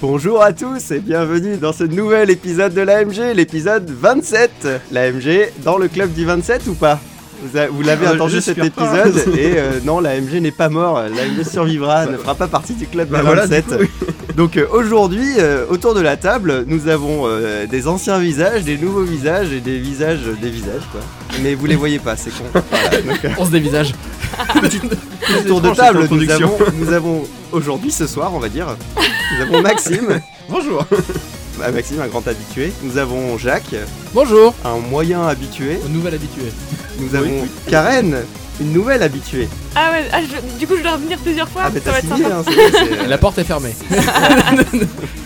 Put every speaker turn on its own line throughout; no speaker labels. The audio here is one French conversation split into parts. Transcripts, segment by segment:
Bonjour à tous et bienvenue dans ce nouvel épisode de l'AMG, l'épisode 27. L'AMG dans le club du 27 ou pas Vous, a- vous l'avez
Euh,
entendu cet
j'espère
épisode
pas.
et euh, non, l'AMG n'est pas mort, l'AMG survivra, ne fera pas partie du club
Bah
du
voilà,
27. Donc euh, aujourd'hui, euh, autour de la table, nous avons euh, des anciens visages, des nouveaux visages et des visages, des visages quoi. Mais vous les voyez pas, c'est con. Voilà, donc, euh,
On se dévisage.
tour de
étrange, cette
table, nous
introduction.
avons, nous avons aujourd'hui, ce soir, on va dire, nous avons Maxime.
Bonjour
Bah, Maxime, un grand habitué. Nous avons Jacques,
Bonjour.
un moyen habitué.
Au nouvel habitué.
Nous avons Karen, une nouvelle habituée.
Ah ouais, ah, je- du coup je dois revenir plusieurs fois,
Ah, mais
ça va
t'as
être
signé,
sympa.
hein, c'est- c'est- euh,
La porte est fermée.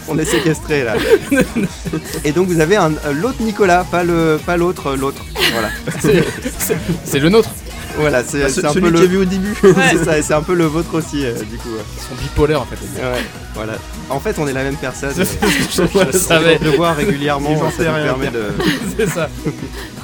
on est séquestré là. Et donc vous avez un euh, l'autre Nicolas, pas le, pas l'autre, euh, l'autre. Voilà,
C'est- C'est c'est le nôtre.
voilà, c'est c'est un peu
Ah, Celui qui
le.
a vu au début
C'est ça, et c'est un peu le vôtre aussi, euh, du coup.
Ils sont bipolaires en fait.
ouais. Ouais, voilà. En fait, on est la même personne.
C'est-
euh,
Je le
on
savais.
peut le voir régulièrement,
Les gens
ça nous
sérieux.
permet de.
C'est ça.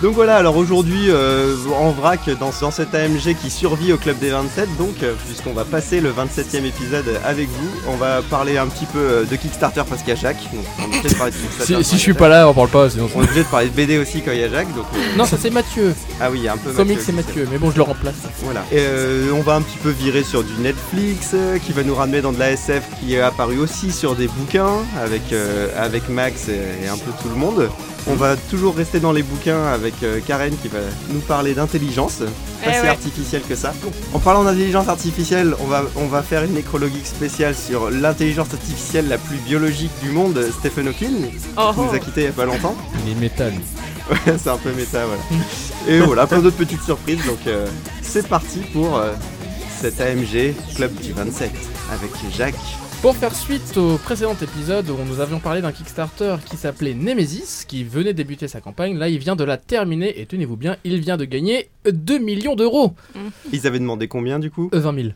Donc voilà, alors aujourd'hui, euh, en vrac, dans, dans cette AMG qui survit au Club des 27, donc, euh, puisqu'on va passer le 27e épisode avec vous, on va parler un petit peu euh, de Kickstarter parce qu'il y a Jacques. Donc, on est obligé de parler de Kickstarter
Si,
quand
si je
il y
suis
a
pas
Jacques.
là, on parle pas. Sinon.
On est obligé de parler de BD aussi quand il y a Jacques, donc. euh,
Non, ça c'est Mathieu.
Ah oui, il y a un peu
Comics
Mathieu
c'est
qui-
Mathieu, mais bon, je le remplace.
Voilà. Et euh, on va un petit peu virer sur du Netflix euh, qui va nous ramener dans de la SF qui est apparu aussi sur des bouquins avec, euh, avec Max et, et un peu tout le monde. On va toujours rester dans les bouquins avec euh, Karen qui va nous parler d'intelligence, pas
Eh
si
ouais.
artificielle que ça. En parlant d'intelligence artificielle, on va, on va faire une nécrologique spéciale sur l'intelligence artificielle la plus biologique du monde, Stephen Hawking,
Oh,
qui
oh.
nous a quitté il n'y a pas longtemps.
Il est métal. lui.
Ouais, c'est un peu méta, voilà. Et voilà, plein d'autres petites surprises. Donc, euh, c'est parti pour euh, cet AMG Club du 27 avec Jacques.
Pour faire suite au précédent épisode où nous avions parlé d'un Kickstarter qui s'appelait Nemesis, qui venait débuter sa campagne, là il vient de la terminer et tenez-vous bien, il vient de gagner 2 millions d'euros.
Ils avaient demandé combien du coup
Euh, 20 000.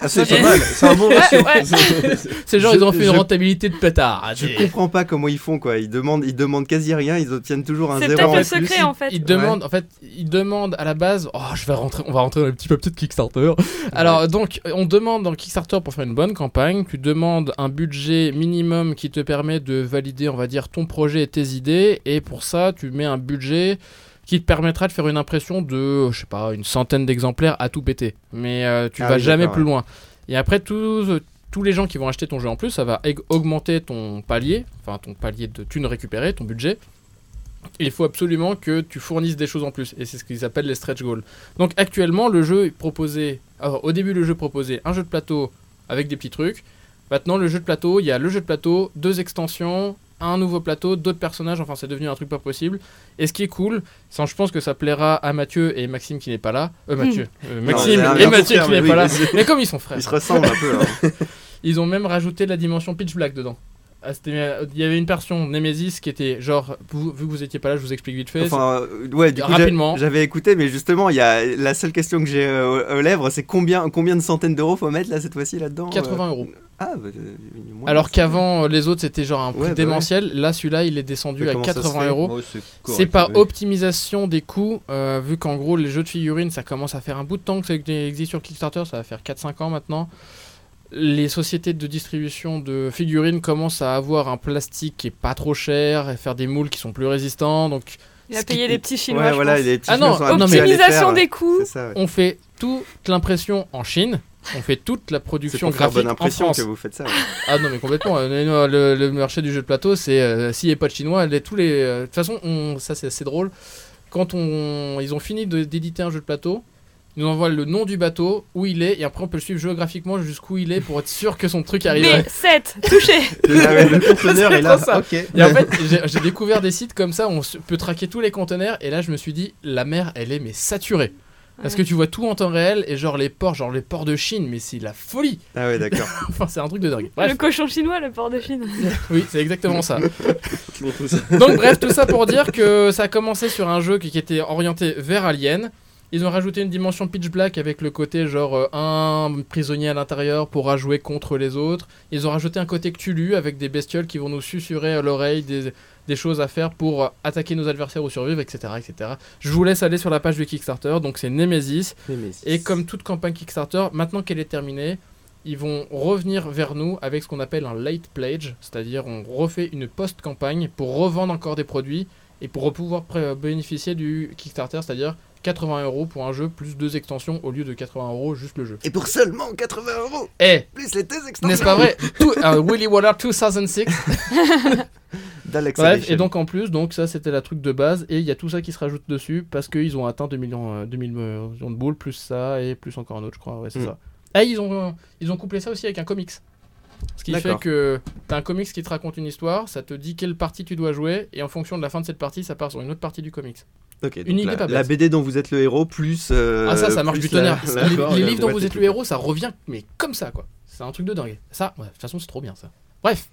Ah,
c'est
C'est
pas
pas
mal.
mal.
C'est un bon ratio
Ouais,
C'est genre
Je-
ils ont fait
je-
une rentabilité de pétard.
Je comprends pas comment ils font quoi. Ils demandent, ils demandent quasi rien. Ils obtiennent toujours un
C'est
zéro.
peut-être
en
le
plus.
secret. en fait.
Il demande, en fait, il demande à la base. Oh, je vais rentrer. On va rentrer dans le petit papier de Kickstarter. Alors donc, on demande dans le Kickstarter pour faire une bonne campagne. Tu demandes un budget minimum qui te permet de valider, on va dire, ton projet et tes idées. Et pour ça, tu mets un budget qui te permettra de faire une impression de, euh, je sais pas, une centaine d'exemplaires à tout péter. Mais euh, tu
Ah
vas
oui,
jamais
d'accord,
plus loin. Et après tous euh, tous les gens qui vont acheter ton jeu en plus, ça va aug- augmenter ton palier, enfin ton palier de thunes récupérées, ton budget il faut absolument que tu fournisses des choses en plus. Et c'est ce qu'ils appellent les stretch goals. Donc actuellement, le jeu proposait. Alors, au début, le jeu proposait un jeu de plateau avec des petits trucs. Maintenant, le jeu de plateau, il y a le jeu de plateau, deux extensions, un nouveau plateau, d'autres personnages. Enfin, c'est devenu un truc pas possible. Et ce qui est cool, c'est je pense que ça plaira à Mathieu et Maxime qui n'est pas là. Euh, Mathieu.
Hmm.
Euh, Maxime
c'est un
et
bien
Mathieu
confirmé,
qui n'est
oui,
pas là.
mais c'est-
Mais comme ils sont frères.
Ils se ressemblent un peu. hein.
Ils ont même rajouté la dimension pitch black dedans. Ah, c'était- Il y avait une version Nemesis qui était genre, vous- vu que vous étiez pas là, je vous explique vite fait.
Enfin, euh, ouais, du coup, j'a-
Rapidement.
j'avais écouté, mais justement, il y a la seule question que j'ai euh, aux aux lèvres, c'est combien, combien de centaines d'euros faut mettre là cette fois-ci là-dedans euh
80 euros.
Ah, bah, euh, moins de
Alors
centaines.
qu'avant, euh, les autres, c'était genre un prix
Ouais, bah
démentiel. Là, celui-là, il est descendu
Mais
à
comment ça se
80
fait
euros.
Oh,
C'est par optimisation des coûts, euh, vu qu'en gros, les jeux de figurines, ça commence à faire un bout de temps que ça existe sur Kickstarter, ça va faire 4-5 ans maintenant. Les sociétés de distribution de figurines commencent à avoir un plastique qui est pas trop cher et faire des moules qui sont plus résistants. Donc,
Il a
Ce qui-
payé les petits chinois.
Ouais,
hein, je
voilà,
pense.
les petits
Ah non,
chinois sont habitués à les
Optimisation
faire.
des coûts.
C'est ça, ouais.
on fait toute l'impression en Chine, on fait toute la
C'est
production
pour faire
graphique
bonne
en
impression
France.
que vous faites ça. ouais.
Ah non mais complètement. euh, euh, Le, le marché du jeu de plateau, c'est euh, s'il n'y a pas de chinois, les, tous les. euh, De toute façon, on- ça c'est assez drôle. Quand on, ils ont fini de- d'éditer un jeu de plateau, ils nous envoient le nom du bateau, où il est, et après on peut le suivre géographiquement jusqu'où il est pour être sûr que son truc arrive.
Mais 7, touché.
Ah ouais, le conteneur
C'est
est là.
trop ça.
Ok.
Et en fait, j'ai- j'ai découvert des sites comme ça, où on se- peut traquer tous les conteneurs, et là je me suis dit, la mer, elle est mais saturée. Parce que tu vois tout en temps réel, et genre les ports, genre les ports de Chine, mais c'est la folie.
Ah ouais, d'accord.
Enfin, c'est un truc de dingue.
Le
Bref,
cochon chinois, le port de Chine.
oui, c'est exactement ça. Donc bref, tout ça pour dire que ça a commencé sur un jeu qui, qui était orienté vers Alien. Ils ont rajouté une dimension pitch black avec le côté genre euh, un prisonnier à l'intérieur pourra jouer contre les autres. Ils ont rajouté un côté Cthulhu avec des bestioles qui vont nous susurrer à l'oreille des, des choses à faire pour euh, attaquer nos adversaires ou survivre, etc., etc. Je vous laisse aller sur la page du Kickstarter, donc c'est Nemesis. Et comme toute campagne Kickstarter, maintenant qu'elle est terminée, ils vont revenir vers nous avec ce qu'on appelle un late pledge, c'est-à-dire on refait une post-campagne pour revendre encore des produits et pour pouvoir pré- bénéficier du Kickstarter, c'est-à-dire 80 euros pour un jeu plus deux extensions au lieu de 80 euros juste le jeu.
Et pour seulement 80 euros,
Eh,
plus les deux extensions.
n'est-ce pas vrai Tout- euh, Willy Waller 2006
D'Alex
Bref,
Edition.
et donc en plus, donc ça c'était la truc de base, et il y a tout ça qui se rajoute dessus parce qu'ils ont atteint 2 millions, euh, 2 millions de boules, plus ça, et plus encore un autre, je crois, ouais, c'est
Mm.
ça. Et ils ont, ils ont couplé ça aussi avec un comics. Ce qui fait
D'accord.
que t'as un comics qui te raconte une histoire, ça te dit quelle partie tu dois jouer, et en fonction de la fin de cette partie, ça part sur une autre partie du comics.
Ok, donc
une idée
la,
pas bête.
la BD dont vous êtes le héros, plus. euh,
ah, ça, ça marche
plus
du tonnerre.
la-
les,
la-
les
la
livres dont
boîte
vous
et
êtes
tout.
le héros, ça revient, mais comme ça, quoi. C'est un truc de dingue. Ça, ouais, de toute façon, c'est trop bien, ça. Bref,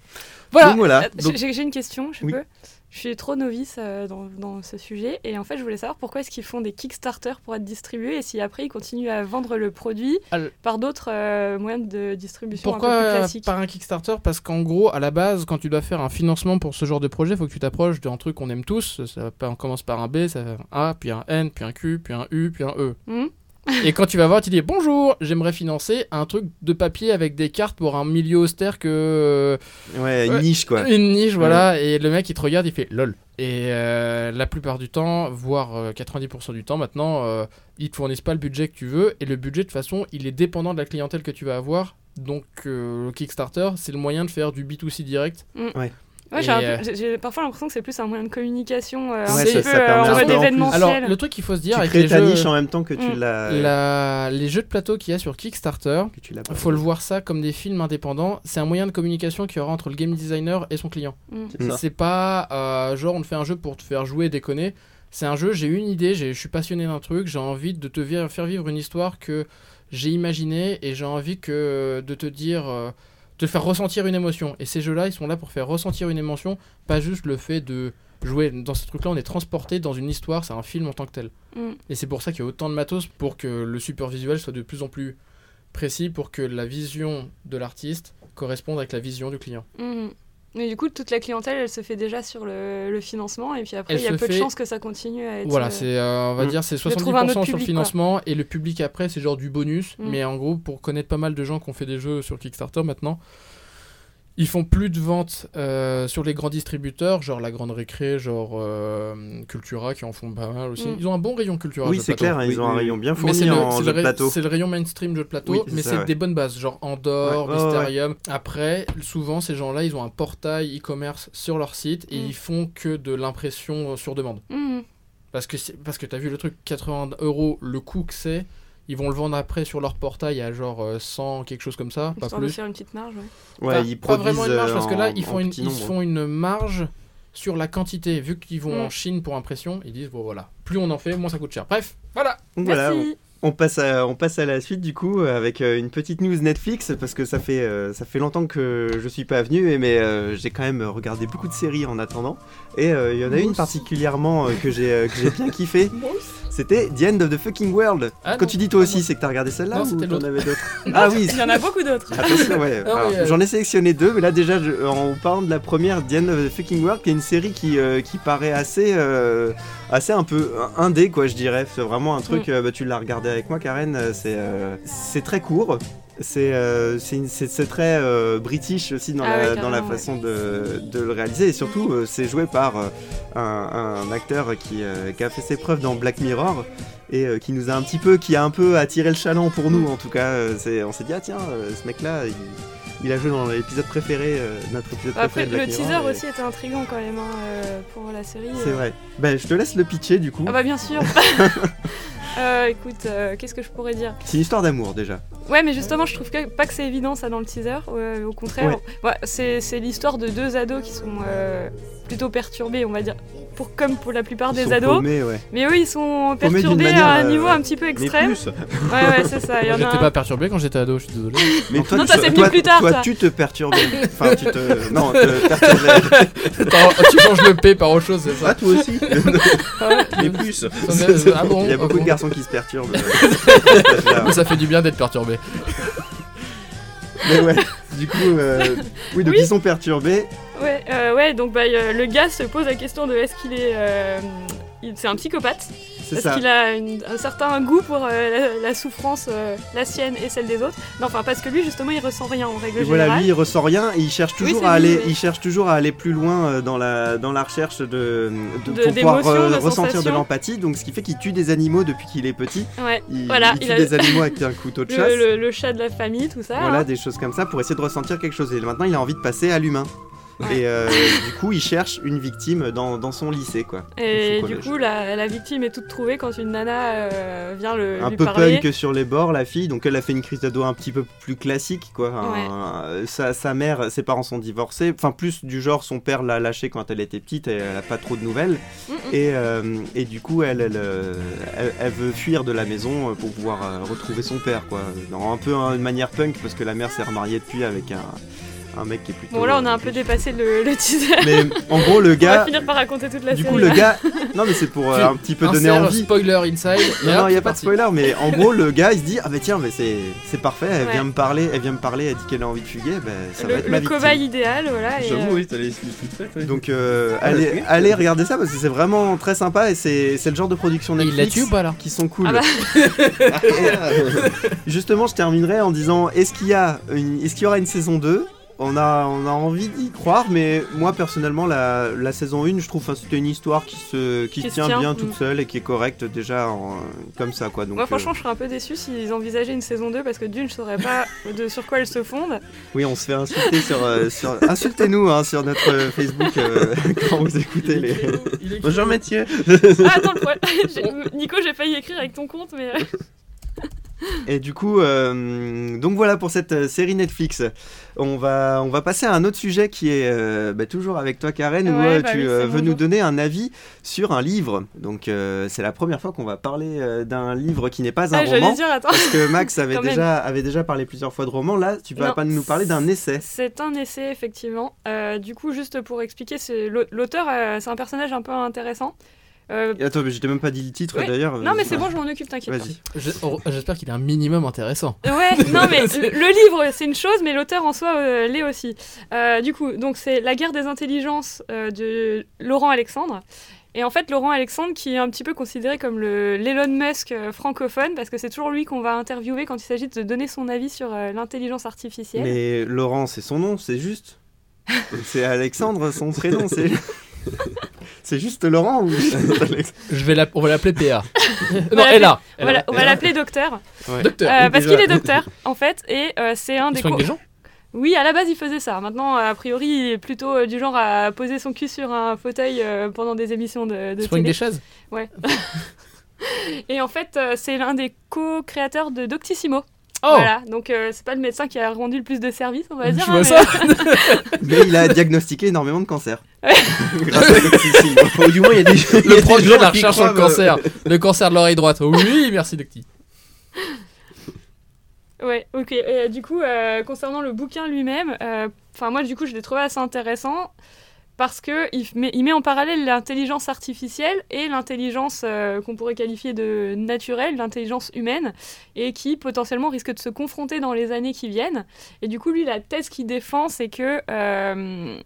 voilà.
Donc voilà.
Euh,
donc-
J'ai j'ai une question, je
Oui.
peux. Je suis trop novice euh, dans, dans ce sujet et en fait je voulais savoir pourquoi est-ce qu'ils font des Kickstarter pour être distribués et si après ils continuent à vendre le produit
Al-
par d'autres euh, moyens de distribution
Pourquoi
un peu plus
euh,
classiques.
par un Kickstarter Parce qu'en gros, à la base, quand tu dois faire un financement pour ce genre de projet, il faut que tu t'approches d'un truc qu'on aime tous. Ça, on commence par un B, ça fait un A, puis un N, puis un Q, puis un U, puis un E.
Hmm
Et quand tu vas voir, tu dis bonjour, j'aimerais financer un truc de papier avec des cartes pour un milieu austère que euh,
Ouais, une
Ouais.
niche quoi.
une niche, voilà. Et le mec, il te regarde, il fait lol. Et euh, la plupart du temps, voire euh, 90% du temps maintenant, euh, ils te fournissent pas le budget que tu veux. Et le budget, de toute façon, il est dépendant de la clientèle que tu vas avoir. Donc, euh, le Kickstarter, c'est le moyen de faire du B2C direct.
Ouais,
Et,
j'ai un peu-
euh,
j'ai- j'ai parfois l'impression que c'est plus un moyen de communication euh, un
Ouais,
petit
ça-
peu
ça
euh,
permet
en
un
mode
peu en plus.
événementiel.
Alors, le truc qu'il faut se dire
Tu
avec
crées
les
ta
jeux, euh, hmm,
niche hein. en même temps que tu
Mm.
la.
la- les jeux de plateau qu'il y a sur Kickstarter,
Que tu la
faut le voir ça comme des films indépendants. C'est un moyen de communication qu'il y aura entre le game designer et son client.
C'est ça.
C'est pas euh, genre on te fait un jeu pour te faire jouer et déconner. C'est un jeu, j'ai une idée, j'ai- je suis passionné d'un truc, j'ai envie de te vi- faire vivre une histoire que j'ai imaginée et j'ai envie que de te dire, euh, de te faire ressentir une émotion. Et ces jeux-là, ils sont là pour faire ressentir une émotion, pas juste le fait de jouer. Dans ce truc-là, on est transporté dans une histoire, c'est un film en tant que tel.
Mm.
Et c'est pour ça qu'il y a autant de matos pour que le support visuel soit de plus en plus précis, pour que la vision de l'artiste corresponde avec la vision du client.
Mhm. Mais du coup, toute la clientèle, elle se fait déjà sur le, le financement, et puis après,
Elle
il y a
se
peu de
fait-
chances que ça continue à être.
Voilà,
euh,
c'est euh, on va
Mm.
dire c'est 70%
De trouver un autre
sur le
public,
financement et le public après c'est genre du bonus.
Mm.
Mais en gros pour connaître pas mal de gens qui ont fait des jeux sur Kickstarter maintenant, ils font plus de ventes euh, sur les grands distributeurs, genre la Grande Récré, genre euh, Cultura qui en font pas mal aussi.
Mm.
Ils ont un bon rayon Cultura.
Oui,
jeux de
c'est
plateau.
clair, hein,
Oui,
ils ont un
oui.
rayon bien
Mais
fourni
c'est le,
en
c'est
jeu
le
de
ra-
plateau.
c'est le rayon mainstream jeu de plateau,
Oui, c'est
mais
ça,
c'est
ouais.
des bonnes bases, genre Andorre,
Ouais, ouais, ouais.
Mysterium. Après, souvent, ces gens-là, ils ont un portail e-commerce sur leur site et
Mm.
ils font que de l'impression euh, sur demande.
mhm.
Parce que, c'est- parce que t'as vu le truc, 80 euros le coût que c'est, ils vont le vendre après sur leur portail à genre euh, 100, quelque chose comme ça, pas
Histoire de
plus.
faire une petite marge. ouais.
Ouais,
Enfin,
ils
pas
produisent.
vraiment une marge,
euh,
parce que là,
en-
ils, font
en
une,
petit
ils
nombre.
se font une marge sur la quantité. Vu qu'ils vont
Mm.
en Chine pour impression, ils disent, bon voilà, plus on en fait, moins ça coûte cher. Bref, voilà
Donc Voilà, on-
Merci.
On passe, à, on passe à la suite du coup avec euh, une petite news Netflix parce que ça fait, euh, ça fait longtemps que je suis pas venu et- mais euh, j'ai quand même regardé beaucoup de séries en attendant et euh, il y en a
Moi
une
aussi.
particulièrement euh, que j'ai euh, que j'ai bien kiffé c'était The End of the Fucking World
Ah
quand
non.
tu dis toi aussi c'est que t'as regardé celle-là
Non,
ou
c'était
t'en
l'autre.
avais d'autres ah oui
Il y en a beaucoup d'autres.
Attention, ouais.
Ah
Alors,
oui, euh.
J'en ai sélectionné deux, mais là déjà, je- en parlant de la première, The End of the Fucking World, qui est une série qui, euh, qui paraît assez, euh, assez un peu euh, indé, quoi, je dirais. C'est vraiment un
Mm.
truc, euh, bah, tu l'as regardé avec moi, Karen, euh, c'est euh, c'est très court. C'est euh, c'est une- c'est- c'est très euh, british aussi dans, la,
Ah ouais,
dans la
carrément, ouais.
façon de, de le réaliser. Et surtout, euh, c'est joué par euh, un, un acteur qui, euh, qui a fait ses preuves dans Black Mirror et euh, qui nous a un petit peu, qui a un peu attiré le chaland pour nous en tout cas. Euh, c'est- on s'est dit ah tiens, euh, ce mec-là, il, il a joué dans l'épisode préféré, euh, notre épisode
Après,
préféré. de
le
Black
teaser
Mirror, et-
aussi était intriguant quand même hein, euh, pour la série.
C'est vrai. Ben, je te laisse le pitcher du coup.
Ah bah bien sûr. Euh, écoute, euh, qu'est-ce que je pourrais dire
C'est une histoire d'amour déjà.
Ouais, mais justement, je trouve que, pas que c'est évident ça dans le teaser. ouais, au contraire, Ouais, c'est c'est l'histoire de deux ados qui sont euh, plutôt perturbés, on va dire, pour comme pour la plupart
Ils
des
sont
ados.
paumés, ouais.
Mais eux, ils sont
Paumés d'une
perturbés
manière,
à un
euh,
niveau
ouais.
un petit peu extrême.
Mais plus.
Ouais, ouais, c'est ça. Il y en a
J'étais
un-
pas perturbé quand j'étais ado, je suis désolé.
Mais toi,
Non,
tu-
ça, c'est venu
toi-
plus tard,
Toi,
ça.
tu te perturbais. Enfin, tu te. Non, te perturbais.
Attends, tu changes le P par autre chose, c'est ça
Ah, toi aussi.
Mais plus.
Ah bon
Il y a beaucoup
ah bon.
de garçons qui se perturbent. euh,
Ça fait du bien d'être perturbé.
Mais ouais. Du coup, euh, oui, donc
Oui.
ils sont perturbés.
Ouais, euh, ouais, donc bah, euh, le gars se pose la question de est-ce qu'il est. euh, il- c'est un psychopathe.
C'est ça.
parce qu'il a une- un certain goût pour euh, la, la souffrance, euh, la sienne et celle des autres. Non, enfin parce que lui justement il ressent rien en règle
Et voilà,
générale.
lui, il ressent rien et il cherche
Oui,
toujours
c'est
à
lui,
aller,
ouais.
il cherche toujours à aller plus loin euh, dans la dans la recherche de, de-
De-
pour pouvoir
d'émotions,
euh,
de
ressentir de
sensations.
l'empathie. Donc, ce qui fait qu'il tue des animaux depuis qu'il est petit.
Ouais.
Il,
Voilà,
il tue
il a-
des animaux avec un couteau de chasse.
Le, le- le chat de la famille, tout ça.
Voilà,
hein.
des choses comme ça pour essayer de ressentir quelque chose. Et maintenant, il a envie de passer à l'humain.
Ouais.
Et euh, du coup, il cherche une victime dans, dans son lycée, quoi.
hein. Et
Son
du
collège.
coup, la, la victime est toute trouvée quand une nana euh, vient le,
un
lui
peu
parler.
punk sur les bords, la fille. Donc, elle a fait une crise d'ado un petit peu plus classique, quoi. Un- sa, sa mère, ses parents sont divorcés. Enfin, plus du genre, son père l'a lâchée quand elle était petite et elle a pas trop de nouvelles.
Mm, mm.
Et, euh, et du coup, elle elle, euh, elle, elle veut fuir de la maison euh, pour pouvoir euh, retrouver son père, quoi. Dans un peu hein, une manière punk, parce que la mère s'est remariée depuis avec un, un mec qui est plutôt.
Bon, là, on a
euh,
un peu dépassé le, le teaser.
Mais en gros, le
On va
gars.
finir par raconter toute la
Du
série.
coup, le gars. Non, mais c'est pour euh,
Tu
un petit peu donner
Insère
envie.
spoiler inside. et
Non,
hop,
non, il n'y a
c'est
pas de
parti.
spoiler, mais en gros, le gars, il se dit Ah, bah tiens, mais c'est c'est parfait, elle
Ouais.
vient me parler, elle vient me parler, elle dit qu'elle a envie de fuguer, bah, ça
le,
va être
le
ma victime.
cobaye idéal, voilà. et,
J'avoue,
euh,
oui, t'as les excuses toutes faites. oui.
Donc, euh,
bah,
Ah,
allez,
ok.
allez regarder ça parce que c'est vraiment très sympa et c'est c'est le genre de production
Et Il l'a
Netflix
tué ou pas là
qui sont cool.
Ah bah.
Et, euh, Justement, je terminerai en disant est-ce qu'il y, a une- est-ce qu'il y aura une saison 2 on a, on a envie d'y croire, mais moi personnellement, la, la saison 1, je trouve enfin, c'était une histoire qui se, qui
Qui
se
se
tient,
tient,
bien
mm.
toute seule et qui est correcte déjà en- comme ça. quoi. Donc, euh,
Moi, franchement, je serais un peu déçu s'ils envisageaient une saison 2 parce que d'une, je saurais pas de sur quoi elle se fonde.
euh, oui, on se fait insulter sur. euh, sur- Insultez-nous hein, sur notre euh, Facebook euh, quand vous écoutez les.
Bonjour Mathieu.
Ah, attends, le problème- j'ai- Nico, j'ai failli écrire avec ton compte, mais. euh,
Et du coup, euh, donc voilà pour cette euh, série Netflix. On va, on va passer à un autre sujet qui est euh, bah, toujours avec toi, Karen, où
Ouais,
euh,
bah
tu
oui, c'est
euh,
mon
veux nous
jour.
donner un avis sur un livre. Donc euh, c'est la première fois qu'on va parler euh, d'un livre qui n'est pas un
Ah, j'allais
roman.
dire, attends.
Parce que Max avait
Quand même.
déjà, avait déjà parlé plusieurs fois de roman. Là, tu vas
Non.
pas nous parler d'un essai.
C'est un essai, effectivement. Euh, du coup, juste pour expliquer, c'est l'au- l'auteur, euh, c'est un personnage un peu intéressant. Euh,
Et Attends, mais je t'ai même pas dit le titre
Ouais.
d'ailleurs. Ah.
non, mais c'est bon, je m'en occupe, t'inquiète.
Euh, Vas-y.
Je- oh, J'espère qu'il est un minimum intéressant.
Ouais, non mais le le livre c'est une chose, mais l'auteur en soi euh, l'est aussi. Euh, du coup, donc c'est La guerre des intelligences euh, de Laurent Alexandre. Et en fait, Laurent Alexandre, qui est un petit peu considéré comme le l'Elon Musk euh, francophone, parce que c'est toujours lui qu'on va interviewer quand il s'agit de donner son avis sur euh, l'intelligence artificielle.
Mais Laurent, c'est son nom, c'est juste. c'est Alexandre, son prénom, c'est. C'est juste Laurent ou juste Alexandre
Je vais l'app- on va l'appeler PA. non,
l'appeler-
Ella.
On va la- on va
Ella.
l'appeler docteur,
Docteur.
euh, parce
Déjà.
qu'il est docteur en fait, et euh, c'est un
Il
des
soigne
co-
des gens
Oui, à la base, il faisait ça. Maintenant, a priori, il est plutôt euh, du genre à poser son cul sur un fauteuil euh, pendant des émissions de, de
Il soigne
télé.
des chaises
Et en fait, euh, c'est l'un des co-créateurs de Doctissimo.
Oh
Voilà, donc euh, c'est pas le médecin qui a rendu le plus de services, on va dire.
Tu
hein,
vois
mais-
ça
Mais il a diagnostiqué énormément de cancers.
Ouais.
Grâce à Doxycycline.
Ou du moins, il y a des il y a
Le
des
projet de
gens
la
qui
recherche sur le
croient, euh,
cancer. Le cancer de l'oreille droite. Oui, merci Docti.
Ouais, ok. Et, euh, du coup, euh, concernant le bouquin lui-même, euh, enfin moi, du coup, je l'ai trouvé assez intéressant parce que il f- met, il met en parallèle l'intelligence artificielle et l'intelligence euh, qu'on pourrait qualifier de naturelle, l'intelligence humaine, et qui potentiellement risque de se confronter dans les années qui viennent. Et du coup, lui, la thèse qu'il défend, c'est que euh,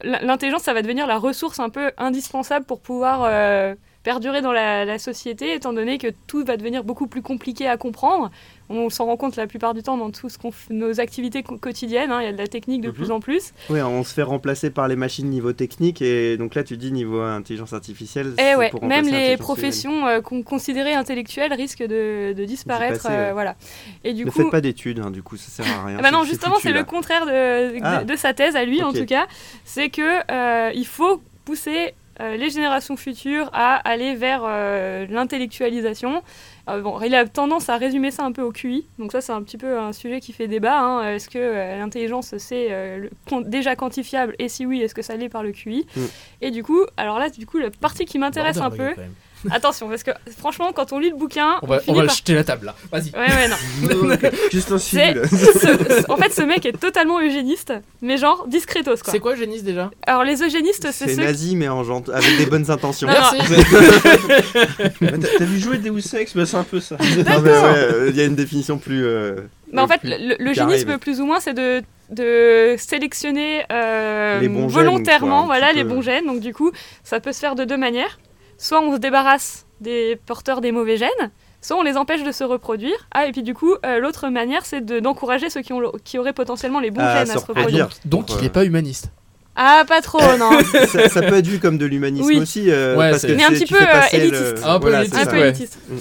l- l'intelligence, ça va devenir la ressource un peu indispensable pour pouvoir euh, perdurer dans la, la société, étant donné que tout va devenir beaucoup plus compliqué à comprendre. On s'en rend compte la plupart du temps dans tout ce qu'on f- nos activités co- quotidiennes. hein, Il y a de la technique de
Mhm.
plus en plus.
Ouais, on se fait remplacer par les machines niveau technique et donc là tu dis niveau intelligence artificielle.
Et
c'est
Eh ouais,
pour
même
remplacer
les
l'intelligence humaine.
professions euh, qu'on considérait intellectuelles risquent de, de disparaître.
passer,
euh,
ouais.
voilà. Et du
Ne
coup,
faites pas d'études, hein, du coup ça sert à rien.
Ah bah non,
C'est-
justement,
foutu,
c'est le
là.
contraire de, de-
Ah.
de sa thèse à lui, en
Ok.
tout cas. C'est que euh, il faut pousser euh, les générations futures à aller vers euh, l'intellectualisation. Euh, bon, il a tendance à résumer ça un peu au QI. Donc ça, c'est un petit peu un sujet qui fait débat. hein. Est-ce que euh, l'intelligence, c'est euh, le- con- déjà quantifiable Et si oui, est-ce que ça l'est par le QI
Mm.
Et du coup, alors là, du coup, la partie qui m'intéresse un peu... Attention, parce que franchement, quand on lit le bouquin...
On va, on
finit
va le
par-
jeter la table là. Vas-y.
Ouais, ouais, non.
Juste un
C'est-
civil.
ce- en fait, ce mec est totalement eugéniste, mais genre discretos quoi.
C'est quoi Génisse déjà
Alors les eugénistes,
C'est
c'est ceux. qui-
nazi mais en gent- avec des bonnes intentions.
Non, non,
Merci.
T'as t'as vu jouer Deus Ex Bah, c'est un peu ça.
Non, mais ouais, euh, il y a une définition plus. euh,
Mais en fait,
plus-
le- le-
mais-
l'eugénisme plus ou moins, c'est de de sélectionner euh,
Les bons gènes,
volontairement
quoi, un
voilà
petit
les
peu.
bons gènes donc du coup ça peut se faire de deux manières soit on se débarrasse des porteurs des mauvais gènes, soit on les empêche de se reproduire. Ah, et puis du coup, euh, l'autre manière, c'est de- d'encourager ceux qui, ont, le- qui auraient potentiellement les bons
Ah,
gènes
se
à se
reproduire.
reproduire.
Donc
Pour,
il
euh,
n'est pas humaniste.
Ah, pas trop, non.
ça, ça peut être vu comme de l'humanisme
Oui.
aussi. euh,
Ouais,
parce
c'est-
que
Mais un
c'est-
petit
tu
peu,
fais
euh,
passer le-
élitiste.
Un peu
voilà,
élitiste,
c'est
un
ça.
peu
ouais.
élitiste.
Mm.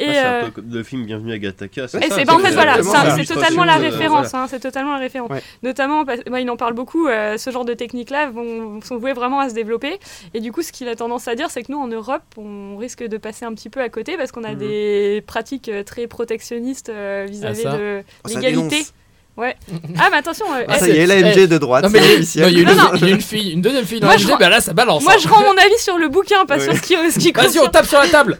Et,
Ah, c'est un
euh,
peu comme le film Bienvenue à Gattaca.
Et
ça,
c'est ben, en
c'est
fait voilà,
exactement
c'est un-
ça.
c'est totalement la
euh,
L'illustration de-
référence, hein, c'est totalement la référence.
Ouais.
Notamment, parce- bah, il en parle beaucoup. euh, ce genre de techniques-là vont- sont vouées vraiment à se développer. Et du coup, ce qu'il a tendance à dire, c'est que nous en Europe, on risque de passer un petit peu à côté parce qu'on a
Mhm.
des pratiques euh, très protectionnistes euh, vis-à-vis
Ah, ça.
de
Oh, ça
l'égalité.
dénonce.
Ouais. ah, mais attention. euh,
Ah,
eh,
ça y est, l'AMG de droite,
Non, mais il y
c'est
a- non,
officiel.
il y a
Non,
une- il y a une fille, une deuxième fille dans
Moi,
la
je
bah là ça balance.
eh, moi,
hein.
je rends mon avis sur le bouquin, pas
Ouais.
sur ce qui, ce qui
Vas-y, on
concerne.
tape sur la table.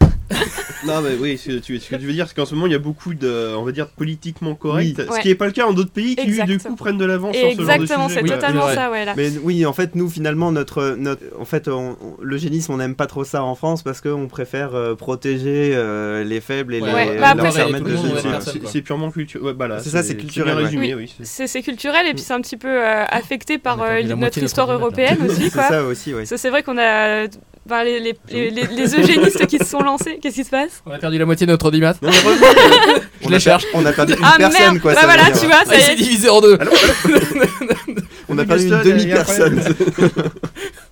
Non, mais oui, ce que tu, ce que tu veux dire, c'est qu'en ce moment, il y a beaucoup de, on va dire, politiquement correct,
Oui.
ce
Ouais.
qui n'est pas le cas en d'autres pays qui, lui,
Exact.
du coup, prennent de l'avance sur ce genre de
Exactement,
sujet,
c'est
Oui,
quoi.
totalement
c'est vrai.
ça, ouais. là.
Mais oui, en fait, nous, finalement, notre, notre, en fait, on- on- le génisme, on n'aime pas trop ça en France parce qu'on préfère euh, protéger euh, les faibles et
Ouais.
les,
Ouais, bah,
leur
après,
permettre
tout
de
le monde,
vivre.
ouais,
C'est-
personne,
c'est-
quoi.
C'est purement culturel. Ouais, bah là,
C'est ça, c'est culturel,
bien
ouais.
résumé, oui. c'est-
C'est c'est culturel et puis c'est un petit peu euh, affecté par
On a perdu
euh,
la moitié
notre
de notre
histoire
audimat, là.
européenne aussi,
C'est
quoi.
ça aussi, ouais.
Ça, c'est vrai qu'on a euh, ben, les, les, les- les- les eugénistes qui se sont lancés. Qu'est-ce qui se passe
On a perdu la moitié de notre audimat.
Non, mais heureusement,
Je
on
les
a per-
cherche.
On a perdu une
Ah
personne,
merde
quoi.
Bah
ça veut
voilà,
dire.
tu vois,
Ah,
ça
il
y
s'est
est.
divisé en deux.
On a perdu une
Gaston, il y a
demi-personne.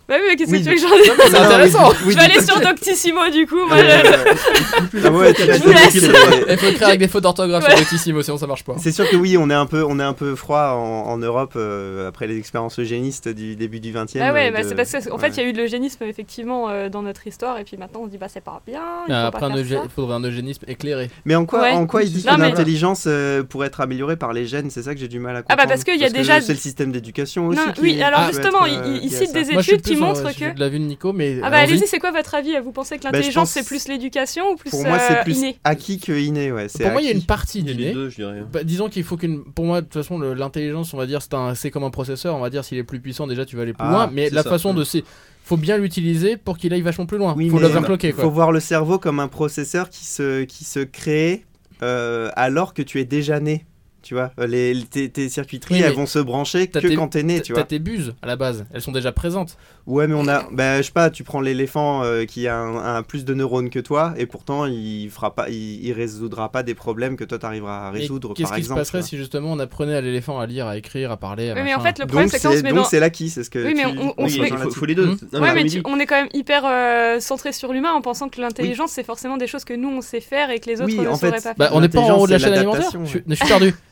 Bah oui, mais qu'est-ce que
Oui.
tu veux que j'en dise
Non,
C'est intéressant.
oui, euh,
Je vais aller
oui,
sur Doctissimo du coup. Moi,
oui,
je-
oui. Ah ouais, tu l'as
Je vous
dit,
laisse.
c'est-
Il faut écrire avec des fautes d'orthographe sur
Ouais.
Notissimo, sinon ça marche pas.
C'est sûr que oui, on est un peu, on est un peu froid en, en Europe euh, après les expériences eugénistes du début du 20e.
Ah ouais,
euh,
bah,
de-
c'est parce qu'en
ouais.
fait, il y a eu de l'eugénisme effectivement euh, dans notre histoire et puis maintenant on se dit bah c'est pas bien. Il faut
Ah, Après,
pas
un
faire
eugé-
ça.
il faudrait un eugénisme éclairé.
Mais en quoi,
Ouais.
en quoi il dit
Non,
que
mais-
l'intelligence euh, pourrait être améliorée par les gènes C'est ça que j'ai du mal à
bah,
comprendre.
parce qu'il y a déjà-
c'est le système d'éducation aussi.
Non,
qui-
oui, alors
qui peut
justement,
être,
il-
euh,
il
lié à
cite
ça.
des
Moi, je suis
études
plus
qui
sur, euh,
montrent
sujet
que.
de la vue de Nico, mais.
Ah bah
allons-y.
allez-y, c'est quoi votre avis Vous pensez que
Bah, je
l'intelligence
pense-
c'est plus l'éducation ou plus,
Pour moi, c'est
euh,
plus
inné
acquis que inné. Ouais. c'est
Pour moi, il y a
acquis.
une partie
Il y a les
d'idée.
deux, je dirais.
Bah, disons qu'il faut qu'une. Pour moi, de toute façon, le- l'intelligence, on va dire, c'est un... c'est comme un processeur. On va dire, s'il est plus puissant, déjà, tu vas aller plus
Ah,
loin. Mais
c'est
la
ça.
façon de. c'est- Faut bien l'utiliser pour qu'il aille vachement plus loin.
Oui,
faut
mais- euh,
l'overclocker, quoi.
faut voir le cerveau comme un processeur qui se, qui se crée euh, alors que tu es déjà né. Tu vois, les, les- tes, tes circuiteries,
Oui, mais
elles vont se brancher
t'as
que
tes-
quand t'es né, tu
T'as
vois.
tes buses à la base, elles sont déjà présentes.
Ouais, mais on a, bah, je sais pas, tu prends l'éléphant euh, qui a un, un plus de neurones que toi, et pourtant il fera pas, il, il résoudra pas des problèmes que toi t'arriveras à
Mais
résoudre,
Qu'est-ce
par
qui se
exemple.
passerait si justement on apprenait à l'éléphant à lire, à écrire, à parler à
Oui, mais
machin
en fait,
tu vois.
le problème
Donc
c'est que quand on se
c'est,
met
donc
dans.
c'est l'acquis, c'est ce que.
Oui, mais
tu-
on- on
Oui,
se
c'est
met-
il faut,
relatif.
faut les deux.
Mmh.
Non,
Ouais,
mais
mais
Amélie,
tu- on est quand même hyper euh, centré sur l'humain en pensant que l'intelligence c'est forcément des choses que nous on sait faire et que les autres
Oui,
ne
en
sauraient
fait,
pas faire.
Bah, on n'est pas en haut de
L'intelligence,
la chaîne
c'est
alimentaire.
l'adaptation,
Je, suis- je suis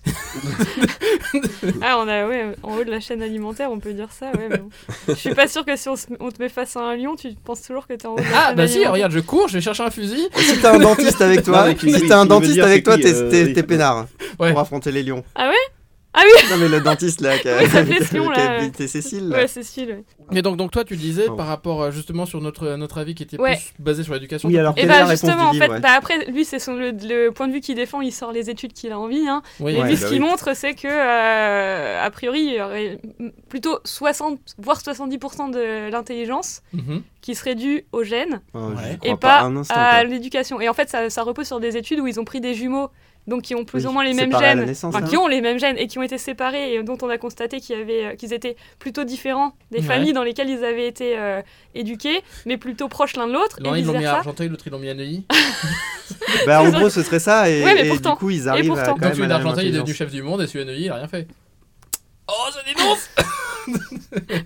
perdu.
Ah, on a, ouais, en haut de la chaîne alimentaire, on peut dire ça, ouais. mais bon. Je suis pas sûre que si on, se- on te met face à un lion, tu penses toujours que t'es en haut de la
Ah
chaîne
bah si,
alimentaire.
regarde, je cours, je vais chercher un fusil.
Si t'as un dentiste avec
Non,
toi,
mais qui-
si
oui,
t'as un
qui veut
dentiste
dire
avec
c'est
toi,
qui,
t'es,
euh,
t'es-
oui.
t'es peinard
Ouais.
pour affronter les lions.
Ah ouais Ah oui
Non mais le dentiste là, qui a,
Oui, ça fait ce
qui a-
lion,
qui a
là.
habité Cécile. là.
Ouais, Cécile, ouais.
Mais donc, donc toi tu disais
Oh.
par rapport euh, justement sur notre, notre avis qui était
Ouais.
plus basé sur l'éducation.
Oui, alors
Et
Quelle est la
bah,
réponse
justement, en
du
fait,
livre, ouais.
bah, après, lui, c'est son, le, le point de vue qu'il défend, il sort les études qu'il a envie, hein.
Oui.
Mais
Ouais,
lui,
bah
ce qu'il
oui.
montre, c'est que, euh, a priori, il y aurait mm, plutôt 60, voire 70% de l'intelligence
Mhm.
qui serait due aux gènes.
Oh, j'y
Ouais.
crois
bah, et
pas
pas,
un instant,
à
quoi.
l'éducation. Et en fait, ça, ça repose sur des études où ils ont pris des jumeaux, donc qui ont plus
Oui,
ou moins les mêmes
séparés à la
gènes,
naissance,
enfin,
hein.
qui ont les mêmes gènes et qui ont été séparés et dont on a constaté qu'il y avait, euh, qu'ils étaient plutôt différents des
Ouais.
familles dans lesquelles ils avaient été euh, éduqués, mais plutôt proches l'un de l'autre
L'un
et
ils
vice
l'ont mis à
versa.
Argenteuil, l'autre ils l'ont mis à Neuilly.
Ah, Bah en
Ils ont-
gros ce serait ça et,
Ouais, mais
et
pourtant.
du coup ils
Et
arrivent à
pourtant.
quand
Donc
même
celui
à la même
d'Argenteuil il est devenu
intelligence.
chef du monde et celui à Neuilly il a rien fait. Oh je dénonce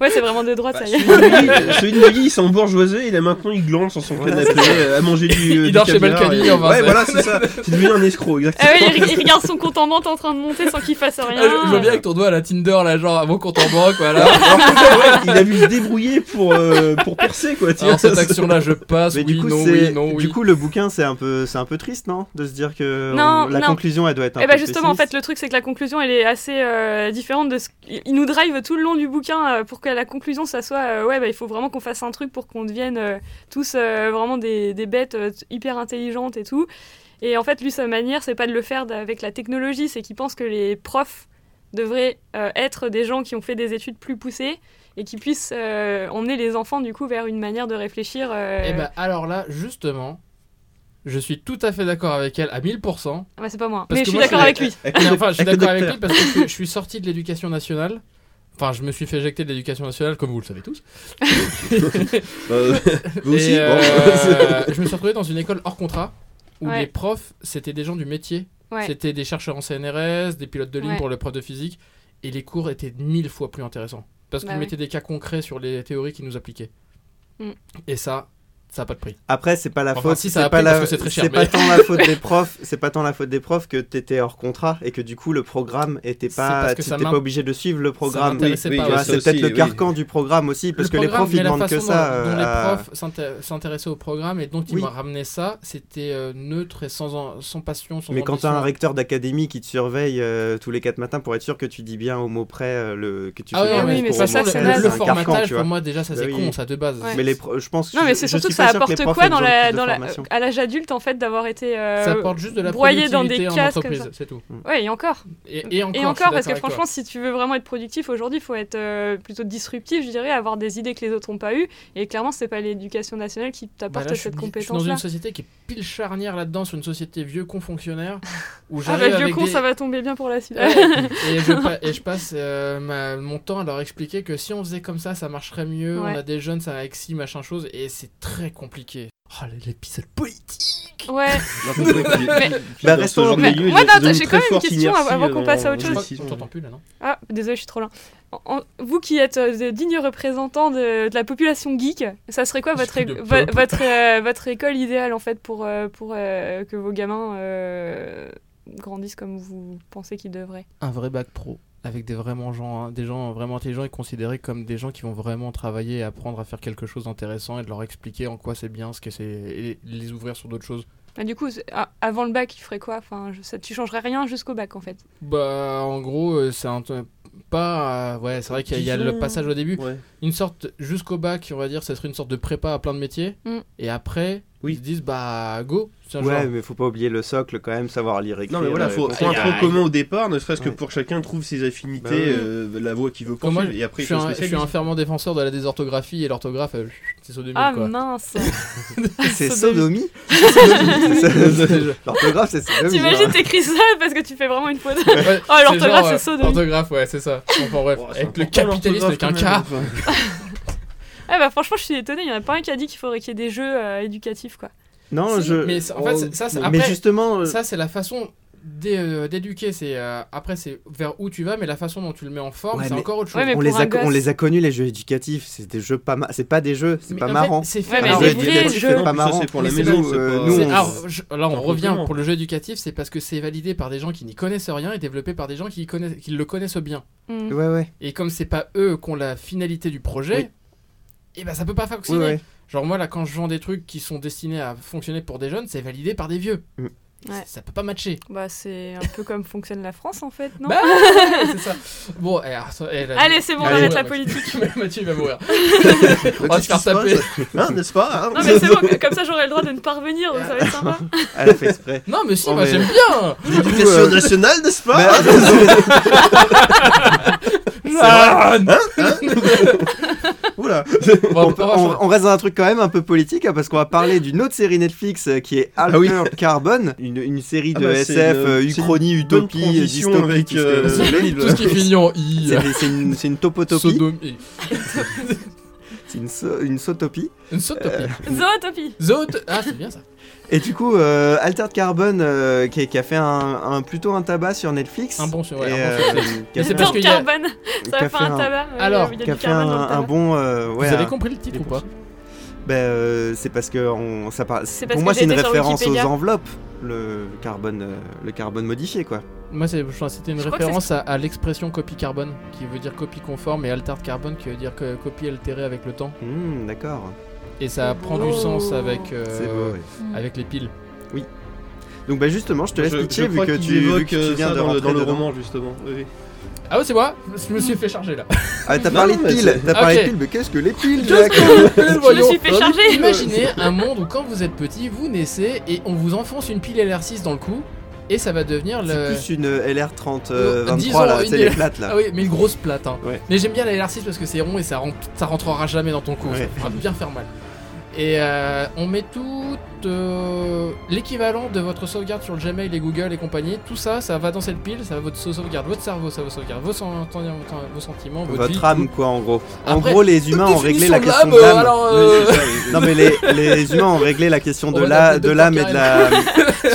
Ouais, c'est vraiment de droite,
Bah,
ça y
celui
est.
de Neuilly- celui de Neuilly, il s'est embourgeoisé et là maintenant il glande sur son
Ouais,
canapé euh, à manger du. euh,
Il
du
dort chez
caviar
Balkany,
et-
enfin,
Ouais,
c'est-
voilà, c'est ça. C'est devenu un escroc,
Ah
exactement.
ouais, il, il regarde son compte en banque en train de monter sans qu'il fasse
Ah,
rien.
je, je vois bien avec ton doigt à la Tinder là, genre à mon compte en banque, voilà.
Ouais, il a vu se débrouiller pour, euh, pour percer, quoi. tu
Alors
vois.
cette action là je passe,
Mais
oui,
du coup,
non,
c'est-
oui, non, oui.
du coup, le bouquin, c'est un peu, c'est un peu triste, non, de se dire que
Non,
on- la
non.
conclusion, elle doit être un
Et
peu
bah justement, en
pessimiste.
fait, le truc, c'est que la conclusion, elle est assez euh, différente de ce qu'il nous drive tout le long du bouquin euh, pour que la conclusion, ça soit euh, ouais, bah, il faut vraiment qu'on fasse un truc pour qu'on devienne euh, tous euh, vraiment des, des bêtes euh, hyper intelligentes et tout. Et en fait, lui, sa manière, c'est pas de le faire d- avec la technologie, c'est qu'il pense que les profs devraient euh, être des gens qui ont fait des études plus poussées et qui puissent euh, emmener les enfants, du coup, vers une manière de réfléchir. euh,
Eh ben alors là, justement, je suis tout à fait d'accord avec elle à 1000%.
ah bah, c'est pas moi,
parce
mais
que
je suis
moi, je suis-
d'accord avec lui.
Avec
Mais
le-
enfin, je suis
avec le
d'accord avec
docteur.
lui parce que je, suis- je suis sorti de l'éducation nationale. Enfin, je me suis fait éjecter de l'éducation nationale, comme vous le savez tous.
Euh, vous aussi
Et,
Bon.
euh, je me suis retrouvé dans une école hors contrat où
Ouais.
les profs, c'était des gens du métier.
Ouais.
C'était des chercheurs en CNRS, des pilotes de ligne
Ouais.
pour le prof de physique. Et les cours étaient mille fois plus intéressants. Parce
Bah
qu'ils
ouais.
mettaient des cas concrets sur les théories qu'ils nous appliquaient.
Mm.
Et ça, ça n'a pas de prix.
Après, c'est pas la
Enfin,
faute.
si, ça
c'est
a
pas
pris
la-
parce que c'est très cher,
c'est
mais-
pas tant la faute des profs. C'est pas tant la faute des profs que t'étais hors contrat et que du coup le programme était
C'est
pas.
parce que ça
T'étais pas
m'in-
obligé de suivre le programme.
m'intéresse pas,
Tu
ouais.
vois,
ça
c'est peut-être
aussi,
le
oui.
carcan du programme aussi, parce que les profs ils
mais la
demandent
façon
que
dont-
ça.
Dont,
euh, à-
les profs s'inté- s'intéressaient au programme et donc ils
Oui.
m'ont ramené ça, c'était euh, neutre et sans, en- sans passion. Sans
Mais quand t'as un
ambition.
recteur d'académie qui te surveille euh, tous les 4 matins pour être sûr que tu dis bien au mot près euh, le que tu
Ah
fais
ouais,
bien
Ah
le
mais
oui, mais
discours
ça,
au
ça,
mot
c'est
près,
naze.
le
un carcan,
formatage
tu vois.
pour moi déjà, ça
Bah
c'est
oui.
con, ça de base.
Ouais.
Mais les pro- je pense.
Non,
je-
mais c'est
je
surtout
suis
que ça
pas sûr les
apporte
profs
quoi
aient
dans
besoin de
la,
plus de
dans la,
formation.
à l'âge adulte en fait d'avoir été euh,
ça apporte juste de la
broyer dans des
productivité en
cases comme
entreprise, c'est tout.
ouais et encore
Et, et encore,
et
je suis
encore parce
d'accord
que
avec toi.
franchement si tu veux vraiment être productif aujourd'hui il faut être euh, plutôt disruptif je dirais avoir des idées que les autres n'ont pas eues et clairement c'est pas l'éducation nationale qui
Bah
t'apporte
là, je suis-
cette
je suis dans
compétence là
une société qui est pile charnière là-dedans, sur une société vieux con fonctionnaire. Où
ah
j'arrive
bah vieux
avec
con
des-
ça va tomber bien pour la suite
Ouais. et, je, pa- et je passe euh, ma- mon temps à leur expliquer que si on faisait comme ça, ça marcherait mieux.
Ouais.
On a des jeunes, ça avec si machin chose, et c'est très compliqué. Oh, l'épisode politique
ouais
N'importe quoi qui-
Mais-
qui- qui-
Bah,
dans ce
restons-
genre de
mais-
milieu, il y a-
moi,
ils ont
non,
une
j'ai
très
quand même une
forte
question av-
inertie
avant qu'on
dans-
passe à
dans
autre
Je
chose.
les
crois
décisions.
qu'on t'entend plus là, non
ah désolé je suis trop loin En- en- vous qui êtes euh, des dignes représentants de, de la population geek ça serait quoi votre
Esprit de
é- vo-
peuple.
votre euh, votre école idéale en fait pour euh, pour euh, que vos gamins euh, grandissent comme vous pensez qu'ils devraient
Un vrai bac pro, avec des, vraiment gens, hein, des gens vraiment intelligents et considérés comme des gens qui vont vraiment travailler et apprendre à faire quelque chose d'intéressant et de leur expliquer en quoi c'est bien, ce que c'est, et les ouvrir sur d'autres choses.
Ah, du coup, c'est- ah, avant le bac, il ferait quoi enfin, je, ça, Tu changerais rien jusqu'au bac, en fait.
Bah, en gros, euh, c'est un t- pas. euh, ouais, c'est vrai qu'il y a- il y a le
Disons-
passage au début.
Ouais.
Une sorte, jusqu'au bac, on va dire, ça serait une sorte de prépa à plein de métiers.
Mm.
Et après,
Oui.
ils se disent, bah, go. C'est un
Ouais,
genre.
mais faut pas oublier le socle quand même, savoir lire écrire.
Non mais voilà,
euh,
faut, faut
comprendre.
un tronc commun au départ, ne serait-ce que
Ouais.
pour chacun trouve ses affinités,
Bah ouais.
euh, la voie qu'il veut
Comme moi,
poursuivre, et après
je
il
suis,
se
un, je suis
spécialise.
un fervent défenseur de la désorthographie et l'orthographe, euh, c'est sodomie
ah
quoi.
mince
C'est
Sodomie.
sodomie. C'est sodomie, c'est ça.
C'est-
L'orthographe, c'est
Ah
sodomie.
hein.
T'imagines, t'écris ça parce que tu fais vraiment une faute.
ouais,
Oh, l'orthographe,
genre,
c'est
euh,
sodomie.
L'orthographe, ouais, c'est ça. Enfin bref,
Oh, c'est
avec le
important,
capitalisme, avec un
l'orthographe, quand
K.
même, enfin.
ah bah franchement, je suis étonnée, il y en a pas un qui a dit qu'il faudrait qu'il y ait des jeux euh, éducatifs, quoi.
Non,
Si,
je.
mais c'est- en fait,
Oh,
c'est- ça, c'est-
mais
après-
justement, euh,
Ça, c'est la façon d'é- euh, d'éduquer. C'est euh, après, c'est vers où tu vas, mais la façon dont tu le mets en forme,
Ouais,
c'est
mais-
encore autre chose.
Ouais, mais
on
pour
les
un
a, on
gosse-
les a connus les jeux éducatifs. C'est des jeux pas, ma- c'est pas des jeux, c'est
Mais
pas
en fait,
marrant.
C'est
Ouais,
fait
mais
Un
Alors,
jeu
c'est vrai,
éducatif,
jeux-
c'est
Non,
pas
mais ça,
marrant.
c'est pour la
Nous,
maison, c'est
euh,
pas-
nous,
C'est-
on-
alors, je- là, on
un
revient
compliment.
pour le jeu éducatif, c'est parce que c'est validé par des gens qui n'y connaissent rien et développé par des gens qui, y connaissent, qui le connaissent bien.
Mm.
Ouais, ouais.
Et comme c'est pas eux qui ont la finalité du projet, et ben ça peut pas
Ouais,
fonctionner.
ouais.
Genre moi là, quand je vends des trucs qui sont destinés à fonctionner pour des jeunes, c'est validé par des vieux.
Mm.
Et
Ouais.
c'est- Ça peut pas matcher.
Bah c'est un peu comme fonctionne la France, en fait, non
Bah, c'est ça. Bon, eh, alors, ça- eh, là-
Allez, c'est bon, on
Allez.
arrête la
Ouais,
politique.
Mathieu il va mourir.
Qu'est-ce
va se
qui
faire
se passe,
taper.
Hein, n'est-ce pas hein
Non mais c'est bon, comme ça j'aurai le droit de ne pas revenir, donc ça va être sympa.
Elle a fait exprès.
Non mais si,
Oh,
moi
mais-
j'aime bien.
Du coup,
L'éducation
euh,
nationale, n'est-ce
Mais-
pas
Ah.
Jeanne
Oula
Bon,
on, peut-
on-
on- on reste dans un truc quand même un peu politique hein, parce qu'on va parler d'une autre série Netflix euh, qui est Alter
Ah oui.
Carbon, une, une série
Ah
de
bah, c'est
SF,
une-
euh,
c'est une
uchronie,
bonne
utopie,
transition
dystopie,
avec,
tout ce que
euh,
vous voulez.
Tout ce qui finit en i.
C'est- C'est une, c'est une topotopie,
euh, Sodomie.
c'est une, so- une zootopie.
Une
Euh.
zootopie.
Zootopie
Zoot- Ah, c'est bien ça.
Et du coup, euh, Altered Carbon euh, qui, qui a fait un, un- plutôt un tabac sur Netflix.
Un bon sur. ouais,
Et,
un bon sur-
euh, qui a
Mais c'est
fait
parce
un-
Dans
qu'il
le
y a-
carbone, ça
qui
va
a
faire
fait
un
un-
tabac. ouais,
Alors,
il y a
qui a
du
fait
carbone dans
un,
le
un
tabac.
bon. euh, ouais,
Vous
un-
avez compris le titre ou pas
Ben, euh, c'est parce que on, ça par-
C'est parce
pour
que
moi
j'ai
c'est une
été sur
référence aux
Wikipédia.
enveloppes, le carbone, euh, le carbone modifié quoi.
Moi, c'est- je crois que c'était une
Je crois que
référence à, à l'expression copie carbone, qui veut dire copie conforme, et alterde carbone, qui veut dire que copie altérée avec le temps.
Hmm, d'accord.
Et ça
C'est
prend
beau.
du sens avec, euh,
C'est beau. ouais.
avec les piles.
Donc bah justement, je te laisse
Je- je
pitcher vu
crois
que
qu'ils
tu, vu
évoquent,
que tu
euh,
viens
ça
de
dans le-
rentrer
dans le
dedans.
roman justement. oui, oui.
Ah ouais, c'est moi Je me suis fait charger là.
Ah t'as
Non,
parlé
non,
de
mais
piles,
c'est-
t'as parlé
Ok.
de piles, mais qu'est-ce que les piles
Qu'est-ce
Jack
Je me suis fait charger
Imaginez un monde où quand vous êtes petit, vous naissez et on vous enfonce une pile LR6 dans le cou, et ça va devenir
C'est
le.
plus une LR30
Euh,
23 là,
disons,
c'est
une-
les plates là.
Ah oui, mais une grosse plate. Hein.
Ouais.
Mais j'aime bien la LR6 parce que c'est rond et ça, rentre, ça rentrera jamais dans ton cou.
Ouais.
Ça va bien faire mal. Et euh, on met tout euh, l'équivalent de votre sauvegarde sur le Gmail et Google et compagnie. Tout ça, ça va dans cette pile, ça va votre sauvegarde, votre cerveau, ça va sauvegarde, vos, sen- ten- ten- vos sentiments, votre,
Votre
vie,
âme, quoi, en gros. en
Après,
gros, les humains ont réglé la question de l'âme.
euh,
Non, mais les, les humains ont réglé la question de
On
la-
l'appelle
de
docteur
l'âme et de la.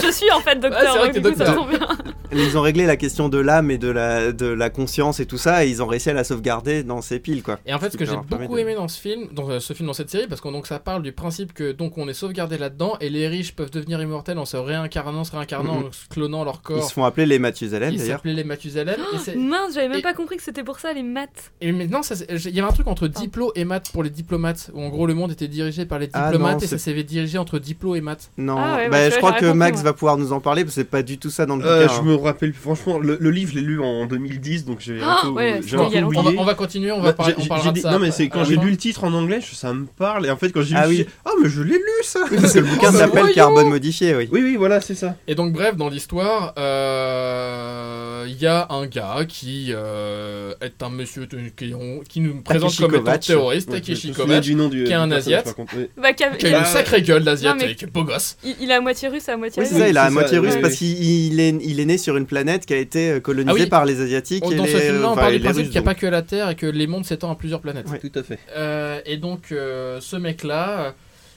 Je suis en fait docteur.
c'est vrai
donc
que
du
t'es
coup, ça
docteur.
tombe bien.
Ils ont réglé la question de l'âme et de la, de la conscience et tout ça, et ils ont réussi à la sauvegarder dans ces piles, quoi.
Et en fait, ce
qui
que
peut
j'ai
leur permettre
beaucoup
de-
aimé dans ce film, dans euh, ce film, dans cette série, parce qu'on donc ça parle du principe que donc on est sauvegardé là-dedans et les riches peuvent devenir immortels en se réincarnant, se réincarnant,
Mhm.
en se clonant leur
Ils se
corps.
font appeler les Mathusalem,
Ils
d'ailleurs.
s'appelaient les Mathusalem. et c'est-
Mince, j'avais même
Et-
pas compris que c'était pour ça les maths.
et maintenant, ça, c'est- il y avait un truc entre diplo et maths pour les diplomates, où en gros le monde était dirigé par les
Ah,
diplomates
non,
et ça
c'est-
s'est dirigé entre diplo et maths.
Non,
Ah ouais,
bah,
ouais,
je
ouais,
crois
j'aurais
que
compris,
Max
moi.
va pouvoir nous en parler, parce que c'est pas du tout ça dans le
Euh,
bouquin,
je
hein.
me rappelle, franchement, le, le livre, je l'ai lu en 2010, donc j'ai un
Ah,
peu,
ouais,
j'ai
c'était
un
il y a
peu
longtemps.
On va,
oublié. Bah,
on va continuer, on va parler,
J'ai-
on
j'ai-
parlera
j'ai
de
dit-
ça.
Non, mais
après,
c'est
à
quand
la
j'ai
fin.
lu le titre en anglais, je- ça me parle. Et en fait, quand j'ai lu,
Ah
je me suis
oui.
dit, ah, mais je l'ai lu ça
Parce que le bouquin
Oh, bah
s'appelle
voyons
Carbone modifié, oui.
Oui, oui, voilà, c'est ça.
Et donc, bref, dans l'histoire, euh, il y a un gars qui euh, est un monsieur de- qui, on- qui nous présente
Takeshi
comme étant
Kovacs.
terroriste,
Ouais, je- je
Takeshi
me souviens
Kovacs,
du Ah, nom du-
qui est
du
un
personnage,
Asiate.
par contre, oui.
Bah, qu'a-
qui a une sacrée gueule d'asiatique,
Non,
beau gosse.
il, il est à moitié russe, à moitié
Oui,
Oui,
c'est ça, il a
c'est
à
ça,
moitié
oui,
russe
oui.
parce qu'il il est, il est né sur une planète qui a été euh, colonisée
Ah oui.
par les Asiatiques.
On-
et
Dans ce
les-
film-là, on
enfin,
parle
et les
du principe
Russes,
qu'il n'y a
donc.
pas que la Terre et que les mondes s'étendent à plusieurs planètes.
Ouais.
Tout à fait.
Euh, et donc, euh, ce mec-là, euh,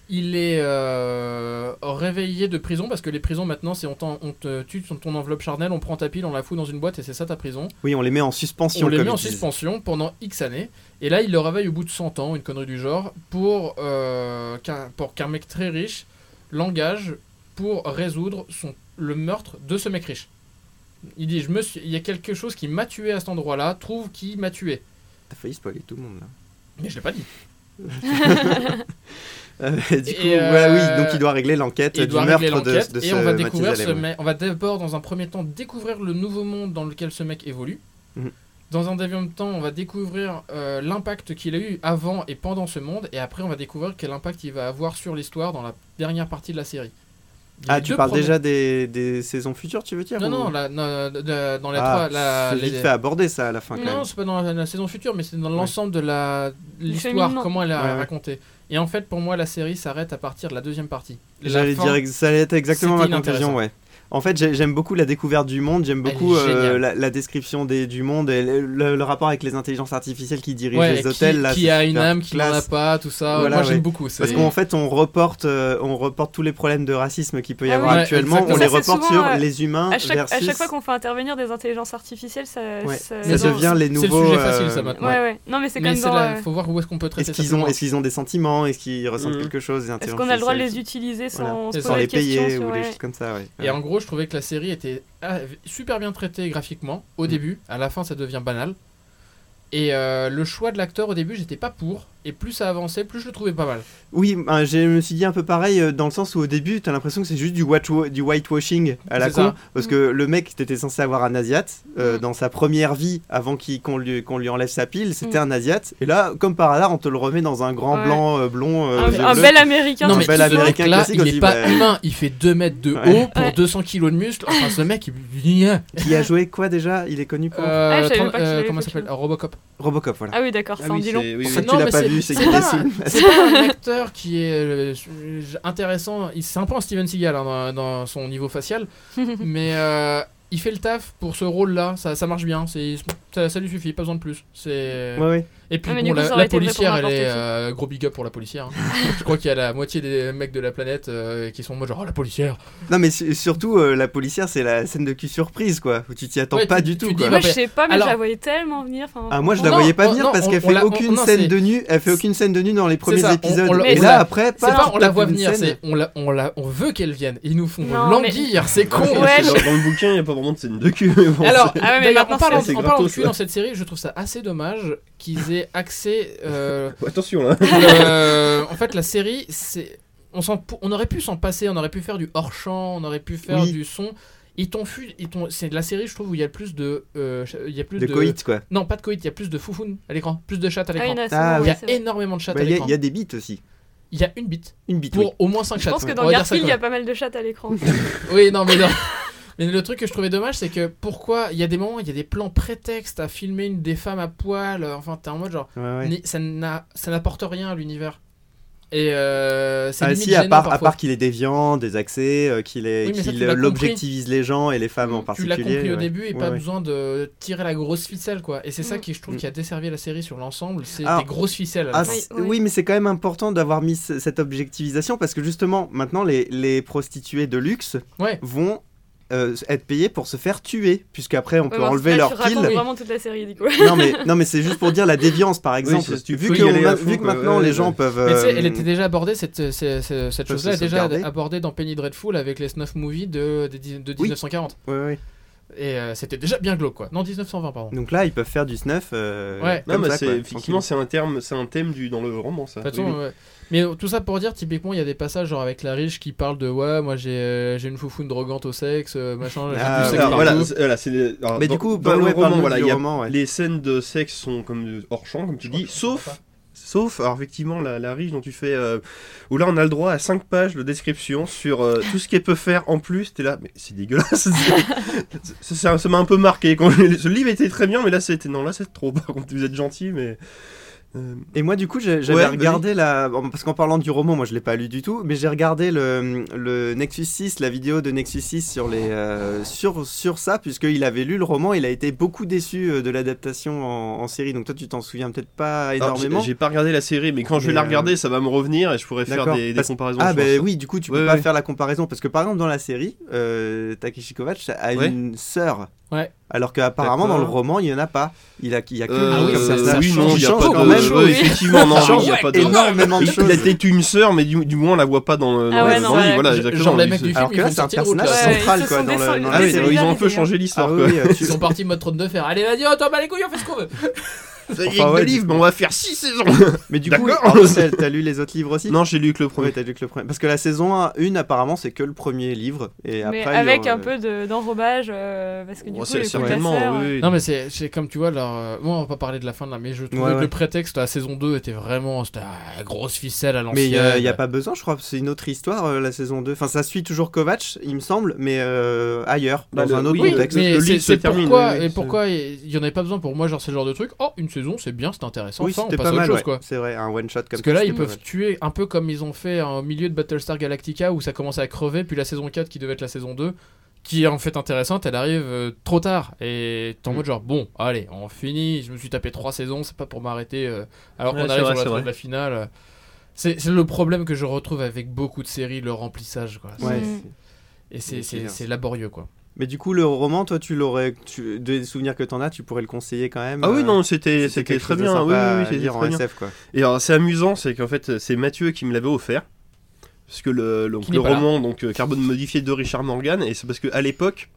il est euh, réveillé de prison parce que les prisons maintenant, c'est on, t'en- on te tue ton, ton enveloppe charnelle, on prend ta pile, on la fout dans une boîte et c'est ça ta prison.
Oui, on les met en suspension.
on les
comme
met en
ils disent.
suspension pendant X années. Et là, il le réveille au bout de 100 ans, une connerie du genre, pour euh, qu'un pour qu'un mec très riche l'engage pour résoudre son, le meurtre de ce mec riche. Il dit, je me suis, il y a quelque chose qui m'a tué à cet endroit-là, trouve qui m'a tué.
T'as failli spoiler tout le monde là.
Mais je l'ai pas dit.
Euh, du
Et
coup,
euh,
ouais, oui, donc il doit régler l'enquête
Il
du
doit
meurtre
régler
de,
l'enquête
de ce
et on va découvrir ce
Mathusalem.
mec. On va d'abord, dans un premier temps, découvrir le nouveau monde dans lequel ce mec évolue.
Mhm.
Dans un deuxième temps, on va découvrir euh, l'impact qu'il a eu avant et pendant ce monde, et après, on va découvrir quel impact il va avoir sur l'histoire dans la dernière partie de la série.
Ah,
Les
tu
deux
parles
premiers-
déjà des, des saisons futures, tu veux dire
Non,
ou-
non, la- non, de- de- dans les
Ah,
trois. la-
c'est
les-
vite fait aborder ça à la fin quand
Non,
même.
c'est pas dans la, la saison future, mais c'est dans l'ensemble de la l'histoire,
cheminement.
comment elle
Ouais,
a
ouais.
raconté. Et en fait, pour moi, la série s'arrête à partir de la deuxième partie. La
J'allais
fin-
dire, ex- ça allait être exactement ma
C'était
conclusion,
inintéressant.
ouais. En fait, j'ai- j'aime beaucoup la découverte du monde, j'aime
Elle
beaucoup
est
euh,
géniale.
la, la description des, du monde et le, le- le rapport avec les intelligences artificielles qui dirigent
Ouais,
les
qui-
hôtels. là,
qui,
c'est
a une
super
âme, qui n'en a
classe.
pas, tout ça.
Voilà,
Moi, j'aime
ouais.
beaucoup. c'est-
Parce qu'en fait, on reporte, euh, on reporte tous les problèmes de racisme qu'il peut y
Ah
avoir
oui. Ouais,
actuellement, on
exactement.
les
Ça, c'est
reporte
souvent,
sur
euh,
les humains
à chaque,
versus...
à chaque fois qu'on fait intervenir des intelligences artificielles, ça,
Ouais,
ça,
ça
Mais non,
devient les
c'est le
nouveaux... euh,
sujet facile, ça, maintenant.
Ouais, ouais, Non, mais c'est quand
Mais
même
c'est
dans.
là,
euh,
faut voir où est-ce qu'on peut traiter
Est-ce
ça.
qu'ils ont,
seulement.
est qu'ils ont des sentiments Est-ce qu'ils ressentent
Mhm.
quelque chose des
Est-ce qu'on a le droit de les
intelligences
utiliser sans,
Voilà.
se
Et
poser
sans
Sans
de
les
questions
payer
sur-
ou des
ouais.
choses comme ça, ouais.
Et en gros, je trouvais que la série était ah, super bien traitée graphiquement au
Mm.
début. À la fin, ça devient banal. Et euh, le choix de l'acteur au début, j'étais pas pour. Et plus ça avançait, plus je le trouvais pas mal.
Oui, ben, je me suis dit un peu pareil euh, dans le sens où au début, t'as l'impression que c'est juste du, watch du whitewashing à la
C'est
con.
ça. Mm.
Parce que le mec, t'étais censé avoir un Asiat. euh,
Mm.
Dans sa première vie, avant qu'il- qu'on lui, qu'on lui enlève sa pile, c'était
Mm.
un Asiat. Et là, comme par hasard, on te le remet dans un grand
Ouais.
blanc euh, blond. euh,
Un,
yeux
un
bleus.
bel américain.
Non,
tout
mais
seul.
bel américain
là,
classique,
il
on se
est
dit,
pas
bah-
humain. Il fait 2 mètres de
Ouais.
haut pour
Ouais.
200 kilos de muscle. Enfin, ce mec, il. Euh,
Qui a joué quoi déjà Il est connu pour
Ah, je savais
trente-
pas qu'il
euh,
avait
comment
fait
ça s'appelle
que-
Robocop.
Robocop, voilà.
Ah oui, d'accord,
Ah
ça en
oui,
dit
c'est-
long.
oui,
Pour
oui.
ceux qui
Non,
l'ont
mais
pas
c'est-
vu, c'est
c'est
qu'il
pas-
est sous-
C'est pas un acteur qui est euh, intéressant. Il- C'est un peu un Steven Seagal hein, dans, dans son niveau facial, mais euh, il fait le taf pour ce rôle-là. Ça, ça marche bien. C'est ça, ça lui suffit, pas besoin de plus. C'est
Ouais, ouais.
et puis
Ah, mais
bon,
du coup,
la,
ça
la
aurait été vrai pour
policière, elle
n'importe
est
qui.
euh, gros big up pour la policière. hein. Je crois qu'il y a la moitié des mecs de la planète euh, qui sont en mode genre oh, la policière.
Non, mais su- surtout, euh, la policière, c'est la scène de cul surprise, quoi. Où tu t'y attends
Ouais,
pas
tu-
du
tu
tout,
dis,
quoi.
Moi,
bah,
je sais pas, mais je la
alors-
voyais tellement venir. enfin,
Ah, moi je la
Non,
voyais pas
on-
venir
non,
parce
on-
qu'elle
on
fait
la- on-
aucune
non,
scène
c'est-
de nu, elle fait aucune scène de nu dans les premiers
ça, on-
épisodes.
on la-
et
on
là
la-
après,
C'est pas on la voit
une
venir,
scène.
c'est on la, on la, on veut qu'elle vienne. Ils nous font
Non,
languir, c'est con.
Ouais,
Parce que
je-
dans, dans le bouquin, il n'y a pas vraiment de scène de cul. mais bon,
Alors,
c'est-
Ah ouais, mais
d'ailleurs,
maintenant,
en parlant,
c'est-
en parlant de
c'est
cul
gratos,
dans cette série, je trouve ça assez dommage qu'ils aient axé. euh,
attention là.
le- En fait, la série, c'est. On, s'en pou- on aurait pu s'en passer, on aurait pu faire du hors-champ, on aurait pu faire
Oui.
du son. Ils t'ont fu- ils t'ont- C'est la série, je trouve, où il y a le plus de. euh, ch- il y a plus
de coït quoi.
Non, pas de coït, il y a plus de foufoune à l'écran, plus de chattes à
Ah, il y
l'écran.
en a
Ah,
souvent,
il y
ouais,
a
c'est vrai.
énormément de chattes
Bah,
à
Il y a-
l'écran.
il y, a des bites aussi,
Il y a une bite
une bite.
pour
oui.
au moins 5
Je
chattes.
pense que
On
dans
va dire ça
Garfield,
comme
il y a pas mal de chattes à l'écran.
Oui, non, mais non. Mais le truc que je trouvais dommage, c'est que pourquoi il y a des moments, il y a des plans prétextes à filmer une des femmes à poil. euh, Enfin, t'es en mode genre,
Ouais, ouais.
ni- ça n'a- ça n'apporte rien à l'univers. Et euh, c'est
Ah,
limite
si, à
gênant
part, à
parfois.
part qu'il est déviant, désaxé, euh, qu'il est-
Oui, mais ça,
qu'il,
tu l'as
euh, l'objectivise les gens et les femmes en
tu
particulier.
l'as compris au
ouais.
début et
Ouais,
pas
ouais.
besoin de tirer la grosse ficelle quoi. Et c'est ça
Mm.
qui je trouve
Mm.
qui a desservi la série sur l'ensemble, c'est
Ah.
des grosses ficelles. à la
Ah,
fin.
Oui,
c'est-
oui.
oui, mais c'est quand même important d'avoir mis ce- cette objectivisation parce que justement, maintenant, les, les prostituées de luxe
Ouais.
vont euh, être payées pour se faire tuer, puisqu'après, on
Ouais,
peut
bon,
enlever
là,
leur
tu
kill.
racontes vraiment toute la série, du coup.
Non, mais, non, mais c'est juste pour dire la déviance, par exemple.
c'est- tu
vu,
peux y
qu'on
aller à
a-
fond,
vu que
quoi.
maintenant,
Ouais,
les
ouais.
gens peuvent.
Mais tu sais,
euh,
elle était déjà abordée, cette, c'est- c'est- c'est- cette
peut
chose-là
se
est déjà
sauvegarder.
abordée dans Penny Dreadful avec les snuff movies de, des dix- de
Oui.
1940.
ouais, ouais.
Et euh, c'était déjà bien glauque quoi. Non, 1920, pardon.
Donc là, ils peuvent faire du snuff. euh,
Ouais.
Non,
comme
mais
ça, quoi,
c'est effectivement
tranquille.
c'est un terme, c'est un thème du dans le roman ça.
De toute façon, euh,
Oui, oui.
ouais. Mais tout ça pour dire, typiquement, il y a des passages genre avec la riche qui parle de ouais, moi j'ai euh, j'ai une foufoune drogante au sexe, euh, machin. j'ai
Ah,
du sexe
Alors,
oui.
voilà,
partout.
c'est- voilà, c'est les- alors,
Mais
dans-
du coup,
dans le
ouais,
roman,
parlons
voilà,
du
il y a
roman, ouais.
les scènes de sexe sont comme de- hors champ, comme tu dis, sauf, sauf, alors effectivement, la, la riche dont tu fais, euh, où là on a le droit à 5 pages de description sur euh, tout ce qu'elle peut faire en plus, t'es là, mais c'est dégueulasse. C'est- c'est- ça ça m'a un peu marqué. Quand, je l'ai- ce livre était très bien, mais là c'était, non, là c'est trop, par contre, vous êtes gentil, mais. euh,
Et moi, du coup, j'ai- j'avais
Ouais,
regardé la. bon, Parce qu'en parlant du roman, moi, je l'ai pas lu du tout, mais j'ai regardé le, le Nexus 6, la vidéo de Nexus 6 sur, les, euh, sur, sur ça, puisqu'il avait lu le roman, il a été beaucoup déçu euh, de l'adaptation en, en série. Donc toi, tu t'en souviens peut-être pas
alors,
énormément.
j'ai j'ai pas regardé la série, mais quand je vais
Mais,
la
euh,
regarder, ça va me revenir et je pourrais faire
D'accord,
des, des
parce-
comparaisons.
Ah
je
ben
pense.
oui, du coup tu peux
Ouais,
pas
ouais.
faire la comparaison parce que par exemple dans la série, euh, Takeshi Kovacs a
Ouais.
une sœur.
Ouais.
Alors qu'apparemment dans
D'accord.
le roman il y en a pas. Il a, il y a que
Euh,
lui
oui,
comme
ça,
personnage.
oui,
Il
non, il y a
change
pas
quand
de-
même
ouais, effectivement, non, il y a pas de.
énormément de
Il- Il
choses.
a peut-être une sœur, mais du, du moins on la voit pas dans le,
Ah
dans le-
ouais, non,
dans le livre.
ouais.
Voilà,
Genre-
exactement.
genre les
il-
mecs du-
Alors que là
Ils
c'est un
font sortir
personnage
l'autre,
ouais.
central
Ils se
quoi
sont
dans le-
descendus.
dans
Ah
la
oui,
c'est
série.
ils
bizarre,
ont un peu
d'ailleurs.
changé l'histoire.
Ah
quoi.
oui, euh, tu-
Ils sont partis mode trône de fer. Allez, vas-y, on t'en bat les couilles, on fait ce qu'on veut.
Ça y est,
Enfin,
avec
ouais,
deux livres, mais on va faire 6 saisons
Mais du coup,
D'accord.
alors, t'as t'as lu les autres livres aussi
Non, j'ai lu que le
Ouais,
premier.
t'as lu que le premier. Parce que la saison 1, apparemment c'est que le premier livre et
Mais
après il y
avec
aura-
un peu de- d'enrobage, euh, parce que du
Oh,
coup,
c'est-
le coup de la
certainement,
sœur,
oui, oui.
Non mais c'est c'est comme tu vois leur euh, bon on va pas parler de la fin là mais je trouve
Ouais,
que
ouais.
le prétexte à la saison 2 était vraiment c'était ah, grosse ficelle à
Mais il
l'ancienne.
n'y a, y a pas besoin, je crois. C'est une autre histoire, euh, la saison 2. Enfin, ça suit toujours Kovacs, il me semble, mais euh, ailleurs,
Bah,
dans
le-
un autre
oui,
contexte.
le
mais
livre
c'est
se
c'est
termine,
pourquoi
oui, oui,
et
c'est-
pourquoi il y en avait pas besoin pour moi genre c'est le genre de truc oh une saison c'est bien c'est intéressant
Oui,
ça, on
c'était
passe
pas
à autre
mal.
chose
ouais.
quoi.
C'est vrai, un one shot comme
Parce que là,
ça,
ils
c'était pas
peuvent tuer un peu comme ils ont fait hein, au milieu de Battlestar Galactica où ça commençait à crever, puis la saison 4 qui devait être la saison 2, qui est en fait intéressante, elle arrive euh, trop tard. Et t'es en
Mm.
mode genre, bon, allez, on finit, je me suis tapé 3 saisons, c'est pas pour m'arrêter euh, alors
Ouais,
qu'on
c'est
arrive
vrai,
sur
c'est
la,
vrai.
la finale. C'est c'est le problème que je retrouve avec beaucoup de séries, le remplissage. Quoi.
mal. Ouais,
Mm.
c'est-
Et c'est-
Oui,
c'est
c'est
c'est laborieux. quoi.
Mais du coup, le roman, toi, tu l'aurais. Tu... Des souvenirs que t'en as, tu pourrais le conseiller quand même.
Ah oui,
euh,
non,
c'était
c'était c'était
quelque
très
chose de
bien.
sympa
Oui, oui, oui,
à
c'était
lire en
très bien.
SF, quoi.
Et alors, c'est amusant, c'est qu'en fait, c'est Mathieu qui me l'avait offert. Parce que le, donc,
Qui
le
n'est pas là.
roman, donc euh, Carbone modifié de Richard Morgan, et c'est parce que à l'époque,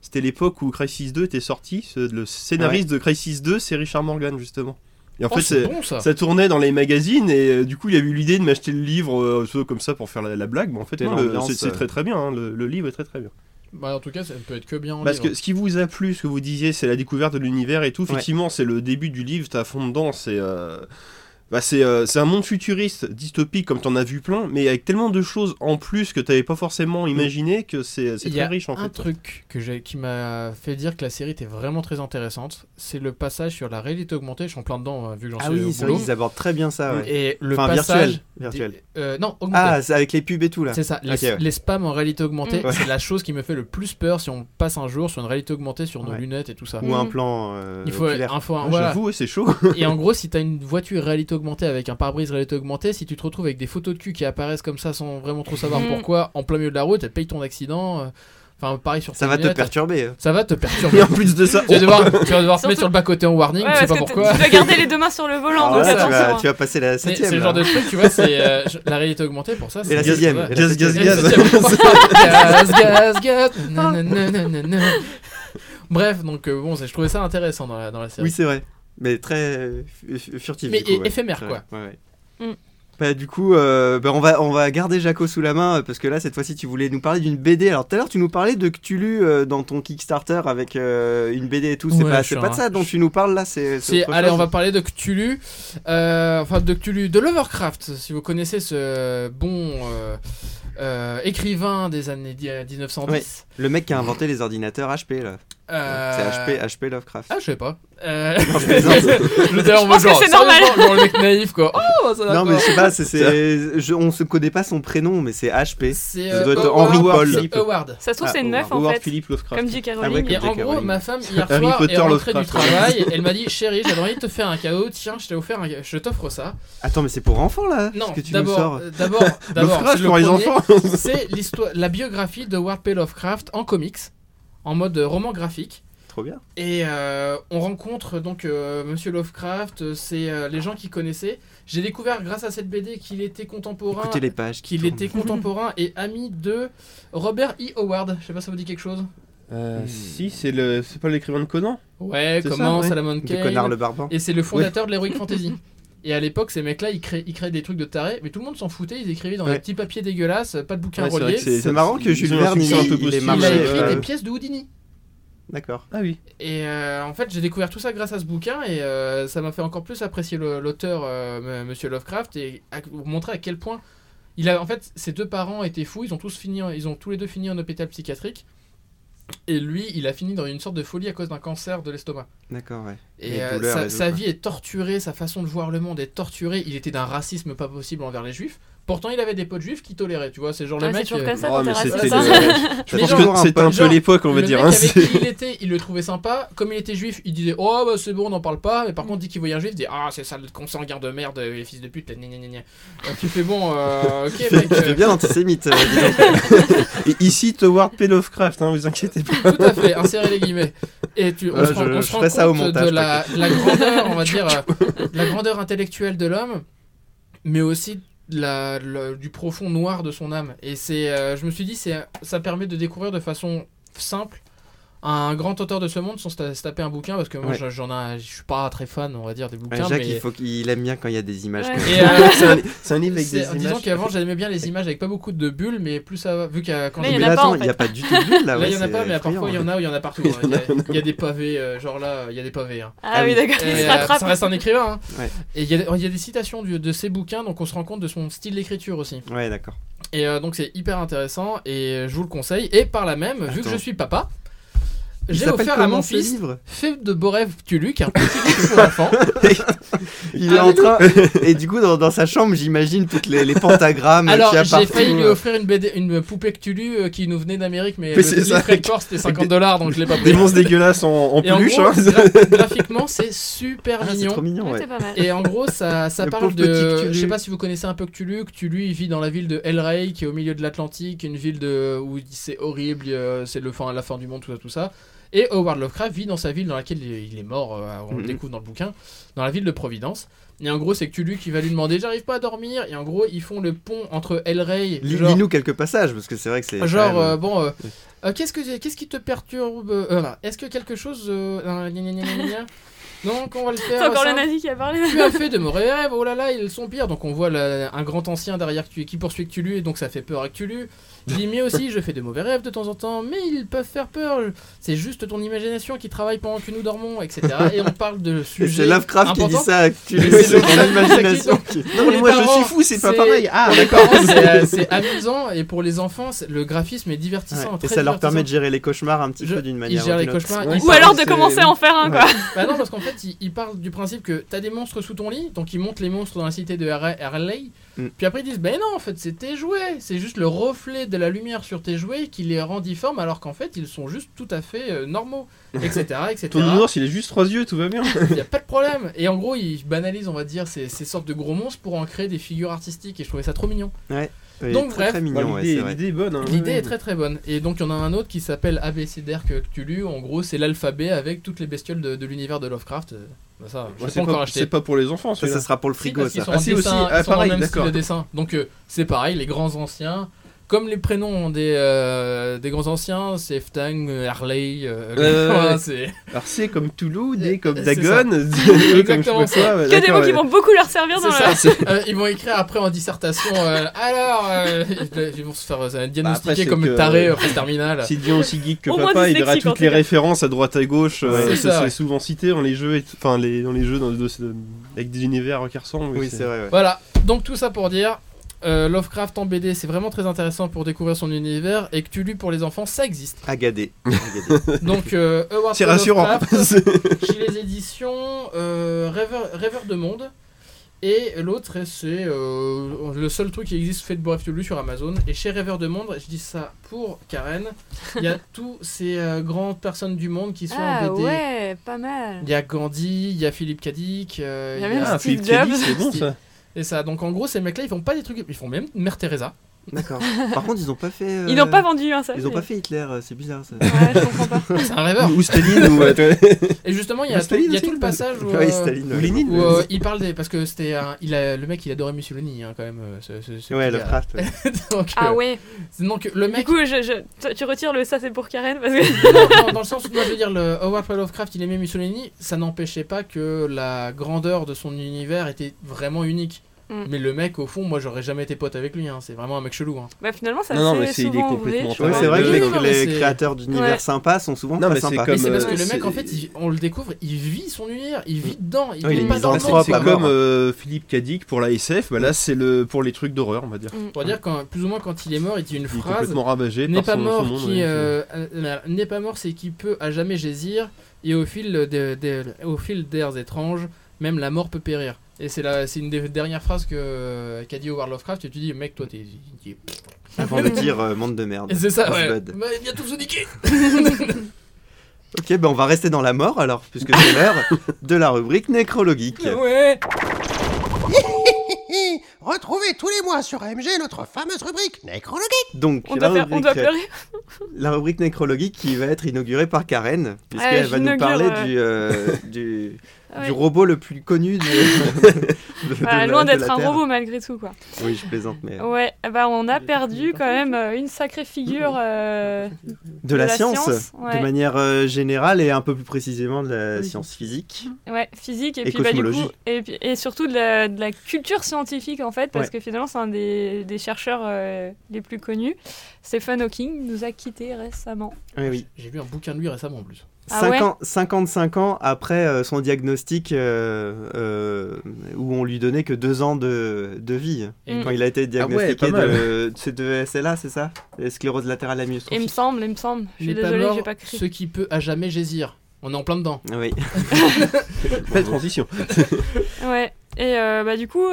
c'était l'époque où Crisis 2 était sorti. ce- Le scénariste de Crisis 2, c'est Richard Morgan, justement. Et en
Oh,
fait,
c'est
c'est.
bon ça!
Ça tournait dans les magazines et euh, du coup il a eu l'idée de m'acheter le livre euh, ce- comme ça pour faire la, la blague, mais en fait
Et
non, le-
l'ambiance,
c'est c'est
euh.
très très bien, hein, le, le livre est très très bien.
Bah, en tout cas, ça ne peut être que bien en
Parce
livre.
que ce qui vous a plu, ce que vous disiez, c'est la découverte de l'univers et tout, effectivement c'est le début du livre, t'as à fond dedans, c'est... euh, Bah c'est euh, c'est un monde futuriste, dystopique comme t'en as vu plein, mais avec tellement de choses en plus que t'avais pas forcément imaginé que c'est euh, c'est
Mm. Il y
très
a
riche en
un
fait.
truc que j'ai, qui m'a fait dire que la série était vraiment très intéressante, c'est le passage sur la réalité augmentée. Je suis en plein dedans, euh, vu que j'en
Ah
suis
oui,
au
c'est vrai
boulot.
qu'ils abordent très bien ça. ouais.
Et le
Enfin,
passage.
virtuel. virtuel.
des- euh, non, augmenté.
Ah, c'est avec les pubs et tout, là.
c'est ça, les,
ok, ouais.
les spams en réalité augmentée,
Mm.
Ouais.
c'est la chose qui me fait le plus peur si on passe un jour sur une réalité augmentée, sur nos
Ouais.
lunettes et tout ça.
Ou un
Mm.
plan. euh,
Il faut
oculaire.
un, faut un-
Ah,
voilà.
J'avoue, c'est chaud.
Et en gros, si t'as une voiture réalité augmentée avec un pare-brise réalité augmentée, si tu te retrouves avec des photos de cul qui apparaissent comme ça sans vraiment trop savoir
Mhm.
Mm.
pourquoi, en plein milieu de la route, elle paye ton accident. euh, Enfin, pareil sur
Ça
tes
va te
lunettes,
perturber. hein.
Ça va te
Et
perturber.
en plus de ça,
Tu vas devoir, tu vas devoir te
Surtout-
mettre sur le bas-côté en warning,
Ouais,
je sais
parce
pas
que
pourquoi.
tu dois garder les deux mains sur le volant,
Alors
donc
là, tu, vas,
attention.
tu vas passer la
Mais C'est
septième.
le
là.
genre de truc, tu vois, c'est euh, je- la réalité augmentée pour ça.
Et la
c'est-
sixième.
ouais.
gaz, gaz,
Et la
gaz.
septième, gaz, gaz, gaz. nanananana. Bref, donc euh, bon, c'est- je trouvais ça intéressant dans la, dans la série.
Oui, c'est vrai. Mais très euh, fu- fu- furtif.
Mais
du coup,
é-
ouais.
éphémère,
Ouais,
quoi.
ouais, ouais.
Mm.
Bah, du coup, euh, bah, on, va, on va garder Jaco sous la main euh, parce que là, cette fois-ci, tu voulais nous parler d'une BD. Alors, tout à l'heure, tu nous parlais de Cthulhu euh, dans ton Kickstarter avec euh, une BD et tout. C'est
Ouais,
pas,
je
c'est
suis
pas
un-
de ça dont tu nous parles là. C'est,
C'est-
autre
allez,
chose.
on va parler de Cthulhu, euh, enfin de Cthulhu, de Lovecraft, si vous connaissez ce bon euh, euh, écrivain des années dix- 1910.
Le mec qui a inventé les ordinateurs HP là.
Euh,
C'est HP, HP Lovecraft.
Ah, je sais pas. Euh...
je plaisante.
je le disais en
Je
mode
pense que
genre,
c'est normal.
sérieusement, genre le mec naïf quoi. Oh, ça
non,
d'accord.
mais je sais pas, c'est, c'est- je- on se connaît pas son prénom, mais c'est HP.
C'est
Ça
euh,
doit être
Howard-
Henri Paul.
Philippe Howard.
Ça se trouve,
Ah,
c'est une meuf en
Howard
fait.
oh, Philippe Lovecraft.
Comme dit
Ah ouais,
Caroline.
comme-
Et en
J.K.
gros,
Rowling.
ma femme hier
Harry
soir
Potter,
est rentrée du
Lovecraft.
travail, elle m'a dit chérie, j'avais envie de te faire un cadeau, tiens, je t'ai offert un je t'offre ça.
Attends, mais c'est pour enfants là
Non,
ce que tu nous
d'abord,
sors
euh, d'abord, d'abord,
Lovecraft
le
pour les
premier,
enfants.
c'est l'histoire la biographie de Howard P. Lovecraft en comics, en mode euh, roman graphique.
Trop bien.
Et euh, on rencontre donc euh, Monsieur Lovecraft, euh, c'est euh, les gens qu'il connaissait. J'ai découvert grâce à cette BD qu'il était contemporain,
Écoutez les pages. qui
qu'il
tournent.
était contemporain et ami de Robert E. Howard. Je sais pas, ça vous dit quelque chose
Hmm.
Euh, si, c'est le, c'est pas l'écrivain de Conan.
Ouais,
C'est ça,
comment
ouais.
Salamon
Du
Kane.
connard le barbant.
Et c'est le fondateur de l'Heroic Fantasy. Et à l'époque, ces mecs-là, ils créaient, ils créaient des trucs de tarés, mais tout le monde s'en foutait. Ils écrivaient dans des
Ouais.
petits papiers dégueulasses, pas de bouquins
Ouais, c'est vrai
reliés.
que
C'est marrant que
ils
Jules
ont un
Verne il,
succès un
il
peu
est
posthume,
Il a
marché.
écrit
euh,
des pièces de Houdini.
D'accord.
Ah oui.
Et euh, en fait, j'ai découvert tout ça grâce à ce bouquin et euh, ça m'a fait encore plus apprécier le- l'auteur, euh, m- Monsieur Lovecraft, et à- vous montrer à quel point il a. En fait, ses deux parents étaient fous. Ils ont tous fini, en- ils ont tous les deux fini en hôpital psychiatrique. Et lui, il a fini dans une sorte de folie à cause d'un cancer de l'estomac.
D'accord, ouais.
Et
Les
euh,
douleurs
sa,
et tout,
sa
quoi.
vie est torturée, sa façon de voir le monde est torturée. Il était d'un racisme pas possible envers les juifs. Pourtant, il avait des potes juifs qui toléraient, tu vois. C'est genre le
Ah, c'est
mec.
toujours
euh,
comme ça
Oh,
quand
mais
t'es
c'était
raciste.
des- Je
Mais
pense
genre-
que c'est un peu
genre,
l'époque, on va
le
dire.
mec
hein,
avec
c'est-
qui il était, il le trouvait sympa. Comme il était juif, il disait Oh, bah, c'est bon, on n'en parle pas. Mais par contre, dès qu'il voyait un juif, il disait Ah, c'est ça le consanguin de merde, euh, les fils de pute. gna, gna, gna, gna. Donc, tu fais bon, euh, ok, mec.
Tu
euh,
es bien antisémite. euh, dis donc.
Et ici, Howard P. Lovecraft, hein, vous inquiétez pas.
Tout à fait, insérez les guillemets. Et tu, on
Voilà,
se rend,
Euh, je- je
on se rend
ferai
compte
ça au montage,
de la, la grandeur, on va dire, euh, la grandeur intellectuelle de l'homme, mais aussi de la, le- du profond noir de son âme. Et c'est, euh, je me suis dit, c'est, ça permet de découvrir de façon simple un grand auteur de ce monde sans se ta- se taper un bouquin, parce que moi,
Ouais.
je- j'en ai, je suis pas très fan, on va dire, des
Ouais,
bouquins.
Jacques,
mais-
il faut qu'il aime bien quand il y a des images.
Ouais.
quoi.
Et, euh,
C'est un, c'est un livre avec
c'est-
des
disons
images.
qu'avant j'aimais bien les images avec pas beaucoup de bulles, mais plus ça va, vu qu'à quand
Là,
j'ai-
il y en
Mais
a pas,
attends,
en
il n'y a pas du tout de bulles, là.
Là,
Ah ouais,
il y en a
c'est
pas, mais à
effrayant,
parfois, il y en a, il y en a partout. hein. Il y a- il y, a des pavés, euh, genre là, il y a des pavés. hein.
Ah oui, d'accord, il
Et,
se
euh,
rattrape.
ça reste un écrivain. hein.
Ouais.
Et il y, a- il y a des citations du- de ses bouquins, donc on se rend compte de son style d'écriture aussi.
Ouais, d'accord.
Et euh, donc c'est hyper intéressant, et euh, je vous le conseille. Et par là même, vu que
Attends.
je suis papa,
Il
j'ai
s'appelle
offert à mon
comment, ce
fils
livre
Fait de beaux rêves, tu Luc, un petit livre pour enfants.
Il est en train.
Ah,
Et du coup, dans, dans sa chambre, j'imagine toutes les, les pentagrammes
Alors
qu'il y a euh,
j'ai
partout.
failli lui offrir une, BD, une poupée Cthulhu euh, qui nous venait d'Amérique, mais,
Mais
le
c'est
prix
ça,
de frais de
avec-
port, c'était 50
avec
dollars, donc je l'ai pas pris.
Des monstres dégueulasses en, en
Et en
peluche.
gros,
hein.
gra- graphiquement, c'est super
Ah, c'est
mignon.
trop mignon,
Ouais,
ouais.
c'est pas mal.
Et en gros, ça, ça
Le
parle
pauvre petit
de.
Cthulhu.
Je sais pas si vous connaissez un peu Cthulhu. Cthulhu, il vit dans la ville de Elray, qui est au milieu de l'Atlantique, une ville de... où il- c'est horrible, euh, c'est le fin, la fin du monde, tout ça, tout ça. Et Howard Lovecraft vit dans sa ville dans laquelle il est- il est mort, euh, on le
Mhm.
découvre dans le bouquin, dans la ville de Providence. Et en gros, c'est Cthulhu qui va lui demander J'arrive pas à dormir. Et en gros, ils font le pont entre Elray.
Lis-
genre-
Lis-nous quelques passages, parce que c'est vrai que c'est.
Genre,
quand même-
euh, bon, euh, euh, qu'est-ce que qu'est-ce qui te perturbe euh, voilà. Est-ce que quelque chose. euh, euh, gna, gna, gna, gna, gna. Donc, on va le faire.
C'est encore le
simple.
nazi qui a parlé.
Tu as fait de mauvais rêves, oh là là, ils sont pires. Donc on voit la- un grand ancien derrière Cthulhu- qui poursuit Cthulhu et donc ça fait peur à Cthulhu. Il dit mais aussi je fais de mauvais rêves de temps en temps, mais ils peuvent faire peur. C'est juste ton imagination qui travaille pendant que nous dormons, etc. Et on parle de
Et
sujets
C'est Lovecraft qui dit
importants.
ça à Cthulhu,
Mais c'est
c'est ton
Lovecraft
imagination. Non,
les
mais moi, je
parents,
suis fou, c'est pas
c'est-
pareil. Ah,
Pour les
d'accord.
parents, c'est euh, c'est amusant et pour les enfants, c'est- le graphisme est divertissant.
Ouais, Et
très
ça leur
divertissant.
permet de gérer les cauchemars un petit
Je-
peu d'une manière.
Ils gèrent
ou
les
d'une autre.
cauchemars.
Ouais.
ils
Ou alors de
c'est-
commencer à en faire un, quoi.
Bah non, parce qu'en fait, il, il parle du principe que t'as des monstres sous ton lit, donc ils montent les monstres dans la cité de Harley.
Mm.
Puis après, ils disent Ben non, en fait, c'est tes jouets. C'est juste le reflet de la lumière sur tes jouets qui les rend difformes, alors qu'en fait, ils sont juste tout à fait euh, normaux, etc. etc.
Ton ours, il a juste trois yeux, tout va bien.
Ah,
Il n'y a pas de problème. Et en gros, ils banalisent, on va dire, ces, ces sortes de gros monstres pour en créer des figures artistiques. Et je trouvais ça trop mignon.
Ouais,
Donc,
très,
bref.
très
Ouais,
mignon, ouais,
l'idée-
c'est vrai.
L'idée est bonne. hein.
L'idée
Ouais,
est très très bonne. Et donc, il y en a un autre qui s'appelle ABCDR que tu lus. En gros, c'est l'alphabet avec toutes les bestioles de, de l'univers de Lovecraft. Euh, bah ça, je
Ouais,
l'ai
c'est
pas encore
pas-
acheté.
C'est pas pour les enfants,
Ça,
celui-là.
ça sera pour le frigo,
si, parce qu'ils
ça.
sont
Ah,
en
si, aussi.
dessin, ils
Ah,
sont dans le
pareil,
même style
d'accord.
de dessin. Donc euh, c'est pareil, les grands anciens. Comme les prénoms ont des, euh, des grands anciens, c'est Ftang, euh, Harley, euh,
Euh,
ouais, c'est-
Alors c'est comme Touloud, et comme
C'est
Dagon,
Exactement ça.
Que des mots qui vont beaucoup leur servir dans
C'est
la.
ça. Euh, ils vont écrire après en dissertation. euh, alors, euh, ils vont se faire euh, diagnostiquer
Bah, c'est
comme
que-
taré euh, après terminale.
C'est bien aussi geek que
Au moins
papa, il
dyslexique,
verra
en
toutes
tout
les
cas.
références à droite à gauche, euh,
Ouais,
c'est
ça
ça,
c'est
ouais.
souvent cité dans les jeux, et tout- enfin les, dans les jeux dans- de- avec des univers qui ressemblent.
Oui, c'est vrai. ouais.
Voilà. Donc tout ça pour dire, euh, Lovecraft en BD, c'est vraiment très intéressant pour découvrir son univers et que tu lis pour les enfants, ça existe.
Agadé.
Donc, euh, A War
C'est
for
rassurant.
Lovecraft,
C'est-
chez les éditions euh, Rêveur, Rêveur de Monde. Et l'autre, c'est euh, le seul truc qui existe fait de Bref de sur Amazon. Et chez Rêveur de Monde, je dis ça pour Karen, il y a tous ces euh, grandes personnes du monde qui sont
Ah
en BD.
ouais, pas mal.
Il y a Gandhi, il y a Philippe Kadik, euh,
Il y a
il
même
Ah,
Steve
Philippe Kelly,
Jobs.
c'est bon ça.
et ça. Donc en gros, ces mecs-là, ils font pas des trucs. Ils font même Mère Teresa.
D'accord. Par contre, ils ont pas fait. euh,
Ils n'ont pas vendu un seul.
Ils ont pas fait Hitler, euh, c'est bizarre ça.
Ouais, je comprends pas.
C'est un rêveur.
Ou ou Staline ou, euh, tu vois.
Et justement, il y a,
Ou
tout, il y a
aussi,
tout le passage où,
Ouais,
euh,
Staline.
ou Lénine.
où, euh, il parle des parce que c'était un- il a le mec, il adorait Mussolini hein, quand même. euh, ce- ce- ce
Ouais,
petit gars.
Lovecraft. ouais.
donc,
Ah
euh,
ouais.
donc, le
Du
mec.
coup, je, je- toi, tu retires le ça c'est pour Karen parce que.
Non, non, dans le sens où moi je veux dire, le Howard Paul Lovecraft il aimait Mussolini, ça n'empêchait pas que la grandeur de son univers était vraiment unique.
Mm.
Mais le mec, au fond, moi j'aurais jamais été pote avec lui, hein, c'est vraiment un mec chelou. hein.
Bah finalement, ça
Non, non, mais
c'est
c'est- il est
souvent
complètement
vrai. je
Ouais,
crois.
c'est vrai que
Oui,
les,
non, mais
les
c'est-
créateurs d'univers
Ouais.
sympas sont souvent
Non,
pas
mais c'est
sympas.
Mais
comme,
c'est parce
euh,
que le mec, en
c'est-
fait, il- on le découvre, il vit son univers, il vit dedans, il
Oui,
vit
il est
pas dans le
misanthrope, propre,
monde.
c'est
à mort.
comme euh, Philippe Cadic pour la SF, bah là c'est le pour les trucs d'horreur, on va dire.
On va dire quand, plus ou moins quand il est mort, il dit une
Il est
phrase
complètement ravagé
N'est
par
pas
son, son
mort
monde,
qui
ouais,
euh, euh, n'est pas mort, c'est qui peut à jamais jaisir et au fil de- de- au fil d'airs étranges, même la mort peut périr. Et c'est la c'est une des dernières phrases que euh, qu'a dit Howard Lovecraft. Et tu dis mec, toi t'es t'es-
Avant de dire euh, monde de merde.
Et c'est ça.
It's
Ouais.
bad.
Bah, il vient tous se niquer.
Ok, ben on va rester dans la mort alors, puisque c'est l'heure de la rubrique nécrologique.
Ouais.
Hi, Retrouvez tous les mois sur AMG notre fameuse rubrique Nécrologie.
Donc,
On
la,
doit, faire- on
rubrique,
doit pleurer.
la rubrique nécrologique qui va être inaugurée par Karen, puisqu'elle
Ouais,
va nous
j'inaugure,
parler
euh,
du, euh, du,
Ah ouais.
du robot le plus connu du, de- de
Bah,
la-
loin
de la
d'être un
Terre.
robot malgré tout quoi.
Oui, je plaisante, mais.
Ouais, bah on a
Il est- il est
perdu
parti,
quand même euh, une sacrée figure euh,
De la,
la
science,
science, ouais.
de manière euh, générale et un peu plus précisément de la science physique.
ouais, physique et,
Et
puis bah, du coup
cosmologie.
et, puis- et surtout de la, de la culture scientifique en fait parce
Ouais.
que finalement c'est un des, des chercheurs euh, les plus connus. Stephen Hawking nous a quittés récemment.
Ah
Oui, oui.
J'ai lu un bouquin de lui récemment en plus.
Ah
50
ouais
55 ans après euh, son diagnostic euh, euh, où on lui donnait que deux ans de, de vie.
Et
Mm.
Quand il a été diagnostiqué
Ah pas mal.
de, E c'est de SLA, c'est ça Sclérose latérale amyotrophique.
Il me semble, il me semble. Je suis
N'est pas
désolée,
mort,
j'ai pas cru.
Ce qui peut à jamais jaisir. On est en plein dedans.
Oui.
c'est- Belle transition.
Ouais. Et euh, bah du coup,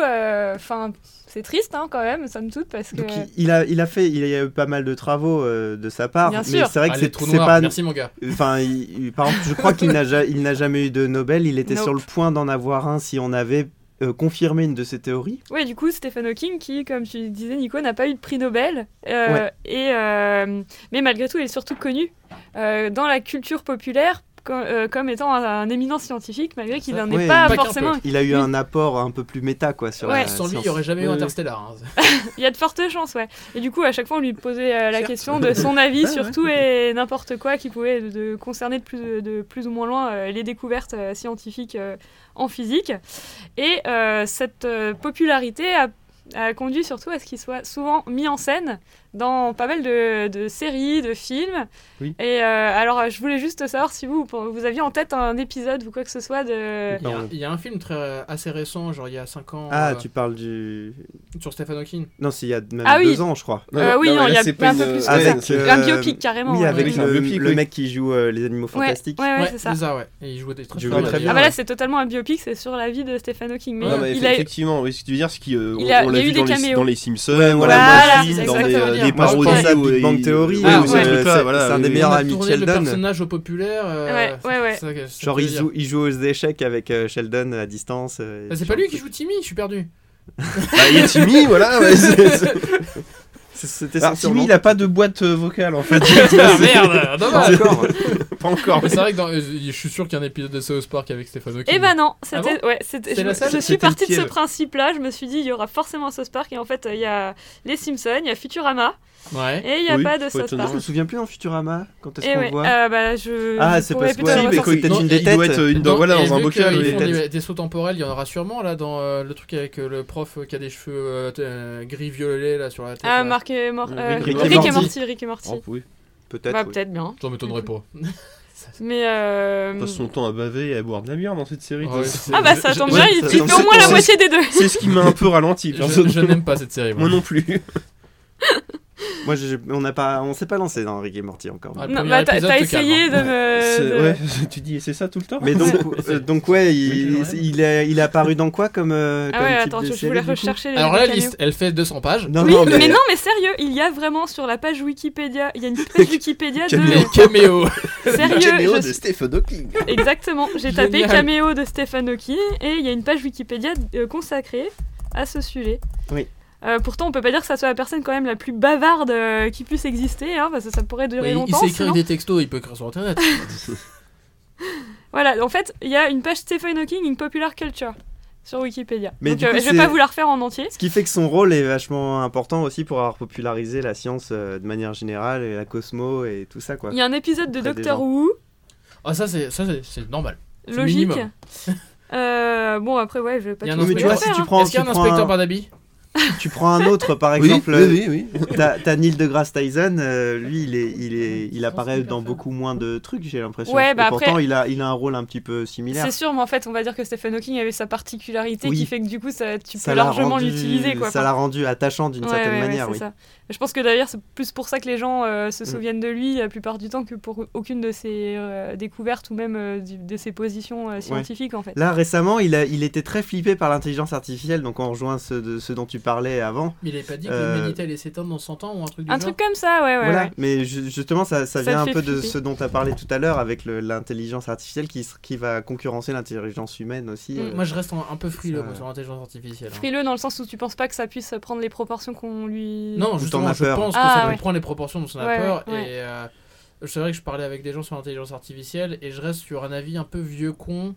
enfin, c'est triste hein, quand même, somme toute, parce que
Donc il, il a, il a fait, il y a eu pas mal de travaux euh, de sa part,
Bien
mais
sûr.
c'est vrai
Ah,
que
les
c'est
trous
c'est
noirs,
pas.
Merci mon gars.
Enfin, il- il- par exemple, je crois qu'il n'a ja- il n'a jamais eu de Nobel. Il était
Nope.
sur le point d'en avoir un si on avait euh, confirmé une de ses théories.
Ouais, du coup, Stephen Hawking, qui, comme tu disais, Nico, n'a pas eu de prix Nobel. euh, et, euh, mais malgré tout, il est surtout connu euh, dans la culture populaire co- euh, comme, étant un, un éminent scientifique, malgré qu'il
Ça,
n'en
ouais,
est pas
pas qu'un
forcément.
Il a eu
Oui.
un apport un peu plus méta, quoi, sur
Ouais.
la
Sans lui, il
science.
n'y aurait jamais eu
Oui, oui.
Interstellar. hein.
Il y a de fortes chances, ouais. Et du coup, à chaque fois, on lui posait euh, la
Certes.
question de son avis
Ouais,
sur
ouais.
tout et n'importe quoi qui pouvait de, de concerner de plus, de plus ou moins loin euh, les découvertes euh, scientifiques euh, en physique. Et euh, cette euh, popularité a, a conduit surtout à ce qu'il soit souvent mis en scène dans pas mal de, de séries, de films.
Oui.
Et euh, alors, euh, je voulais juste savoir si vous, vous aviez en tête un épisode ou quoi que ce soit de...
Il y, a,
Pardon.
il y a un film très, euh, assez récent, genre il y a 5 ans,
Ah,
euh,
tu parles du.
sur Stephen Hawking.
Non, c'est il y a même
Ah oui.
deux ans, je crois.
Euh, oui,
mais
non, il y
là,
a
c'est
plein
pas
un peu
une-
plus que
ouais,
ça.
Avec,
c'est-
euh,
Un biopic, carrément.
oui,
ouais.
avec
oui.
le,
Un biopic,
le
oui.
mec qui joue euh, les animaux
Ouais,
fantastiques.
ouais, ouais, c'est ça.
c'est ça, ouais. Et il jouait des très,
Je
très,
vois
bien.
très bien.
Ah bah là c'est totalement un biopic, c'est sur la vie de Stephen Hawking. Mais
Ouais,
Non, mais
il a eu...
bah, effectivement, oui, ce que tu veux dire, c'est qu'on
Il a-
on
il y
l'a
a eu
vu
des
dans les,
caméos.
dans les Simpsons,
Ouais,
dans
voilà,
Voilà,
les
c'est
dans des,
exactement
euh,
dire.
des
Moi, je
Moi, je
parodies.
pense à
où
Big
il-
Bang Theory,
Ah,
où
ouais.
c'est-
Tout ça,
c'est
voilà,
c'est un des
oui.
meilleurs
On a
amis de
tourné le
Sheldon.
personnage au populaire. euh,
Ouais,
c'est-
ouais, ouais.
c'est ça que- c'est ça
Genre,
que je
il
veux dire.
joue, il joue aux échecs avec euh, Sheldon à distance. euh,
Ah, C'est
genre-
pas lui qui joue Timmy, je suis perdu.
Bah, il est Timmy, voilà. ouais, c'est- c'est-
C'est- C'était
Alors,
son
Timmy, il
surnom.
a pas de boîte euh, vocale en fait.
ah merde,
Pas
dommage.
encore.
pas encore.
Mais c'est vrai que dans- euh, je suis sûr qu'il y a un épisode de South Park avec Stephen Hawking.
Eh ben non, c'était
Ah
ouais, c'était
C'est la
je,
seule
je suis
C'était
partie de ce
lequel
principe-là, je me suis dit il y aura forcément South Park et en fait il y a les Simpsons, il y a Futurama
Ouais.
et il y a
Oui,
pas de
faut être
South
Je
Park.
me souviens plus en Futurama. Quand est-ce
Et
qu'on
ouais,
voit
euh, bah je
Ah,
je
c'est
pourrais
parce-
plutôt
ouais,
la
mais
ressortir.
c'est peut-être
Non,
une des
il doit
têtes.
être euh, une- dans-
Donc,
voilà,
et
dans un
vu
bocal.
qu'ils
oui.
font des, des sauts temporels, il y en aura sûrement là dans euh, le truc avec euh, le prof qui a des cheveux euh, t- euh, gris violet là sur la tête.
Ah,
là.
Marc et Mor-
Rick
euh,
et
Rick,
Morty.
et Morty, Rick et Morty.
Oh, oui.
Peut-être.
bah
oui.
peut-être bien.
J'en m'étonnerais pas.
Mais. euh,
passe son temps à baver et à boire de la bière dans cette série.
Ouais,
de-
c'est-
Ah bah ça
Je-
tombe
je-
bien,
ouais,
il
ça
il
tombe-
fait au moins la
c'est-
moitié des deux.
C'est ce qui m'a un peu ralenti.
Je, je
personnellement.
n'aime pas cette série.
Moi non plus.
Moi, j'ai- on n'a pas, on s'est pas lancé dans Rick et Morty encore.
Ouais. Le
Non,
premier
bah, t'as
épisode
t'as
te calme, hein.
essayé de me.
C'est-
Euh, de-
ouais, tu dis, et c'est ça tout le temps
Mais donc, euh, donc ouais, il,
Oui, c'est vrai.
il, est, il est apparu dans quoi comme, euh,
Ah
comme
ouais,
type
attends,
de
je je
série,
voulais
du coup
rechercher les.
Alors la
les
liste, elle fait 200 pages.
Non,
caméos.
non,
Oui,
mais,
mais non, mais sérieux, il y a vraiment sur la page Wikipédia, il y a une page Wikipédia
Les
de.
caméos.
Sérieux, je-
Stephen Hawking.
exactement. J'ai tapé
Génial.
caméo de Stephen Hawking et il y a une page Wikipédia euh, consacrée à ce sujet.
Oui.
Euh, pourtant, on peut pas dire que ça soit la personne quand même la plus bavarde euh, qui puisse exister, hein, parce que ça pourrait
Ouais,
durer
Bah, il- il
longtemps.
sait écrire
sinon.
des textos, il peut écrire sur internet.
Voilà, en fait, il y a une page Stephen Hawking in Popular Culture sur Wikipédia.
Mais
Donc,
du
euh,
coup,
je vais pas
c'est-
vous la refaire en entier.
Ce qui fait que son rôle est vachement important aussi pour avoir popularisé la science euh, de manière générale et la cosmo et tout ça quoi.
Il y a un épisode de
Auprès des
Doctor
gens.
Who,
Ah ça c'est ça c'est- c'est normal. C'est le
logique.
minimum.
Euh, bon, après, ouais, je vais pas
Il y a
tout
un
mais tu
vous
vois,
inspecteur.
si tu
refaire, hein.
prends,
Est-ce
tu
qu'il y a un
prends
inspecteur
un,
Barnaby
tu prends un autre par exemple, euh,
oui, oui, oui.
t'as t'as Neil deGrasse Tyson, euh, lui il est, il est, il apparaît dans beaucoup moins de trucs j'ai l'impression.
Ouais, bah
et pourtant
après-
il a, il a un rôle un petit peu similaire.
C'est sûr, mais en fait, on va dire que Stephen Hawking avait sa particularité
Oui.
qui fait que du coup, ça, tu
Ça
peux
l'a
largement
rendu-
l'utiliser. quoi.
Ça l'a rendu attachant d'une
Ouais,
certaine
ouais, ouais,
manière,
c'est
oui.
ça. Je pense que d'ailleurs, c'est plus pour ça que les gens euh, se
Mm.
souviennent de lui la plupart du temps que pour aucune de ses euh, découvertes ou même euh, du- de ses positions euh, scientifiques en fait.
Là récemment, il, a, il était très flippé par l'intelligence artificielle, donc on rejoint ce, de, ce dont tu parlais avant.
Mais il avait pas dit que
que le Euh,
le Minitel
Minitel
allait s'éteindre dans 100 ans ou un truc du
Un
genre
truc comme ça, ouais, ouais.
voilà,
ouais.
mais ju- justement, ça, ça
Ça
vient un
fait
peu de
flipper.
ce dont tu as parlé tout à l'heure avec le- l'intelligence artificielle qui, s- qui va concurrencer l'intelligence humaine aussi.
Mm.
euh.
Moi je reste un, un peu frileux
Ça-
moi, sur l'intelligence artificielle. hein.
Frileux dans le sens où tu penses pas que ça puisse prendre les proportions qu'on lui.
Non,
Ou
justement,
t'en as
je
peur.
pense que
Ah,
ça
ouais.
peut prendre les proportions dont on a
Ouais,
peur.
ouais, ouais.
Et euh, c'est vrai que je parlais avec des gens sur l'intelligence artificielle et je reste sur un avis un peu vieux con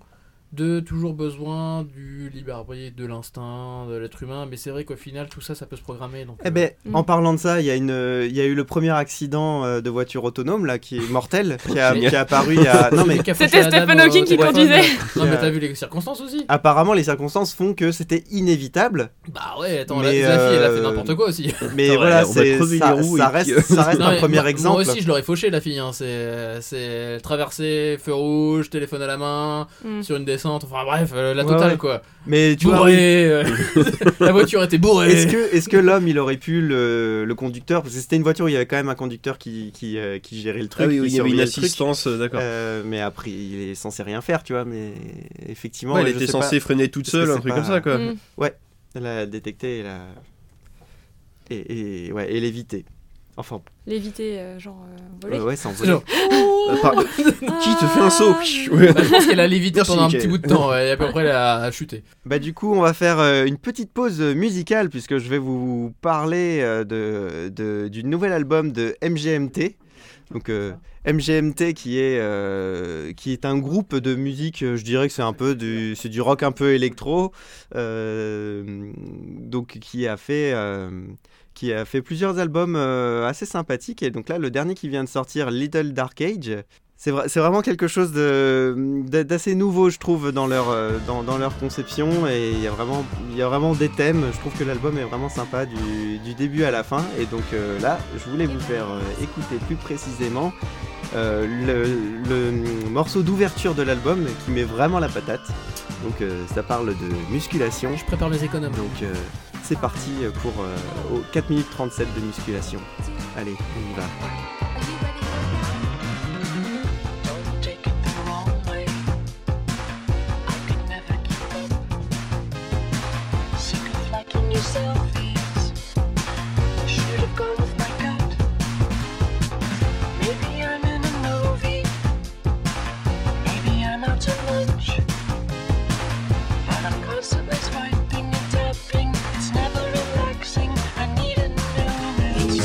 de toujours besoin du libre arbitre, de l'instinct, de l'être humain. Mais c'est vrai qu'au final, tout ça, ça peut se programmer. Donc, euh,
Eh ben,
Mm.
en parlant de ça, il y, a une, euh, il y a eu le premier accident euh, de voiture autonome là, qui est mortel, qui, a,
Génial.
qui est apparu il y a. Non mais
C'était Stephen Hawking qui conduisait.
euh, Non, mais
Euh,
t'as vu les circonstances aussi
apparemment les circonstances font que c'était inévitable,
Bah ouais, attends,
Mais,
la, la fille, elle a fait
euh,
n'importe quoi aussi.
mais
Attends,
voilà,
on va
c'est-
crever
ça,
les roues
ça
et puis,
reste, ça reste
Non,
un
mais
premier
moi-
exemple.
Moi aussi, je l'aurais fauché, la fille. Hein. C'est, c'est traversée, feu rouge, téléphone à la main,
Mm.
sur une descente. Enfin bref, euh, la
Ouais,
totale
ouais.
quoi.
Mais tu vois,
Bourré. euh, la voiture était bourrée.
Est-ce que, est-ce que l'homme, il aurait pu le, le conducteur Parce que c'était une voiture, il y avait quand même un conducteur qui, qui, euh, qui gérait le truc.
Ah oui,
qui
oui, il y avait une
surveillait le truc.
assistance, euh, d'accord.
Euh, mais après, il est censé rien faire, tu vois. Mais effectivement,
Ouais, elle
je
était
sais
censée freiner toute
Est-ce que
seule, un
c'est
truc
pas-
comme ça, quoi.
Mm.
pas, la détecter et la. Et, et- ouais, et l'éviter. Enfin,
L'éviter, euh, genre euh, voler.
euh, ouais, sans
C'est genre,
Ah, par- Qui te fait un saut Ouais.
bah, je pense qu'elle a lévité
Merci,
pendant un
Mickaël.
petit bout de temps ouais, et à peu près elle a chuté.
Bah du coup, on va faire euh, une petite pause musicale puisque je vais vous parler euh, de, de- du nouvel album de MGMT. Donc euh, MGMT qui est, euh, qui est un groupe de musique, euh, je dirais que c'est un peu du, c'est du rock un peu électro, euh, donc qui a fait... euh, qui a fait plusieurs albums euh, assez sympathiques. Et donc là, le dernier qui vient de sortir, Little Dark Age, c'est vra- c'est vraiment quelque chose de- d'a- d'assez nouveau, je trouve, dans leur, euh, dans, dans leur conception. Et il y, a vraiment- il y a vraiment des thèmes. Je trouve que l'album est vraiment sympa du, du début à la fin. Et donc euh, là, je voulais vous faire euh, écouter plus précisément euh, le, le morceau d'ouverture de l'album qui met vraiment la patate. Donc euh, ça parle de musculation.
Je prépare mes économes.
Donc euh, c'est parti pour euh, aux 4 minutes 37 de musculation. Allez, on y va.
Don't take it the wrong way. I could never keep up. Sick of liking your selfies. Should have gone with my gut. Maybe I'm in a movie. Maybe I'm out to lunch. But I'm constantly swiping and tapping. It's never relaxing. I need a new me.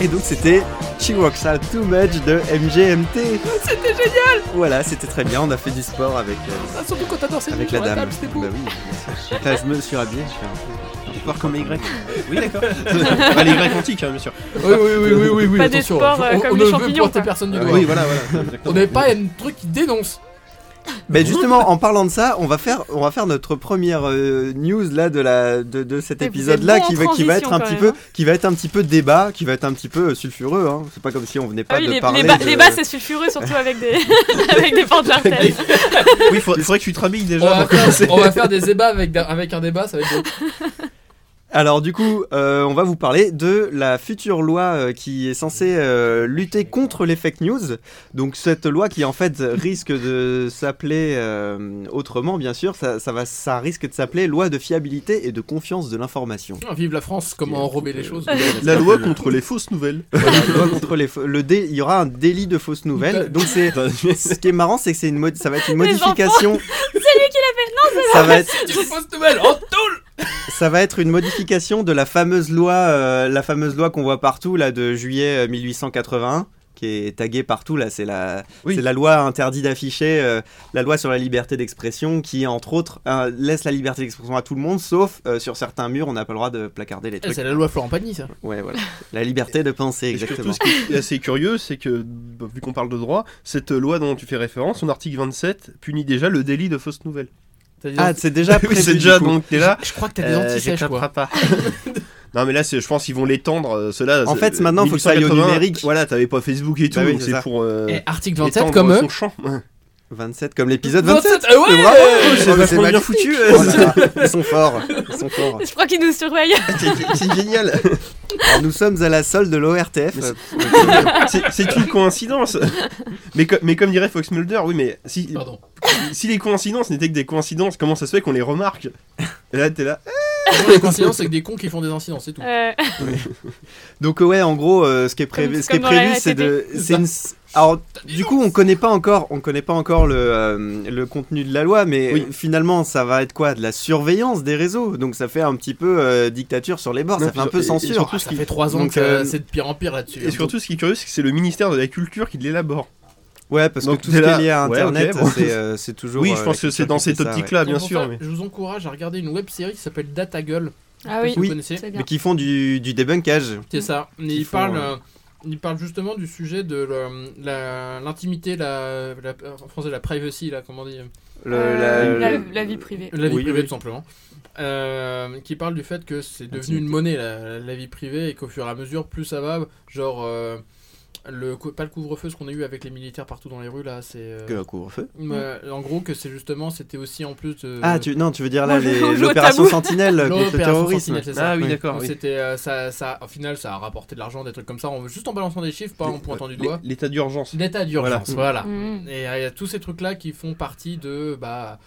Et donc c'était She Works Out Too Much de MGMT.
Oh, C'était génial
Voilà, c'était très bien, on a fait du sport avec, euh,
Ah,
Surtout quand t'as dansé
avec la dame.
c'était
Bah oui, bien sûr. Enfin, je me suis habillé, je fais un peu- un peu sport comme les Grecs.
Oui, d'accord. Enfin, les Grecs antiques, hein, bien sûr.
Oui, oui, oui, oui, oui, oui,
Pas des
attention,
sports, euh,
on-
comme
on
les
ne veut
champignons,
pointer
quoi.
personne du
Ah
Euh,
doigt.
oui, voilà, voilà.
On
exactement.
n'avait pas un truc qui dénonce.
Ben justement, en parlant de ça, on va faire, on va faire notre première euh, news là de la de, de cet
Et vous
épisode
êtes
là
bon
qui
en
va qui va être
transition,
un
quand
petit
même,
peu
hein.
qui va être un petit peu débat, qui va être un petit peu euh, sulfureux. Hein. C'est pas comme si on venait pas
Ah oui,
de
les,
parler.
les, bas,
de-
les bas, c'est sulfureux, surtout avec des, avec des portes d'artère.
Oui, faudrait, faudrait que tu te rhabilles
On
déjà.
va,
pour commencer.
faire, on va faire des débats avec, da- avec un débat, ça va être beau.
Alors du coup, euh, on va vous parler de la future loi euh, qui est censée euh, lutter contre les fake news. Donc cette loi qui en fait risque de s'appeler euh, autrement, bien sûr, ça, ça va, ça risque de s'appeler loi de fiabilité et de confiance de l'information.
Ah, Vive la France, comment enrober les choses.
La loi contre les fausses nouvelles.
Voilà, loi contre les fa- le dé- il y aura un délit de fausses nouvelles. Donc c'est ce qui est marrant, c'est que c'est une mod- ça va être une
Les enfants.
modification. c'est lui qui l'a fait. Non, ça va être
C'est une fausse nouvelle, en tôle
ça va être une modification de la fameuse loi euh, la fameuse loi qu'on voit partout là de juillet euh, 1881 qui est taguée partout là, c'est la
Oui.
c'est la loi interdit d'afficher euh, la loi sur la liberté d'expression qui entre autres euh, laisse la liberté d'expression à tout le monde sauf euh, sur certains murs on n'a pas le droit de placarder les
Eh,
trucs.
C'est la loi Florent Pagny, ça.
Ouais voilà. La liberté de penser
Et surtout,
exactement.
ce qui est assez curieux, c'est que, bah, vu qu'on parle de droit, cette loi dont tu fais référence, son article 27, punit déjà le délit de fausse nouvelle.
C'est-à-dire-
Ah, c'est déjà
Oui,
prévu.
c'est
du
déjà,
coup.
donc t'es là.
je crois que t'as des
euh,
anti-sèches,
j'éclaterai
quoi.
pas. non, mais là, c'est- je pense qu'ils vont l'étendre. euh, Cela,
En
c'est-
fait, maintenant, faut que ça aille au
1880,
numérique.
Voilà, t'avais pas Facebook et tout,
Bah oui,
donc
c'est
c'est
ça.
pour. euh,
Eh, article 27
étendre
comme eux.
son champ.
27 comme l'épisode 27.
ah ouais
Mais bravo,
c'est
mais
vachement bien
magnifique.
foutu,
Oh là là, Ils sont forts, ils sont forts.
Je crois qu'ils nous surveillent.
C'est génial.
Alors, nous sommes à la solde de l'ORTF.
Mais C'est- C'est une coïncidence. Mais, co- mais comme dirait Fox Mulder, oui, mais si,
Pardon.
si les coïncidences n'étaient que des coïncidences, comment ça se fait qu'on les remarque Et là, t'es là.
Les coïncidences, c'est que des cons qui font des incidents, c'est tout.
Euh,
Donc euh, ouais, en gros, euh, ce qui est prévu,
Comme-
ce qui est
comme dans
prévu,
la
c'est de,
RATP.
c'est une- Alors, du coup, on connaît pas encore, on connaît pas encore le, euh, le contenu de la loi, mais
Oui.
euh, finalement, ça va être quoi De la surveillance des réseaux. Donc ça fait un petit peu euh, dictature sur les bords,
Non,
ça fait un
puis-
peu
et- et
censure.
surtout-
Ah,
ce
ça
qui-
fait 3 ans
donc,
que
euh,
c'est de pire en pire là-dessus.
Et surtout, ce qui est curieux, c'est que c'est le ministère de la Culture qui l'élabore.
Ouais, parce
Donc,
que tout
t'es
ce qui est
là,
lié à
ouais, ok,
Internet,
bon.
c'est, euh, c'est toujours.
Oui,
euh,
je
la
pense que
culture
c'est dans
qui fait
cette
ça, ouais.
optique-là, bien
Donc, pour
sûr.
ça,
mais-
Je vous encourage à regarder une web série qui s'appelle Data Gueule.
ah oui,
Vous
Oui.
connaissez
c'est bien.
Mais qui font du, du débunkage.
C'est ça. Mais
Qui
il
font,
parle,
euh,
euh, il parle justement du sujet de le- la- l'intimité, la, la, en français la privacy, là, comment on dit,
Le-
Euh,
la-
la, la vie privée.
la vie
Oui,
privée
oui.
tout simplement. Euh, qui parle du fait que c'est devenu
Intimité.
une monnaie la, la vie privée et qu'au fur et à mesure plus ça va, genre euh, le cou- pas le couvre-feu ce qu'on a eu avec les militaires partout dans les rues là, c'est euh,
que le couvre-feu.
euh, en gros que c'est justement c'était aussi en plus de
Ah, tu, non, tu veux dire là
Moi, je-
les-
je joue au
l'opération
tabou.
Sentinelle contre le
L'opération
terrorisme.
Sentinelle, c'est ça.
Ah oui, oui.
d'accord.
Donc c'était euh, ça, ça, au final ça a rapporté de l'argent des trucs comme ça en- juste en balançant des chiffres pas en pointant du doigt
L'état d'urgence.
l'état d'urgence voilà,
Mm.
et euh, il y a tous ces trucs là qui font partie de bah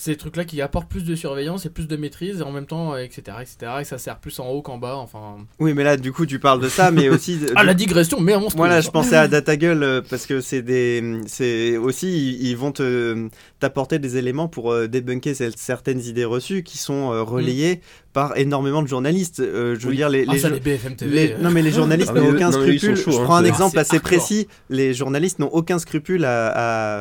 ces trucs là qui apportent plus de surveillance et plus de maîtrise et en même temps euh, etc etc et ça sert plus en haut qu'en bas enfin
Oui, mais là, du coup, tu parles de ça, mais aussi. de-
ah
du
la digression mais on monstre
Voilà, je pensais à DataGull euh, parce que c'est des, c'est aussi ils ils vont te t'apporter des éléments pour euh, débunker cer- certaines idées reçues qui sont euh, relayées par énormément de journalistes. Euh, je veux
Oui.
dire les,
ah,
les
ça,
jo-
les BFM
les-
TV euh,
non mais les journalistes
Ah, mais
n'ont
eux-
aucun
non, mais ils
scrupule.
sont chauds,
je
hein,
prends un
c'est-
exemple
c'est
assez
hardcore.
précis. Les journalistes n'ont aucun scrupule à,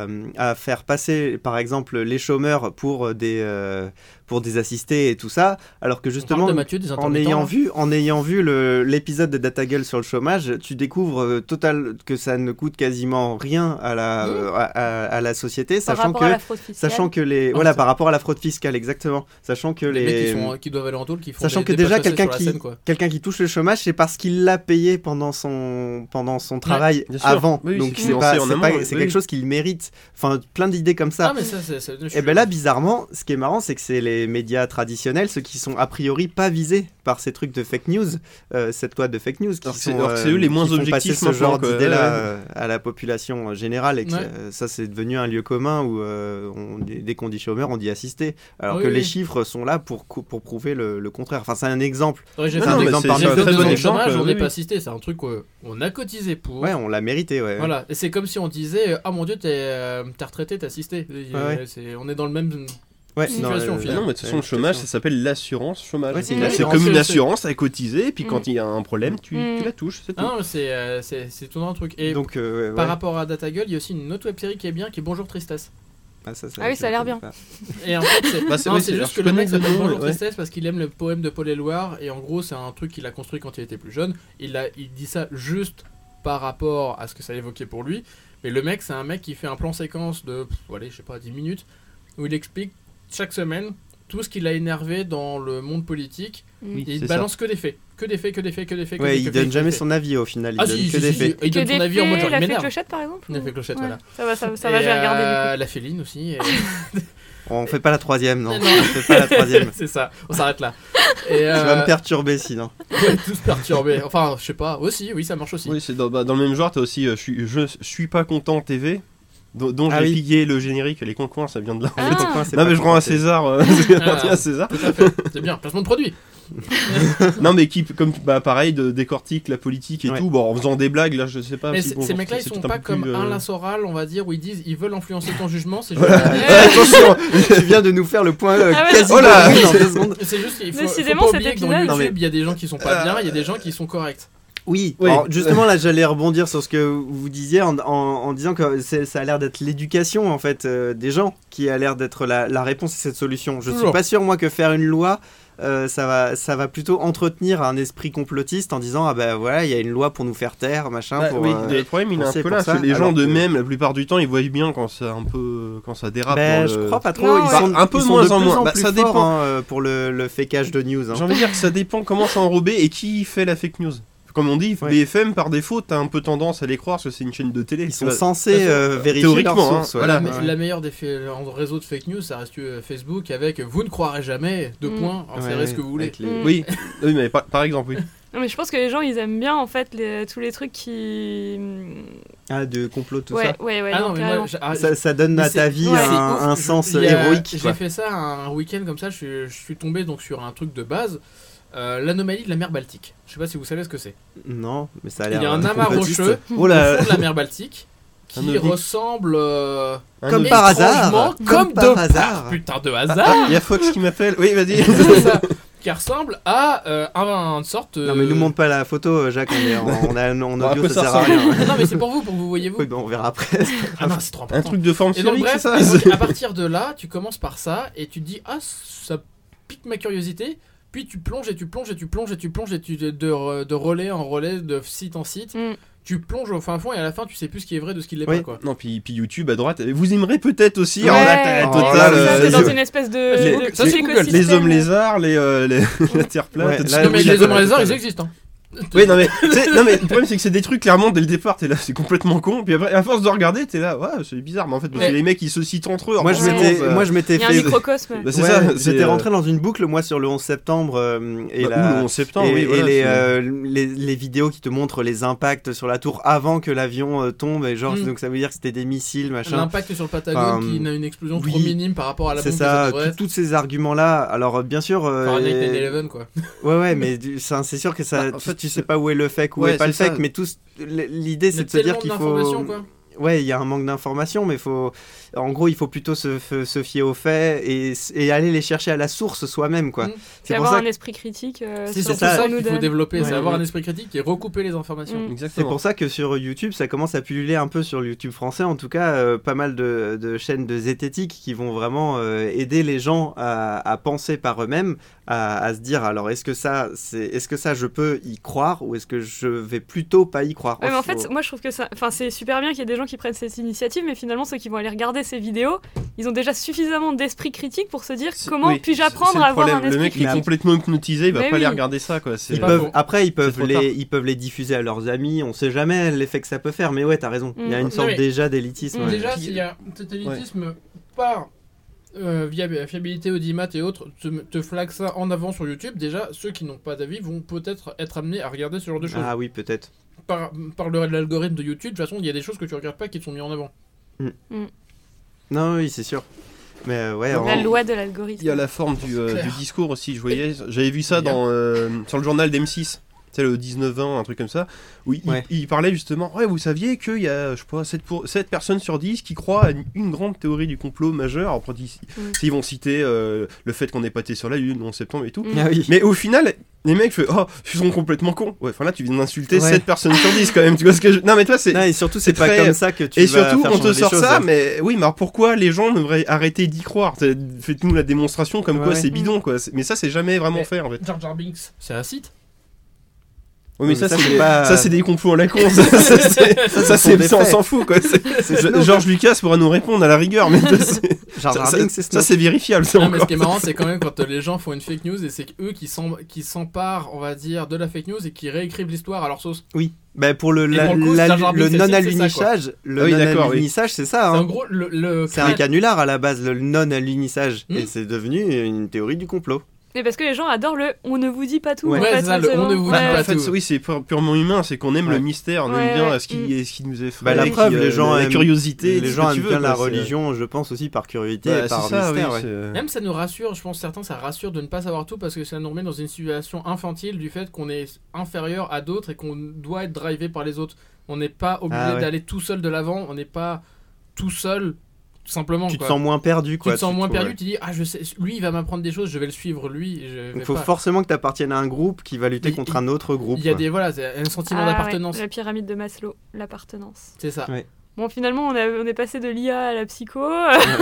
à, à faire passer, par exemple, les chômeurs pour des euh, pour des assistés et tout ça, alors que
on parle
justement
de hein. Mathieu des
en
intermittents
ayant
là.
vu, en ayant vu le- l'épisode de Data Gueule sur le chômage, tu découvres euh, total que ça ne coûte quasiment rien à la,
Mmh.
euh, à, à- à la société,
Par
sachant
rapport
que,
à la fraude fiscale.
sachant que les,
Ah,
voilà,
c'est-
par rapport à la fraude fiscale, exactement, sachant que
les, mecs
les,
qui, sont, euh, qui doivent aller en tôle qui font
sachant
des-
que
des
déjà
passes
quelqu'un
sur la
qui,
scène, quoi.
quelqu'un qui touche le chômage, c'est parce qu'il l'a payé pendant son, pendant son travail
bien sûr.
avant,
Oui,
donc
c'est
c'est
financé
pas,
en
c'est
amont,
pas-
oui.
c'est quelque chose qu'il mérite. Enfin, plein d'idées comme ça.
ah mais ça c'est- c'est- je
Et
suis-
ben là, bizarrement, ce qui est marrant, c'est que c'est les médias traditionnels, ceux qui sont a priori pas visés par ces trucs de fake news, euh, cette loi de fake news, qui
Alors que c'est-
sont
alors que c'est
euh,
eux les
qui
moins
font passer
objectifs
ce
maintenant,
genre
quoi.
d'idées-là
Ouais, ouais.
euh, à la population générale, et que
Ouais.
euh, ça, c'est devenu un lieu commun où euh, on- dès dès qu'on dit chômeur, on dit assister, alors
Oui,
que
oui.
les chiffres sont là pour cou- pour prouver le, le contraire. Enfin, c'est un exemple.
Ouais, j'ai
Non,
fait un
non, mais
exemple
c'est-
parmi
c'est un
deux
très bon
ans de
exemple,
chômage, on
oui,
n'est
oui.
pas assisté c'est un truc euh, on a cotisé pour
Ouais, on l'a mérité. Ouais.
Voilà, et euh, c'est comme si on disait Ah mon dieu, t'es euh, t'es retraité, t'es assisté.
ouais.
C'est- On est dans le même.
Ouais,
situation,
euh,
au final.
non, mais de toute façon, le chômage, ça s'appelle l'assurance chômage.
Ouais, c'est
une
Là,
assurance,
comme une
c'est-
assurance à cotiser, et puis
Mm.
quand il y a un problème, tu,
Mm.
tu la touches, c'est
Ah
tout.
non, mais c'est euh, c'est- c'est tout un truc. Et
Donc, euh, ouais,
par
ouais.
rapport à Data Gueule, il y a aussi une autre web série qui est bien, qui est Bonjour Tristesse.
Ah, ça,
Ah oui, ça a
je
l'air
connais
bien.
pas.
Et en fait, c'est
Bah, c'est-
non,
oui,
c'est
c'est-
juste
je
que le
connais
mec s'appelle
le nom,
Bonjour
ouais.
Tristesse parce qu'il aime le poème de Paul Éluard et en gros, c'est un truc qu'il a construit quand il était plus jeune. Il, a, il dit ça juste par rapport à ce que ça évoquait pour lui. Mais le mec, c'est un mec qui fait un plan séquence de, pff, allez, je sais pas, 10 minutes, où il explique chaque semaine tout ce qui l'a énervé dans le monde politique.
Oui,
et
c'est
il balance que des faits. Que des faits, que des faits, que des faits. que
Ouais,
des
il
faits,
donne
que
jamais
des faits.
son avis au final, il
Ah
donne
si,
que
si,
des
si,
faits.
Il
Que
donne son
des
avis en mode
faits,
genre, il
la fée
m'énerve.
clochette par exemple
Il a fait clochette,
Mm. Ouais.
voilà.
Ça va, ça, ça
Et,
va, j'ai regardé. du coup.
euh, La féline aussi. et-
On fait pas la troisième, non,
Non. Euh,
on fait pas la troisième.
c'est ça, on s'arrête là. Et
Tu
euh,
vas me perturber sinon.
on est tous perturbés. Enfin, je sais pas. Aussi, oui, ça marche aussi.
Oui, c'est dans, bah, dans le même genre, t'as aussi euh, je, suis, je suis pas content TV, dont, dont
Ah
j'ai
oui.
piqué le générique, les concurrents, ça vient de là.
Ah.
Ton coin, c'est
Non
pas
mais je rends à
compté.
César, euh, je
Ah.
rends à César.
Tout à fait. C'est bien. Placement de produit.
Non mais qui, comme bah pareil, de, décortique la politique et
Ouais.
tout. Bon, en faisant des blagues, là, je sais pas.
Mais
Ah, si
c'est-
bon,
ces mecs-là, ils
c'est
sont
peut-être un
pas
peu
comme
plus, euh,
Alain Soral, on va dire, où ils disent ils veulent influencer ton jugement. C'est juste,
Ah, attention,
Tu viens de nous faire le point euh,
Ah ouais,
quasi
non. Oh là
compris en deux secondes.
euh, c'est juste qu'il faut,
Décidément,
faut pas
cet
oublier que dans
épisode-
YouTube,
Non, mais-
il y a des gens qui sont
Euh,
pas bien, il y a des gens qui sont corrects.
Oui,
Oui.
Alors, justement là j'allais rebondir sur ce que vous disiez en, en- en disant que c'est- ça a l'air d'être l'éducation en fait euh, des gens qui a l'air d'être la, la réponse à cette solution. Je suis
Toujours.
pas sûr moi que faire une loi euh, ça, va, ça va plutôt entretenir un esprit complotiste en disant ah ben voilà il y a une loi pour nous faire taire machin.
Bah,
pour,
oui,
euh,
le problème il est un
penser
peu
pour
là,
ça,
c'est les
alors
gens de
que-
même la plupart du temps ils voient bien quand ça un peu quand ça dérape.
Ben,
dans
je
le-
crois pas trop.
Non,
ils
bah,
sont,
un peu
ils sont
moins
de
en
plus
moins. Bah,
plus
ça
forts,
dépend.
hein, euh, pour le, le fécage de news. hein.
J'ai envie de dire que ça dépend comment c'est enrobé et qui fait la fake news. Comme on dit,
Ouais.
BFM par défaut, t'as un peu tendance à les croire parce que c'est une chaîne de télé.
Ils
Tu
sont
vois.
censés euh, vérifier leurs
théoriquement, hein,
sources. ouais.
voilà.
Mais
Ouais.
La meilleure des fa- en réseau de fake news, ça reste euh, Facebook avec vous ne croirez jamais, deux
Mm.
points, en
Ouais,
serrez ce que vous voulez.
avec les-
Mm.
Oui, Ah oui, mais par, par exemple, oui.
Non, mais je pense que les gens ils aiment bien en fait les- tous les trucs qui.
Ah, de complot, tout
ouais,
ça.
ouais, ouais,
Ah
non,
non, mais
carrément.
moi, j'ai- ah,
ça. ça donne
Mais
à
c'est-
ta vie
ouais,
un,
c'est ouf.
un
Je-
sens
il y a-
héroïque.
J'ai
quoi.
fait ça un week-end comme ça, je suis, je suis tombé donc sur un truc de base, euh, l'anomalie de la mer Baltique. Je sais pas si vous savez ce que c'est.
Non, mais ça a
Il y
l'air.
a un
euh,
amas
complotiste.
rocheux
Oh
au
là,
fond de la mer Baltique qui
Un ovni.
ressemble euh,
Un
comme
autre-
par hasard.
étrangement,
Comme
comme
par
de
hasard.
putain de
Ah,
hasard
Il y a Fox qui m'appelle. Oui, vas-y.
c'est ça, qui ressemble à euh, un- une sorte
Non, mais
euh,
nous montre pas la photo, Jacques. On, est, en- on a, en
Bon, à
audio,
quoi
ça,
ça
sert à
ressemble
rien.
non mais c'est pour vous pour que vous voyez vous
Oui, ben, on verra après.
ah non c'est trop important
Un truc de forme
Et donc,
sphérique, c'est
bref,
ça
donc, à partir de là, tu commences par ça et tu te dis Ah, ça pique ma curiosité. Puis tu plonges et tu plonges et tu plonges et tu plonges et tu de, de, de relais en relais, de site en site.
Mm.
Tu plonges au fin fond et à la fin, tu sais plus ce qui est vrai de ce qui l'est
Oui.
pas. Quoi.
Non, puis, puis YouTube à droite. Vous aimerez peut-être aussi.
Ouais.
Alors là, t'as la
Oh,
totale,
là,
ça,
euh,
c'est dans
je-
une espèce de,
Ah,
les-
de
les-
petit
les-
écosystème.
les hommes lézards, les, euh, les- la Terre plate.
Ouais,
tout
là,
ça.
non, mais
oui,
les hommes
d'accord,
lézards, ils
d'accord.
existent. Hein.
Oui, non mais, tu sais, non, mais le problème c'est que c'est des trucs clairement dès le départ, t'es là, c'est complètement con. Puis après, à force de regarder, t'es là, ouais, c'est bizarre, mais en fait,
Ouais.
c'est les mecs ils se citent entre eux.
moi, je
alors,
m'étais,
euh,
moi, je m'étais
Il y a un
fait.
microcosme.
Bah, c'est
Ouais,
ça, c'est,
J'étais
euh,
rentré dans une boucle, moi, sur le 11 septembre euh, et
bah,
la.
ou le 11 septembre,
et,
oui,
et
voilà,
les,
c'est-
euh, les, les vidéos qui te montrent les impacts sur la tour avant que l'avion euh, tombe, et genre,
Mm.
donc ça veut dire que c'était des missiles, machin.
L'impact sur le Patagone
Enfin,
qui n'a une explosion trop
oui.
minime par rapport à Ah, la bombe
C'est
des
ça,
autres, ouais.
tous ces arguments-là. Alors, euh, bien sûr. euh,
Fahrenheit 9/11, quoi.
Ouais, ouais, mais du- ça- c'est sûr que ça.
Bah, en
tu,
fait,
tu sais pas où est le fake, où
Ouais,
est pas le
c'est
fake,
ça.
mais tout. ce- L'idée,
Il y a
c'est de se dire
tellement
qu'il
d'informations,
faut.
quoi.
Ouais, il y a un manque d'informations, mais faut. En gros, il faut plutôt se, f- se fier aux faits et, s- et aller les chercher à la source soi-même, quoi.
Mm.
C'est pour
avoir
ça.
un esprit critique. euh,
C'est
sur
surtout
surtout
ce qu'on
ça
ça,
nous
qu'il faut
donne.
développer, c'est
Ouais.
avoir un esprit critique et recouper les informations.
Mm.
C'est
Exactement.
pour ça que sur YouTube, ça commence à pulluler un peu sur YouTube français, en tout cas, euh, pas mal de, de chaînes de zététique qui vont vraiment euh, aider les gens à, à penser par eux-mêmes, à, à se dire alors est-ce que ça, c'est, est-ce que ça, je peux y croire ou est-ce que je vais plutôt pas y croire
Ouais, mais en
Faut-
fait, moi je trouve que ça. Enfin, c'est super bien qu'il y ait des gens qui prennent cette initiative, mais finalement, ceux qui vont aller regarder ces vidéos, ils ont déjà suffisamment d'esprit critique pour se dire
C'est-
comment
oui,
puis-je
c'est- c'est
apprendre
le
à avoir
problème.
un esprit
Le mec il est
critique.
complètement hypnotisé, il va
Mais
pas aller
oui.
regarder ça quoi. C'est
Ils
pas
peuvent-
faux.
après, ils peuvent,
trop tard.
les, ils peuvent les diffuser à leurs amis, on sait jamais l'effet que ça peut faire, mais ouais, t'as raison, il y a
Mm.
une
Non,
sorte
mais-
déjà d'élitisme.
Mm.
ouais.
Déjà,
Puis-
s'il y a un totalitarisme par euh, via- fiabilité Audimat et autres, te, te flag ça en avant sur YouTube, déjà, ceux qui n'ont pas d'avis vont peut-être être amenés à regarder ce genre de choses.
Ah oui, peut-être.
Par, par le- l'algorithme de YouTube, de toute façon, il y a des choses que tu regardes pas qui te sont mises en avant.
Non, oui, c'est sûr. Mais euh, ouais,
La
en-
La
Oh.
loi de
Il y a
l'algorithme.
la forme du, euh,
clair.
du discours aussi, je voyais, j'avais vu ça
Bien.
dans, euh, sur le journal d'M6. sais, le 19-20, un truc comme ça, où il,
Ouais.
il parlait justement, ouais, vous saviez qu'il y a, je sais pas, 7, pour, 7 personnes sur 10 qui croient à une, une grande théorie du complot majeure. Après, ils,
Mm.
ils vont citer euh, le fait qu'on est pâté sur la Lune le 11 septembre et tout.
Mm.
Ah oui.
Mais au final, les mecs font Oh, ils sont complètement cons. Ouais, enfin là, tu viens d'insulter
Ouais.
7 personnes sur 10 quand même. Tu vois ce que je. Non, mais toi, c'est.
Non, et surtout, c'est
c'est
pas
très-
comme ça que tu
Et
vas
surtout,
faire
on te
changer les
sort
choses. hein.
ça, mais oui, mais alors pourquoi les gens devraient arrêter d'y croire C'est- Faites-nous la démonstration comme
Ouais,
quoi
ouais.
c'est bidon, quoi. C'est- Mais ça, c'est jamais vraiment
Mm. Mais-
fait, en fait.
Jar Jar Binks, c'est un site
Oui,
mais
mais
ça,
ça,
c'est
c'est des-
pas-
ça, c'est des complots à la con. ça, ça, c'est-
Ça, ce
Ça,
sont des
c'est. ça, On
faits.
s'en fout, quoi. C'est- Je- George Lucas pourra nous répondre à la rigueur, mais c'est-
Jar Jar
ça-
Binks,
ça,
c'est
ça,
Snoke.
c'est vérifiable. c'est
Non, mais ce
encore-
qui est marrant, c'est quand même quand euh, les gens font une fake news et c'est eux qui s'em- qui s'emparent, on va dire, de la fake news et qui réécrivent l'histoire à leur sauce.
Bah, pour le, la-
pour le coup,
la-
Jar Jar
le
Binks, c'est-
non-alunissage, le
Ah oui, d'accord, oui.
non-alunissage, c'est ça.
C'est
hein.
en gros le. le-
C'est un canular à la base, le non-alunissage.
Hmm.
Et c'est devenu une théorie du complot.
Mais parce que les gens adorent le on ne vous dit pas tout.
Ouais.
en
Ouais,
fait,
c'est ça, le
forcément.
on ne vous dit
Ouais.
En
pas
fait,
tout.
oui, c'est pur- purement humain, c'est qu'on aime
Ouais.
le mystère, on
Ouais,
aime bien
ouais.
ce qui, ce qui nous effraie.
Bah, la
qui,
preuve,
euh,
les gens
La
aiment-
curiosité,
les
tout ce
gens
que tu
aiment
veux,
bien la
quoi, c'est-
religion, je pense aussi par curiosité
Bah,
et par
c'est ça,
mystère.
oui,
ouais.
c'est- euh,
Même ça nous rassure, je pense, certains, ça rassure de ne pas savoir tout parce que ça nous remet dans une situation infantile du fait qu'on est inférieur à d'autres et qu'on doit être drivé par les autres. On n'est pas obligé
Ah ouais.
d'aller tout seul de l'avant, on n'est pas tout seul, tout simplement.
Tu te
quoi.
sens moins perdu,
Tu
quoi.
te sens moins
ouais.
perdu, tu dis, ah, je sais, lui, il va m'apprendre des choses, je vais le suivre, lui. et Je
Donc,
vais
faut
pas.
forcément que tu appartiennes à un groupe qui va lutter
Il-
contre
il-
un autre groupe.
Il y a
quoi.
des, voilà, c'est un sentiment
Ah,
d'appartenance.
ouais, La pyramide de Maslow, l'appartenance.
C'est ça.
Bon, finalement, on, a- on est passé de l'IA à la psycho.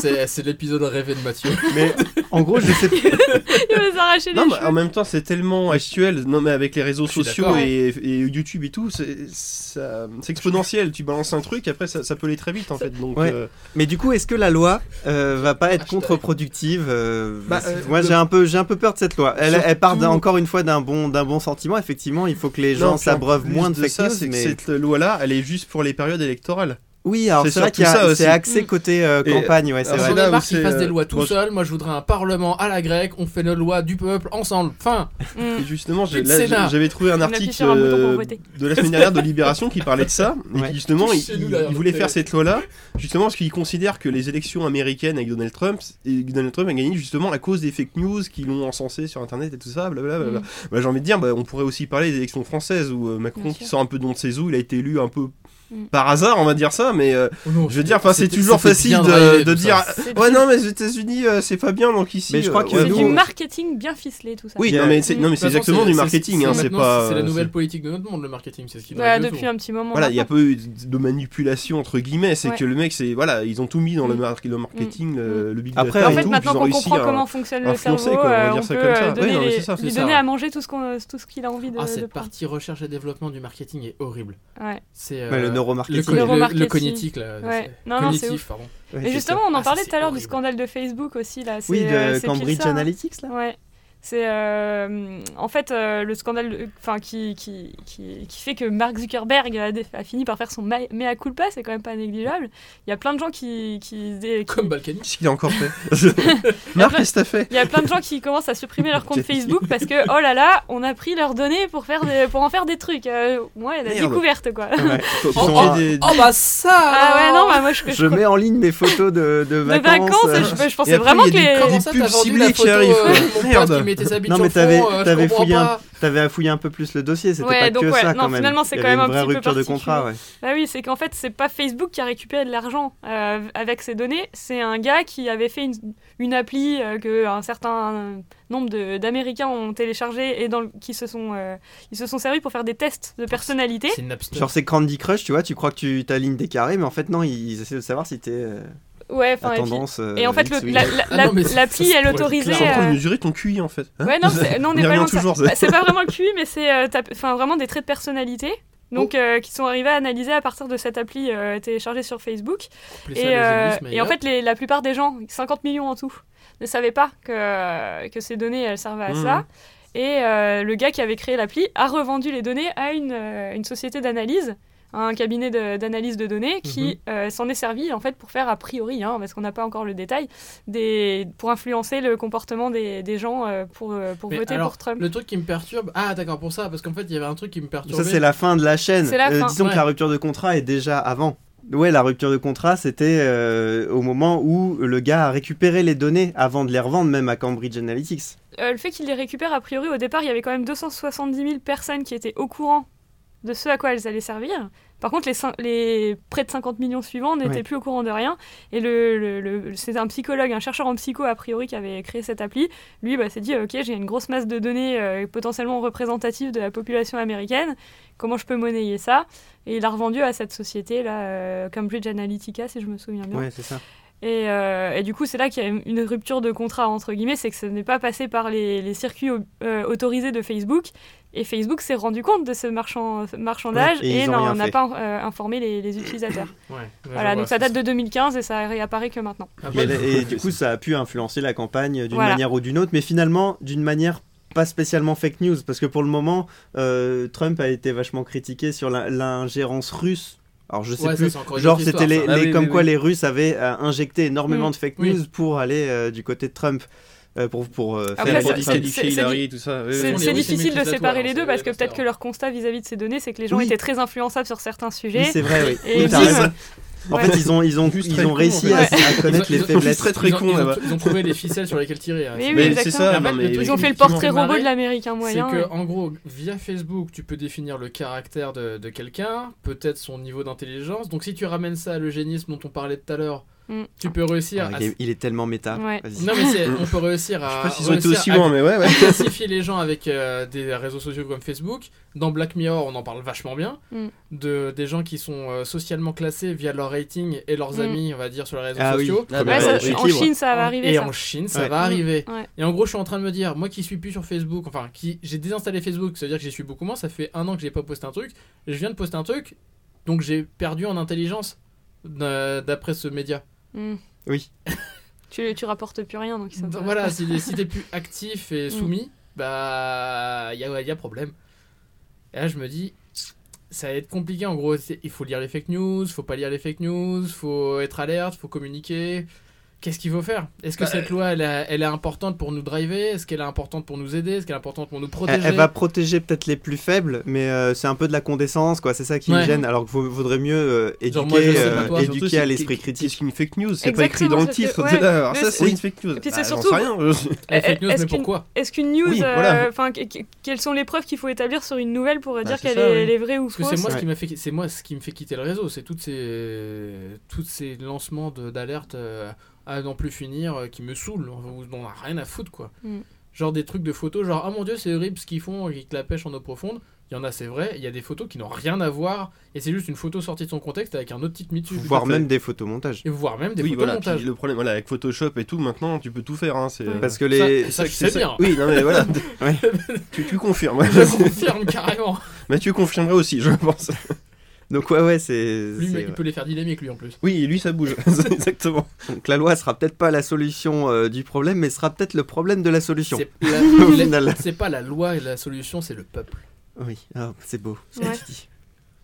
C'est c'est l'épisode rêvé de Mathieu.
Mais en gros, je sais
Il va s'arracher les
Non, mais
cheveux.
en même temps, c'est tellement actuel. Non, mais avec les réseaux
Je suis
sociaux
d'accord.
et, et YouTube et tout, c'est ça- c'est exponentiel. Tu balances un truc, après, ça, ça peut aller très vite, en fait. Donc,
Ouais.
euh,
Mais du coup, est-ce que la loi euh, va pas être
Hashtag.
contre-productive euh,
Ah, Bah,
c'est-
euh,
Moi,
le-
j'ai un peu, j'ai un peu peur de cette loi. Elle, elle part d'un-
Surtout-
encore une fois d'un bon, d'un bon sentiment. Effectivement, il faut que les gens
non, puis en
s'abreuvent
plus
moins de, fake
ça,
news,
c'est que
mais-
cette loi-là, elle est juste pour les périodes électorales.
oui, alors
c'est
c'est vrai
surtout
qu'il y a-
ça aussi.
c'est axé côté euh,
Et-
campagne, ouais, c'est
alors,
vrai.
J'en
là
ai
où
marre qu'ils
c'est,
fassent des
euh,
lois tout
moi, je-
seul. Moi, je voudrais un parlement à la grecque. On fait nos lois du peuple ensemble. Fin.
Et
Mm.
justement, j'ai-
Plus de
là,
Sénat.
j'ai- j'avais trouvé un
On appuie
article
sur un bouton pour
euh,
voter.
de la semaine dernière de Libération qui parlait de ça. Et
Ouais.
qui, justement, il,
Touchez-nous,
il-
d'ailleurs, euh,
il voulait
notre
faire
télé.
cette loi-là, justement parce qu'il considère que les élections américaines avec Donald Trump, et que Donald Trump a gagné justement à cause des fake news qui l'ont encensé sur Internet et tout ça, blablabla.
Mm.
Bah, j'ai envie de dire, bah, on pourrait aussi parler des élections françaises où euh, Macron
Bien
qui
sûr.
sort un peu de ses eaux, il a été élu un peu
Mm.
par hasard, on va dire ça, mais euh, je veux dire, enfin, c'est
C'était-
toujours
c'était
facile
bien
de,
drivé,
de
tout
dire,
ça.
C'est
ouais,
du-
non, mais les États-Unis, euh, c'est pas bien, donc ici.
Mais je
euh,
crois que
ouais,
Mm. C'est
nous,
du
on-
marketing bien ficelé, tout ça.
Oui,
Il y a-
non, mais c'est non, mais c'est
De toute
exactement
façon,
du
c'est-
marketing,
c'est-
hein,
c'est
c'est
maintenant,
pas.
C'est la
euh,
nouvelle
c'est-
politique de notre monde, le marketing. C'est ce qui
Ouais,
drive le
depuis
tout.
un petit moment.
Voilà, il y a
maintenant.
peu eu de manipulation entre guillemets, c'est
Ouais.
que le mec, c'est voilà, ils ont tout mis dans le,
Mm.
mar- le marketing, le, le big data,
Après,
et
En
Et
fait,
tout,
maintenant
puis ils
qu'on
ont réussi
comprend
à-
comment fonctionne le
influencer,
cerveau,
quoi, on va
euh,
dire
on
ça
peut
comme ça.
euh,
Ouais,
donner
non, mais
les-
c'est ça,
lui
c'est
donner
ça.
à manger tout ce qu'on- tout ce qu'il a envie de
Ah,
de
cette
prendre.
partie recherche et développement du marketing est horrible.
Ouais.
C'est euh,
Ouais, le
le,
neuromarketing.
co- le-
Neuromarketing.
le cognitif là.
Ouais.
c'est-
Non, non, c'est
cognitif,
ouf.
pardon.
Ouais,
Et
c'est
justement,
clair.
on en
Ah,
parlait
ça,
tout à l'heure
c'est
du
horrible.
scandale de Facebook aussi là. C'est,
oui,
euh,
de
c'est pile
Cambridge
ça, hein.
Analytics là.
Ouais. C'est euh, en fait euh, le scandale euh, enfin, qui, qui, qui, qui fait que Mark Zuckerberg a, dé- a fini par faire son ma- mea culpa, c'est quand même pas négligeable. Il y a plein de gens qui. qui, se dé- qui-
Comme Balkany.
Qu'est-ce qu'il a encore fait Marc, qu'est-ce que t'as fait
il y a plein de gens qui commencent à supprimer leur compte
Ok.
Facebook parce que oh là là, on a pris leurs données pour, faire des- pour en faire des trucs. Euh, Moi, il y a des
Merde.
découvertes quoi.
Ouais.
Ils
Oh,
sont-
oh,
des-
Oh bah ça
Ah ouais, non,
alors
bah, moi je, je,
Je mets en ligne mes photos de, de
de
vacances.
vacances,
euh,
je, je pensais
Et après,
vraiment
il
que
y a
les.
des
Comment
des
ça,
pubs
t'as vendu
ciblées
la
qui
photo
arrivent,
euh,
quoi.
mon pote
Merde.
qui mettait sa bite
Non,
sur
mais
le
t'avais-
front, euh, je
t'avais
comprends
fouillé un-
pas.
T'avais à fouiller un peu plus le dossier, c'était
Ouais,
pas
donc
que
ouais,
ça
non,
quand même.
finalement, c'est
Il y
quand
avait
même
une
un
vraie
petit peu
rupture de contrat, ouais.
Bah oui, c'est qu'en fait, c'est pas Facebook qui a récupéré de l'argent euh, avec ses données, c'est un gars qui avait fait une, une appli euh, que un certain nombre de- d'Américains ont téléchargé et dans le- qui se sont euh, ils se sont servis pour faire des tests de personnalité.
C'est Napster.
Genre c'est Candy Crush, tu vois, tu crois que tu t'alignes des carrés, mais en fait non, ils, ils essaient de savoir si t'es euh,
Ouais,
à
enfin et, puis-
tendance. euh,
et en fait
X ou
le-
Y.
la- la-
Ah
la-
non, mais ça-
l'appli
ça se
elle
pourrait-
autorisait
Ils sont en train
euh,
de mesurer ton QI en fait. Hein
Ouais, non, c'est- non, on
On
n'est
y
pas
revient
loin de ça.
toujours, ça.
Bah, C'est pas vraiment le QI, mais c'est euh, t'as- enfin, vraiment des traits de personnalité.
Oh.
Donc, euh, qui sont arrivés à analyser à partir de cette appli euh, téléchargée sur Facebook.
Appelez ça
Et,
le
euh,
janisme,
et en fait, les- la plupart des gens, 50 millions en tout, ne savaient pas que, que ces données, elles servaient à
Mmh.
Mhm.
ça. Et euh, le gars qui avait créé l'appli a revendu les données à une, euh, une société d'analyse, à un cabinet de- d'analyse de,
Mmh.
données qui euh, s'en est servi en fait pour faire a priori, hein, parce qu'on n'a pas encore le détail, des, pour influencer le comportement des, des gens euh, pour, euh, pour
Mais
voter
alors,
pour Trump.
Le truc qui me perturbe. Ah, d'accord, pour ça, parce qu'en fait, il y avait un truc qui me perturbait.
Ça c'est la fin de la chaîne. Euh,
C'est la fin,
disons que
ouais.
la rupture de contrat est déjà avant. Ouais, la rupture de contrat, c'était euh, au moment où le gars a récupéré les données avant de les revendre même à Cambridge Analytics.
Euh, le fait qu'il les récupère, a priori, au départ, il y avait quand même 270 000 personnes qui étaient au courant de ce à quoi elles allaient servir. Par contre, les, cin- les près de 50 millions suivants n'étaient
Ouais.
plus au courant de rien. Et le, le- le- c'est un psychologue, un chercheur en psycho, a priori, qui avait créé cette appli. Lui bah, s'est dit Ok, j'ai une grosse masse de données euh, potentiellement représentative de la population américaine. Comment je peux monnayer ça Et il a revendu à cette société, là, euh, Cambridge Analytica, si je me souviens bien.
c'est ça.
Et, euh, et du coup, c'est là qu'il y a une rupture de contrat, entre guillemets, c'est que ce n'est pas passé par les, les circuits au- euh, autorisés de Facebook. Et Facebook s'est rendu compte de ce marchand, ce marchandage
Ouais, et ils
et
ont
n'en-
rien
n'a
fait.
pas euh, informé les, les utilisateurs. voilà, donc ça date de 2015 et ça réapparaît que maintenant.
Mais là- et du coup, ça a pu influencer la campagne d'une
Voilà.
manière ou d'une autre, mais finalement, d'une manière pas spécialement fake news, parce que pour le moment, euh, Trump a été vachement critiqué sur la- l'ingérence russe. Alors je sais plus. Genre, c'était les,
Ah
les-
oui,
comme
oui,
quoi
oui.
les Russes avaient euh, injecté énormément
Mm.
de fake
Oui.
news pour aller euh, du côté de Trump, euh, pour, pour euh,
Ah
Après,
faire
ça-
la politique.
c'est-
disqualifier
c'est-
Hillary et tout ça. oui, oui.
oui,
C'est c'est
oui, c'est
difficile de
multiplicatoire,
séparer les
hein,
deux
c'est
parce que peut-être
multiplicatoire.
que leur constat vis-à-vis de ces données, c'est que les gens
Oui.
étaient très influençables sur certains sujets.
Oui, c'est vrai, oui.
Et
Oui, t'as
vive-
raison. En
Ouais.
fait, ils ont, ils ont,
Juste
ils
très
ont
con,
réussi
en
à,
fait.
à connaître
Ils
les
ont- ils ont-
faiblesses.
très, très
Ils ont-
con,
ils ont-
là-bas.
Ils ont trouvé les ficelles sur lesquelles tirer. hein.
Oui,
C'est-
oui,
Mais c'est
exactement.
ça,
En fait,
non,
le
mais-
truc
Ils ont fait le
qui m'a fait
portrait robot
marrer,
de l'américain
C'est
moyen.
que,
et-
en gros, via Facebook, tu peux définir le caractère de, de quelqu'un, peut-être son niveau d'intelligence. Donc, si tu ramènes ça à l'eugénisme dont on parlait tout à l'heure,
Mm.
tu peux réussir
Ah,
à.
il, est, il est tellement méta.
Ouais.
Vas-y.
Non, mais c'est- on peut réussir à.
Je sais pas s'ils ont été
réussir
aussi
à-
loin, mais ouais, ouais.
classifier les gens avec euh, des réseaux sociaux comme Facebook. Dans Black Mirror, on en parle vachement bien.
Mm.
De, des gens qui sont euh, socialement classés via leur rating et leurs
Mm.
amis, on va dire, sur les réseaux
Ah oui.
sociaux. euh,
Première
Ouais, ça-
équilibre.
en Chine, ça va arriver.
et
ça.
en Chine, ça
Ouais.
va
Mm.
arriver.
Ouais.
Et en gros, je suis en train de me dire, moi qui suis plus sur Facebook, enfin, qui j'ai désinstallé Facebook, ça veut dire que j'y suis beaucoup moins, ça fait un an que j'ai pas posté un truc. Je viens de poster un truc, donc j'ai perdu en intelligence euh, d'après ce média.
Mm.
Oui.
Tu, tu rapportes plus rien, donc ils sont
Donc
pas-
Bah, voilà, si, si t'es plus actif et
Mm.
soumis, bah il y a, y a problème. Et là je me dis, ça va être compliqué en gros. C'est- Il faut lire les fake news, faut pas lire les fake news, faut être alerte, faut communiquer. Qu'est-ce qu'il faut faire Est-ce
Bah,
que cette loi elle, a- elle est importante pour nous driver Est-ce qu'elle est importante pour nous aider Est-ce qu'elle est importante pour nous protéger
Elle, elle va protéger peut-être les plus faibles, mais euh, c'est un peu de la condescence, quoi. C'est ça qui me
Ouais.
gêne. Alors qu'il vaudrait mieux euh, éduquer,
Genre, moi, je sais pas
euh,
toi,
éduquer
Surtout,
à
c'est-
l'esprit
Qu'est-ce
critique.
qu'une fake news C'est pas écrit
Exactement,
dans le
c'est-
titre.
ouais.
déjà. Alors ça,
Mais
c'est
c'est-
une fake news.
Et puis c'est
Bah, j'en
surtout-
sais rien. je-
Les fake news,
Eh, Est-ce
mais
qu'une-
pourquoi
Est-ce qu'une news,
Oui, voilà.
euh, enfin, que- que- quelles sont les preuves qu'il faut établir sur une nouvelle pour dire
Bah, c'est
qu'elle
ça,
est,
oui.
elle est vraie ou
Parce que c'est
fausse
moi, ce
Ouais.
qui m'a fait- c'est moi ce qui me fait quitter le réseau, c'est toutes ces, toutes ces lancements de- d'alerte euh, à n'en plus finir euh, qui me saoulent, ou dont on a rien à foutre quoi.
Mm.
Genre des trucs de photos, genre ah mon dieu, c'est horrible ce qu'ils font avec la pêche en eau profonde. Il y en a, c'est vrai, il y a des photos qui n'ont rien à voir et c'est juste une photo sortie de son contexte avec un autre titre mis dessus.
Voire
fait.
même des photomontages.
Et voire même des
oui,
photos
voilà.
montage.
puis le problème, voilà, avec Photoshop et tout, maintenant, tu peux tout faire. hein, c'est-
Parce que les.
euh, Ça, je sais
c'est-
bien.
Oui, non, mais voilà.
Ouais.
tu, tu confirmes.
Je confirme carrément.
mais tu confirmerais aussi, je pense.
Donc, ouais, ouais, c'est.
Lui,
c'est-
il peut les faire dynamique lui en plus.
Oui, lui, ça bouge. C'est Exactement.
Donc, la loi sera peut-être pas la solution euh, du problème, mais sera peut-être le problème de la solution.
C'est
Au
la-
final.
la- c'est pas la loi et la solution, c'est le peuple.
Oui, Ah, c'est beau ce
Ouais.
que tu dis.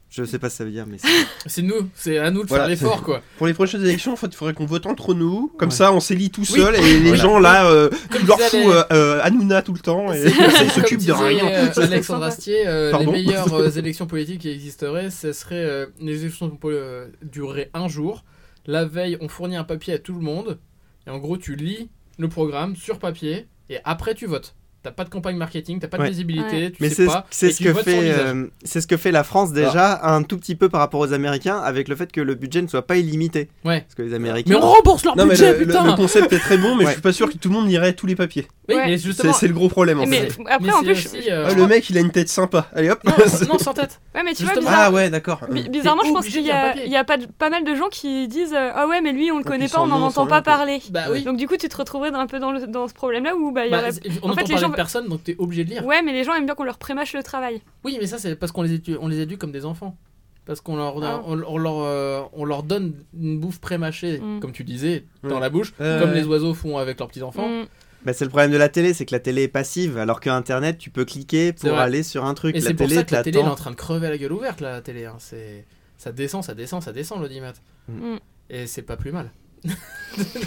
Je sais pas ce que ça veut dire, mais c'est-
C'est nous, c'est à nous de
Voilà.
faire l'effort quoi.
Pour les prochaines élections, en fait, il faudrait qu'on vote entre nous. Comme
Ouais.
ça, on s'élit tout
Oui.
seul et les
Voilà.
gens là, euh, tu leur
disait
fous
les-
euh, euh, Hanouna tout le temps et ils s'occupent de
disait,
rien.
euh, Alexandre Astier, euh, les
Pardon
meilleures euh, élections politiques qui existeraient, ce serait euh, les élections qui pourraient euh, durer un jour. La veille, on fournit un papier à tout le monde. Et en gros, tu lis le programme sur papier et après tu votes. T'as pas de campagne marketing, t'as pas de
Ouais.
visibilité, tu
Mais
sais
c'est ce-
pas.
c'est
et
ce
tu
que
votes sur
fait
l'usage.
euh, c'est ce que fait la France déjà un tout petit peu par rapport aux Américains avec le fait que le budget ne soit pas illimité.
Ouais.
Parce que les Américains.
Mais on rembourse leur
Non, mais
budget,
le, le-
putain
le concept est très bon, mais
Ouais.
je suis pas sûr que tout le monde lirait tous les papiers.
Oui,
Ouais.
mais
C'est
justement,
c'est le gros problème en
Mais
fait.
après,
mais
en
c'est
plus, je-
aussi, euh,
Ah, le mec, il a une tête sympa. Allez hop.
non, non, sans tête.
ouais, mais tu vois,
Justement.
bizarre-
ah ouais, d'accord.
bi- bizarrement,
t'es
je pense
Mm. obligé
qu'il
de
y
faire un
a,
papier.
il y a pas, de- pas mal de gens qui disent euh, Ah ouais, mais lui, on le
puis
connaît pas,
sans
on n'en
nom, sans
entend pas
rien, quoi.
parler.
Bah oui.
Donc, du coup, tu te retrouverais un peu dans, le- dans ce problème-là où bah, il y
Bah,
aurait.
on
en
entend
fait, les
parler
gens-
de personne, donc t'es obligé de lire.
Ouais, mais les gens aiment bien qu'on leur prémâche le travail.
Oui, mais ça, c'est parce qu'on les, édu- on les éduque comme des enfants. Parce qu'on leur,
Ah.
on, on leur, euh, on leur donne une bouffe pré-mâchée,
Mm.
comme tu disais, dans
Ouais.
la bouche,
Euh,
Ouais,
comme
ouais.
les oiseaux font avec leurs petits-enfants.
Mm.
Bah, c'est le problème de la télé, c'est que la télé est passive, alors que Internet, tu peux cliquer
C'est
pour
vrai.
aller sur un truc.
Et
la
c'est pour
télé,
ça que la télé, elle est
t'attends.
en train de crever la gueule ouverte, là, la télé. hein. C'est... Ça descend, ça descend, ça descend l'audimat.
Mm.
Mm.
Et c'est pas plus mal.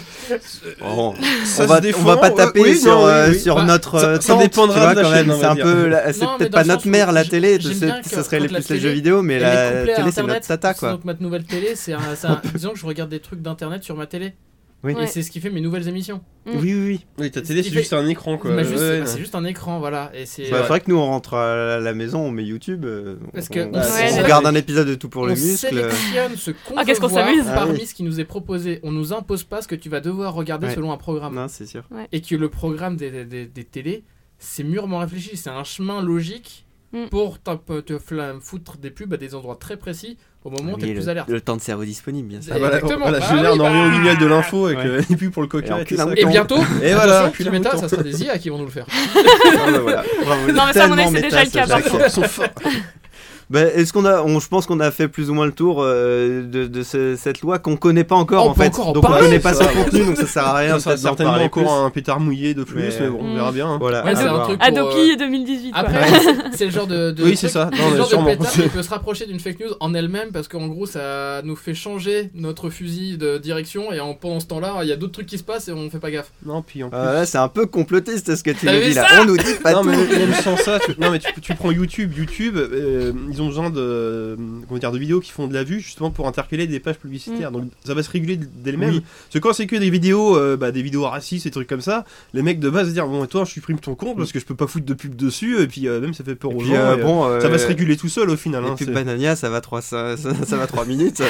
Bon,
Ça
Euh, on,
se
va,
défend,
on va pas
ouais,
taper
oui,
sur,
non, oui,
euh,
oui.
sur
Bah,
notre
ça-
euh,
ça
tente,
dépendra
tu vois,
de la
quand
chaîne,
même.
on
C'est
va
un
dire.
peu, la- c'est
mais
peut-être
dans
pas
le
notre
sens où
mère la
j'aime
télé,
bien
ce
que
ce serait
quand
les
la
plus les
télé-
jeux vidéo, mais
Elle est
la
couplée
télé
à
c'est notre
Internet,
tata
c'est
quoi.
Donc ma nouvelle télé, c'est un, c'est un- disons que je regarde des trucs d'internet sur ma télé.
Oui.
Et
Ouais.
c'est ce qui fait mes nouvelles émissions.
Mm.
Oui, oui, oui.
Oui, ta télé, c'est
Il fait-
juste un écran,
euh,
quoi.
Bah, juste-
Ouais, ouais.
c'est juste un écran, voilà. Et c'est
Bah,
ouais.
C'est vrai que nous on rentre euh, à la maison, on met YouTube, euh,
Parce
on-
que-
on,
Ouais,
on
c'est-
regarde un épisode de Tout pour
on
les muscles.
sélectionne ce qu'on
Ah,
veut
qu'est-ce qu'on
voir
s'amuse.
Ah
parmi
oui.
ce qui nous est proposé. On nous impose pas ce que tu vas devoir regarder
Ouais.
selon un programme.
Non, c'est sûr.
Et que le programme des, des, des- des télés, c'est mûrement réfléchi. C'est un chemin logique
Mm.
pour t'in- te, fla- foutre des pubs à des endroits très précis au moment où t'es
Oui,
le plus
le,
alerte.
le temps de cerveau disponible, bien sûr.
Ah, voilà,
Exactement.
voilà, je
Ah
veux dire,
oui,
on en
bah.
revient au Lignol de l'info avec
Ouais.
euh, les pubs pour le
Et en
coca et tout
cul
ça.
un
Et
Attends.
bientôt,
Et voilà,
attention, tu méta, ça sera des IA qui vont nous le faire.
Ah, bah, voilà. Bravo, il
Non,
est
mais ça, à mon avis, c'est
tellement
déjà le
méta,
cas,
ce
par
Jacques.
contre.
Ils sont forts.
Bah, Est-ce qu'on a, on- je pense qu'on a fait plus ou moins le tour euh, de, de ce- cette loi qu'on connaît pas encore
On
en
peut
fait,
encore en
donc on
parler,
connaît pas
ça.
son contenu, donc ça sert à rien.
Ça sera
peut-être d'en
certainement
parler
encore
plus.
un pétard mouillé de plus,
Mais-
mais bon, on
Mm.
verra bien. hein.
Voilà.
Ouais, c'est
à
un
voir.
truc pour,
Adopi
euh,
2018. quoi.
Après, c'est- c'est le genre de, de
Oui, c'est
truc-
ça. Non,
c'est le
mais
genre de
sûrement.
pétard qui peut se rapprocher d'une fake news en elle-même parce qu'en gros, ça nous fait changer notre fusil de direction et en, pendant ce temps-là, il y a d'autres trucs qui se passent et on fait pas gaffe.
Non, puis en plus.
Euh, là, c'est un peu complotiste ce que tu
T'as
nous
vu
dis là.
ça
On nous dit pas
non,
tout.
mais même sans ça, tu, non, mais tu, tu prends YouTube, YouTube, euh, ils ont besoin de, comment dire, de vidéos qui font de la vue justement pour interpeller des pages publicitaires. Donc ça va se réguler d'elle-même.
Oui.
Parce que quand c'est que des vidéos, euh, bah, des vidéos racistes et trucs comme ça, les mecs de base se disent bon, et toi, je supprime ton compte parce que je peux pas foutre de pub dessus, et puis euh, même ça fait peur
Et
aux
puis,
gens.
euh,
et, euh,
bon, euh, bah,
ça va se réguler tout seul au final.
Les
hein,
pubs
c'est-
Banania, ça va 3, ça, ça, ça va 3 minutes.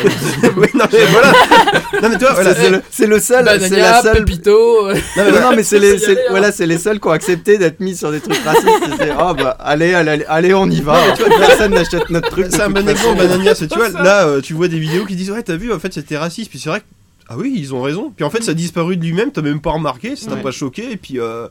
oui, non, mais voilà. non, mais toi, voilà.
C'est le- c'est le,
Bah,
seul, c'est la
Banania,
seule.
Pépito, euh,
Non, mais, non, mais c'est les,
Faut y
c'est-
aller, hein.
voilà, c'est les seuls qui ont accepté d'être mis sur des trucs racistes. C'est oh bah allez, allez, allez, allez, on y va. Personne n'achète notre truc. de
C'est un
toute
bon
façon.
exemple, Banania. c'est- Tu vois,
Ça.
là, euh, tu vois des vidéos qui disent Ouais, t'as vu, en fait, c'était raciste. Puis c'est vrai que. Ah oui, ils ont raison. Puis en fait, ça a disparu de lui-même, t'as même pas remarqué, ça t'a
Ouais.
pas choqué. Et puis. euh,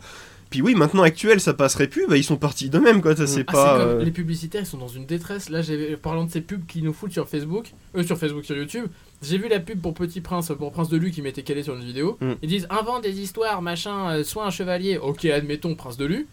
Puis oui, maintenant actuel, ça passerait plus, bah ils sont partis d'eux-mêmes quoi, ça c'est
Ah,
pas.
c'est comme
euh,
les publicitaires, ils sont dans une détresse. Là, j'ai parlant de ces pubs qui nous foutent sur Facebook, euh, sur Facebook, sur YouTube, j'ai vu la pub pour Petit Prince, pour Prince de Lu qui m'était calé sur une vidéo.
Mm.
Ils disent invente des histoires, machin, euh, sois un chevalier. Ok, admettons Prince de Lu,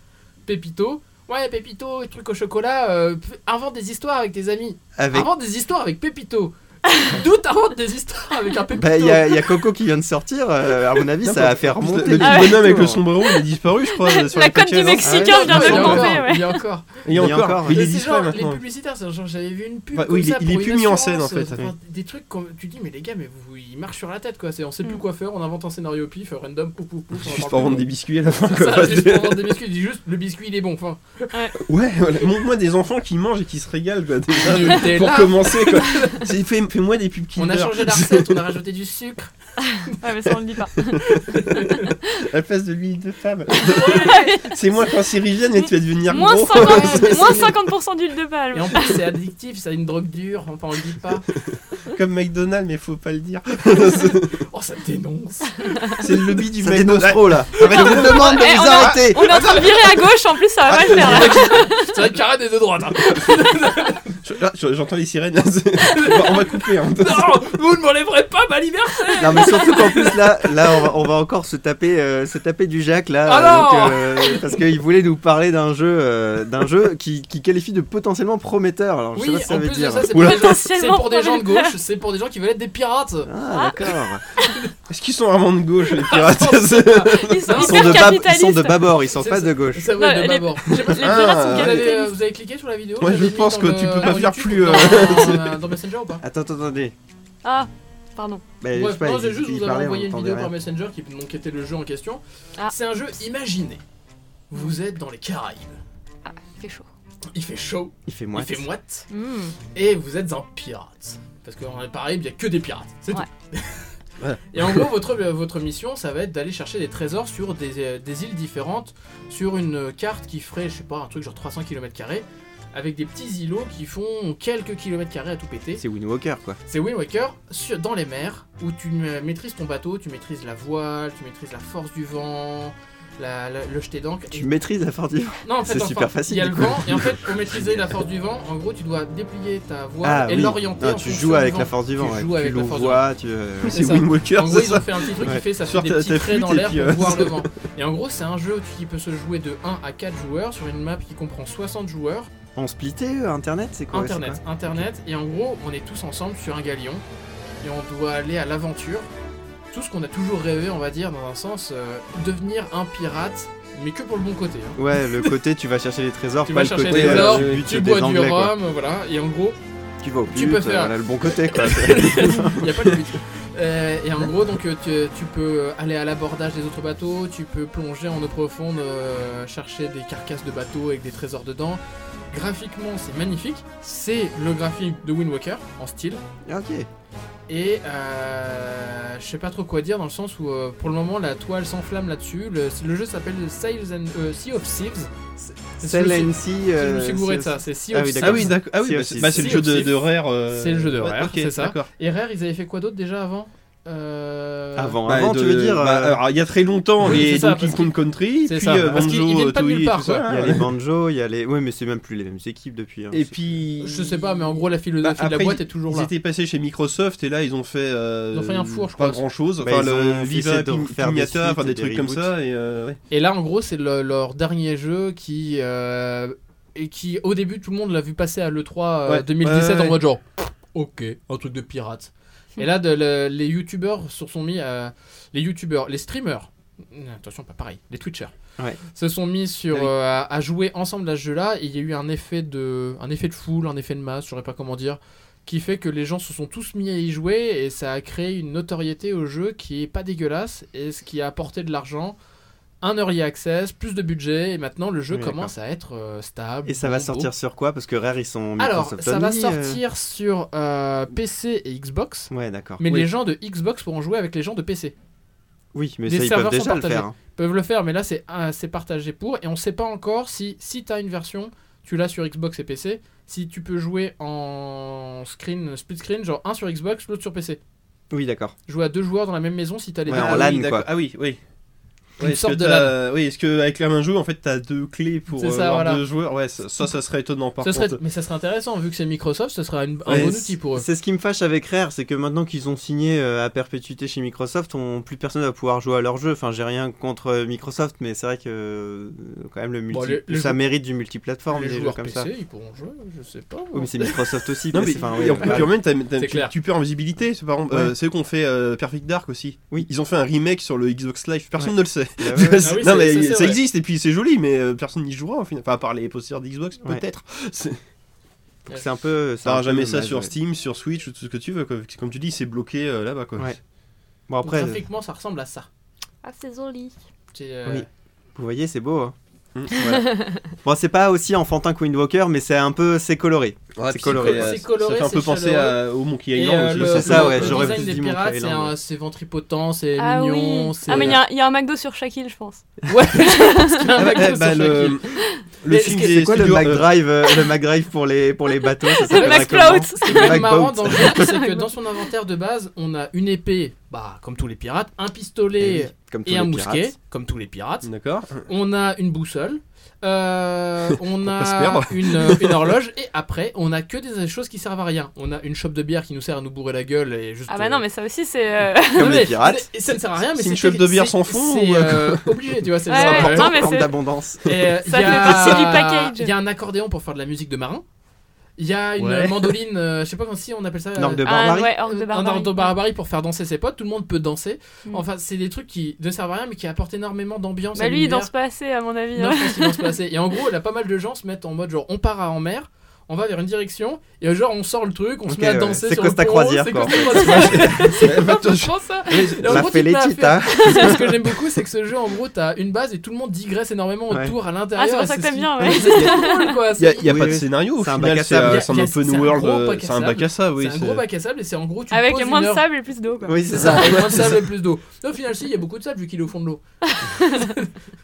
Pépito. Ouais, Pépito, truc au chocolat, euh, pff, invente des histoires avec tes amis.
Avec
Invente des histoires avec Pépito. D'où t'inventes des histoires avec un Pépito
bah il y, a y a Coco qui vient de sortir. euh, à mon avis,
non,
ça va
en
faire
plus,
remonter.
Le, le
les
petit bonhomme avec
Ah,
tours.
le sombrero, il est disparu, je crois. sur
La côte
pochette,
du
hein.
Mexicain,
Non, il
je viens de
y
me
a
Complètement
tromper.
encore,
ouais.
Il y a encore.
Et, encore,
encore,
il
Mais
est
c'est
disparu
genre,
maintenant.
Les publicitaires, c'est genre, j'avais vu une pub.
Ouais,
comme
oui, il est-
ça
il est
pour
plus
une
mis en
assurance,
scène, en fait.
enfin, Des trucs comme tu dis, mais les gars, mais vous, ils marchent sur la tête quoi. C'est, on sait plus
Mm.
quoi faire, on invente un scénario au pif, euh, random, pouf pouf pouf. on en
Juste
parle
pour
plus.
vendre des biscuits à la fin.
C'est
quoi.
ça, juste pour vendre des biscuits, il dit juste le biscuit il est bon. Enfin,
Ouais, voilà. montre-moi des enfants qui mangent et qui se régalent quoi, déjà,
t'es
pour
là.
commencer quoi. C'est- Fais- Fais-moi des pubs
on a
Kinder.
changé la recette, on a rajouté du sucre.
Ouais, mais ça, on le dit pas.
À la place de l'huile de femme. c'est moi cancérigène et tu vas devenir
Moins
gros.
50% moins 50% d'huile de
Et
palme.
en plus, c'est addictif, c'est une drogue dure, enfin on le dit pas.
Comme McDonald's, mais faut pas le dire.
Oh, ça me dénonce.
C'est le lobby du
Ça dénonce
McDonald's.
trop là.
Arrête
Je vous demande de
Eh,
vous
on a-
arrêter.
On est en train de virer à gauche, en plus, ça va pas le faire. là.
C'est un carré des deux droites. hein.
Je- là, je- J'entends les sirènes. Bon, on va couper. hein.
Non, vous ne m'enlèverez pas ma liberté.
Non mais surtout qu'en plus là, là on va, on va encore se taper, euh, se taper du Jacques là,
Ah
euh, donc, euh, parce qu'il voulait nous parler d'un jeu, euh, d'un jeu qui, qui qualifie de potentiellement prometteur. Alors je sais
Oui,
pas ce que ça
en
veut
plus de
dire.
ça, c'est pour,
Oula.
des gens- c'est
Potentiellement
pour des gens de
problème.
gauche, c'est pour des gens qui veulent être des pirates.
Ah d'accord. Ah,
Est-ce qu'ils sont vraiment de gauche, les pirates
Je pense pas.
Ils sont
Ils sont
hyper
de bas, ils
capitalistes.
sont de bâbord, ils sont
C'est
pas
ça.
de gauche.
Ça va,
Non,
de
les-
bâbord. J'ai pas-
Les pirates sont
Ah,
Vous avez, euh,
capitalistes.
vous avez cliqué sur la vidéo
Moi,
Vous
je
l'avez mis
pense
dans
que
le- euh,
tu peux
dans
pas faire
YouTube
plus,
ou Dans, dans Messenger ou pas
Attends, attends, attendez.
Ah, pardon.
Mais,
Bref,
je sais pas,
non,
il-
j'ai juste
il
vous
parlait,
avez
on
envoyé une
entendait
vidéo
rien.
par Messenger qui, donc, était le jeu en question.
Ah.
C'est un jeu, imaginez, vous êtes dans les Caraïbes,
Ah, il fait chaud.
il fait chaud,
Il fait moins.
il fait moite,
Hmm.
et vous êtes un pirate. Parce qu'en Caraïbes, il y a que des pirates, c'est
Ouais.
tout. et en gros, votre, euh, votre mission, ça va être d'aller chercher des trésors sur des, euh, des îles différentes, sur une carte qui ferait, je sais pas, un truc genre 300 km, avec des petits îlots qui font quelques kilomètres carrés à tout péter.
C'est Wind Walker quoi.
C'est Wind Waker sur- dans les mers où tu ma- maîtrises ton bateau, tu maîtrises la voile, tu maîtrises la force du vent, la- la- le jeté d'encre.
Tu
et-
maîtrises la force du vent.
Non, en fait,
c'est
enfin,
super facile,
Il y a
du
le
coup.
vent et en fait, pour maîtriser la force du vent, en gros, tu dois déplier ta voile
Ah,
et
oui.
l'orienter.
Non,
en
tu
fonction
joues
du
avec
vent.
la force du
Tu
vent. ouais.
joues avec
Tu
la
le
force
vois, tu. euh,
C'est
C'est
ça.
Wind
En
Walker,
gros,
c'est
ils ont
ça
fait un petit truc
Ouais.
qui fait ça fait
Sur
des
ta-
petits
ta
traits dans
flûte et
l'air
puis,
pour
euh,
voir le vent. Et en gros, c'est un jeu qui peut se jouer de 1 à 4 joueurs sur une map qui comprend 60 joueurs.
On splittait euh, internet, c'est quoi c'est
Internet, Internet, et en gros, on est tous ensemble sur un galion et on doit aller à l'aventure tout ce qu'on a toujours rêvé, on va dire, dans un sens, euh, devenir un pirate, mais que pour le bon côté. hein.
Ouais, le côté tu vas chercher les trésors,
Tu
pas
vas
le
chercher
côté
des
euh,
trésors,
tu butes
tu
des
bois du
anglais quoi.
rhum, voilà, et en gros,
Tu vas au
Tu
but,
peux faire.
euh, voilà le bon côté quoi.
il n'y a pas de limite. Euh, et en gros, donc euh, tu, tu peux aller à l'abordage des autres bateaux, tu peux plonger en eau profonde, euh, chercher des carcasses de bateaux avec des trésors dedans. Graphiquement, c'est magnifique. C'est le graphique de Wind Walker en style.
Ah, ok.
Et euh, je sais pas trop quoi dire dans le sens où euh, pour le moment la toile s'enflamme là-dessus. Le, le jeu s'appelle Sails and, euh, Sea of Thieves.
Celle
je me
NC.
je me suis gouré de ça, c'est Sea
Ah
of
oui,
Thieves.
d'accord.
Ah oui, d'accord. Ah oui,
Si,
bah,
si,
c'est bah, c'est
si,
le jeu de,
si.
de Rare. euh,
C'est le jeu de
ouais,
Rare,
ok,
c'est ça.
D'accord.
Et Rare, ils avaient fait quoi d'autre déjà avant Euh,
Avant,
Bah,
avant,
de-
tu veux dire
bah,
euh,
alors, il y a très longtemps,
Oui,
les
c'est ça,
Donkey
parce
Kong Country,
c'est
puis
ça,
euh,
parce qu'ils- ils
Banjo,
viennent pas de nulle
Tooie,
part,
tout ça.
Il y a les banjos, il y a les. Ouais, mais c'est même plus les mêmes équipes depuis. hein.
Et puis.
Je sais pas, mais en gros la philosophie
Bah,
de la
après,
boîte est toujours
Ils
là.
étaient passés chez Microsoft et là ils ont fait, euh,
Ils ont fait un four, je
pas
crois.
grand chose.
Bah,
Enfin,
ils ont
le
essayé
Viva,
de
Pin-
refaire des
Pignata, enfin
suites et
des
des
trucs comme
reboots.
ça. Et, euh, ouais.
Et là, en gros, c'est le- leur dernier jeu qui. euh, et qui, au début, tout le monde l'a vu passer à l'E3 euh,
Ouais,
2017
ouais, ouais.
en mode genre. Ok, un truc de pirate. et là, de- le- les youtubeurs se sont mis. à- les youtubeurs, les streamers. euh, Attention, pas pareil, les Twitchers
Ouais.
se sont mis sur
Ah oui.
euh, à, à jouer ensemble à ce jeu-là. Et il y a eu un effet de, un effet de foule, un effet de masse, je saurais pas comment dire, qui fait que les gens se sont tous mis à y jouer et ça a créé une notoriété au jeu qui est pas dégueulasse et ce qui a apporté de l'argent, un early access, plus de budget et maintenant le jeu
Oui,
commence à être euh, stable.
Et ça va
bon, beau.
sortir sur quoi Parce que Rare ils sont
Alors,
Microsoft
ça va
Only, euh,
sortir sur euh, PC et Xbox,
Ouais, d'accord.
mais
oui.
les gens de Xbox pourront jouer avec les gens de PC.
Oui, mais
les
ça ils
serveurs
peuvent déjà
sont
le
partagés.
faire. hein.
peuvent le faire, mais là c'est ah, c'est partagé pour, et on sait pas encore si si t'as une version, tu l'as sur Xbox et PC, si tu peux jouer en screen split screen, genre un sur Xbox, l'autre sur PC.
hein. Oui, d'accord.
Jouer à deux joueurs dans la même maison si t'as les
Ouais,
deux.
en
Ah oui,
LAN,
d'accord.
quoi.
Ah oui, oui.
Une
Ouais, est-ce
sorte
que
de
euh,
t'as- Oui, est-ce que avec la main jeu, en fait, t'as deux clés pour
C'est
euh,
ça,
avoir
voilà.
deux joueurs Ouais, ça, ça, ça serait étonnant par
Ce serait-
contre.
mais ça serait intéressant, vu que c'est Microsoft, ce serait une- un
Ouais,
bon
c'est-
outil pour eux.
C'est ce qui me fâche avec Rare, c'est que maintenant qu'ils ont signé euh, à perpétuité chez Microsoft, on, plus personne va pouvoir jouer à leur jeu. Enfin, j'ai rien contre euh, Microsoft, mais c'est vrai que euh, quand même le multi,
Bon, les- les
ça
jou-
mérite du multiplateforme
les
des jeux
joueurs
comme
PC,
ça. Oui,
ils pourront jouer, je sais pas.
mais c'est Microsoft aussi.
Non,
mais
mais
c'est- enfin,
et
oui,
en plus,
voilà.
puis en même, t'as- t'as-
C'est
tu,
clair.
tu perds en visibilité. C'est par exemple, euh,
Ouais.
c'est eux qu'on fait euh, Perfect Dark aussi.
Oui.
Ils ont fait un remake sur le Xbox Live. Personne ne le sait.
Ah ouais.
Ah oui,
non, mais
c'est- ça,
ça,
c'est vrai.
existe et puis c'est joli, mais euh, personne n'y jouera au final. Enfin, à part les posters d'Xbox,
Ouais.
peut-être. C'est-
Donc, C'est un peu. c'est un
T'auras
peu
jamais ça
dommage,
sur
ouais.
Steam, sur Switch ou tout ce que tu veux. quoi. Comme tu dis, c'est bloqué euh, là-bas. quoi.
Ouais. Bon après, euh,
Graphiquement, ça ressemble à ça.
Ah, c'est joli.
C'est, euh,
Oui. vous voyez, c'est beau. hein.
Mm.
Voilà. bon, c'est pas aussi enfantin que Windwalker, mais c'est un peu, c'est coloré.
Ouais,
C'est
puis
coloré.
euh,
C'est coloré,
Ça fait un peu
c'est
penser à- au Monkey
Et,
Island
euh,
aussi.
le,
c'est ça,
le-
ouais,
le
j'aurais
design
plus
des
dit Monkey
pirates, c'est
Island,
un-
ouais.
c'est ventripotent, c'est
ah
mignon,
oui.
c'est.
Ah, mais il y, a- il y a un McDo sur chaque île, je pense.
Ouais, parce qu'il y
Ah
a un
bah,
mec
eh
sur
bah,
chaque île.
le, le
Mais
film
ce qui est-
des
C'est quoi le
studios, euh,
McDrive, euh, le McDrive pour les pour les bateaux ça
Le
s'appellerait
McFloat.
comment
Ce qui est
Black
marrant
Bolt.
dans le jeu, c'est que dans son inventaire de base, on a une épée, bah, comme tous les pirates, un
Eh
pistolet
oui, comme tous
et, un
les
mousquet,
pirates.
comme tous les pirates.
D'accord.
On a une boussole, euh, on
pas se
a
perdre.
une, euh, une horloge, et après, on a que des choses qui servent à rien. On a une chope de bière qui nous sert à nous bourrer la gueule et juste.
Ah, bah
euh,
non, mais ça aussi, c'est. euh,
non,
Comme
mais
les pirates.
c'est- Ça ne sert à rien, mais
C'est une
c'est-
chope de bière sans
c'est-
fond,
C'est
ou,
euh, obligé, tu vois, c'est
Ouais,
genre,
ouais.
euh,
Non, mais
Forme
c'est-
d'abondance.
et euh,
Ça
il y
fait
a-
partie du package.
Il y a un accordéon pour faire de la musique de marin. Il y a une
Ouais.
mandoline, euh, je sais pas comment si on appelle ça.
Une orgue de
un-
barbarie.
ouais, orgue de
un
barbarie.
ordre de barbarie pour faire danser ses potes, tout le monde peut danser.
Mm.
Enfin, c'est des trucs qui ne servent à rien mais qui apportent énormément d'ambiance. à
Bah, lui, il
l'univers.
danse pas assez, à mon avis.
Non,
hein.
je pense qu'il danse pas assez. Et en gros, là, pas mal de gens se mettent en mode genre on part à en mer, on va vers une direction et genre on sort le truc, on se
Ok,
met à
ouais.
danser.
C'est
sur le
Costa
pont,
Croisière,
C'est
quoi,
Costa Croisière.
Attends,
Je pense ça.
Et en
La
gros, tu te mets à
felicita.
faire- C'est ce que j'aime beaucoup, c'est que ce jeu, en gros, t'as une base et tout le monde digresse énormément
Ouais.
autour à l'intérieur.
Ah, c'est pour
et
ça
ce
que t'aimes
qui-
bien,
Mais
ouais.
c'est cool, quoi.
Il y a,
C'est
y a
Oui,
pas de
oui.
scénario au
C'est un
final,
bac à
c'est
sable.
euh,
Y a-
c'est
y
un
a-
open
c'est un
world,
gros
euh,
bac à
c'est un
sable.
bac à sable, oui.
c'est un
c'est-
gros bac à sable et c'est en gros tu
Avec
poses
moins
une
de
heure-
sable et plus d'eau, quoi.
Oui,
C'est
c'est
ça,
ça.
avec
Ouais,
moins de
c'est
sable
ça.
et plus d'eau. Au final, si, il y a beaucoup de sable vu qu'il est au fond de l'eau.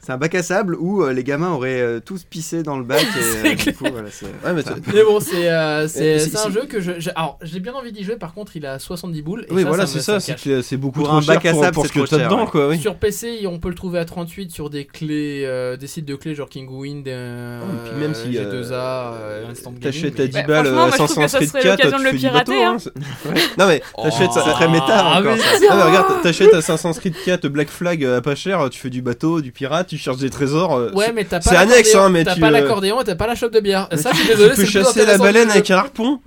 C'est un bac à sable où euh, les gamins auraient euh, tous pissé dans le bac. Et,
C'est
euh, du
clair.
coup, voilà, c'est-
Ouais, mais t-
Mais bon, c'est euh, c'est-
Euh,
c'est
si-
un
si-
jeu que je. je- alors, j'ai bien envie d'y jouer, par contre, il a 70 boules. Et
oui,
ça,
voilà,
me-
c'est ça,
me
c'est
cache.
que c'est beaucoup
Pour
trop
un
cher
bac à
pour,
sable,
pour
c'est
ce que
trop
t'as
cher,
dedans,
ouais.
quoi, oui.
Sur PC, on peut le trouver à 38 sur des clés, euh, des sites de clés genre King Wind, euh,
Ah, et puis même si,
G2A,
euh,
euh, Instant Gaming.
T'achètes
mais-
à 10
Ouais,
balles
franchement, moi,
euh,
je trouve
500
que ça
Street
serait
4,
l'occasion
tu
de le
fais du
pirater,
bateau, hein, c'est- Non, mais t'achètes
ça serait méta
Ah,
encore.
mais-
ça.
Ah bah regarde, t'achètes à 500 Street 4 Black Flag euh, à pas cher, tu fais du bateau, du pirate, tu cherches des trésors. euh,
Ouais, mais t'as pas.
c'est annexe,
l'accordéon-
hein, mais
T'as
tu,
pas
euh,
l'accordéon et t'as pas la chope de bière.
Mais
ça,
tu-
je suis désolé,
tu peux
c'est
chasser la
intéressant
baleine
du
avec
jeu.
un harpon.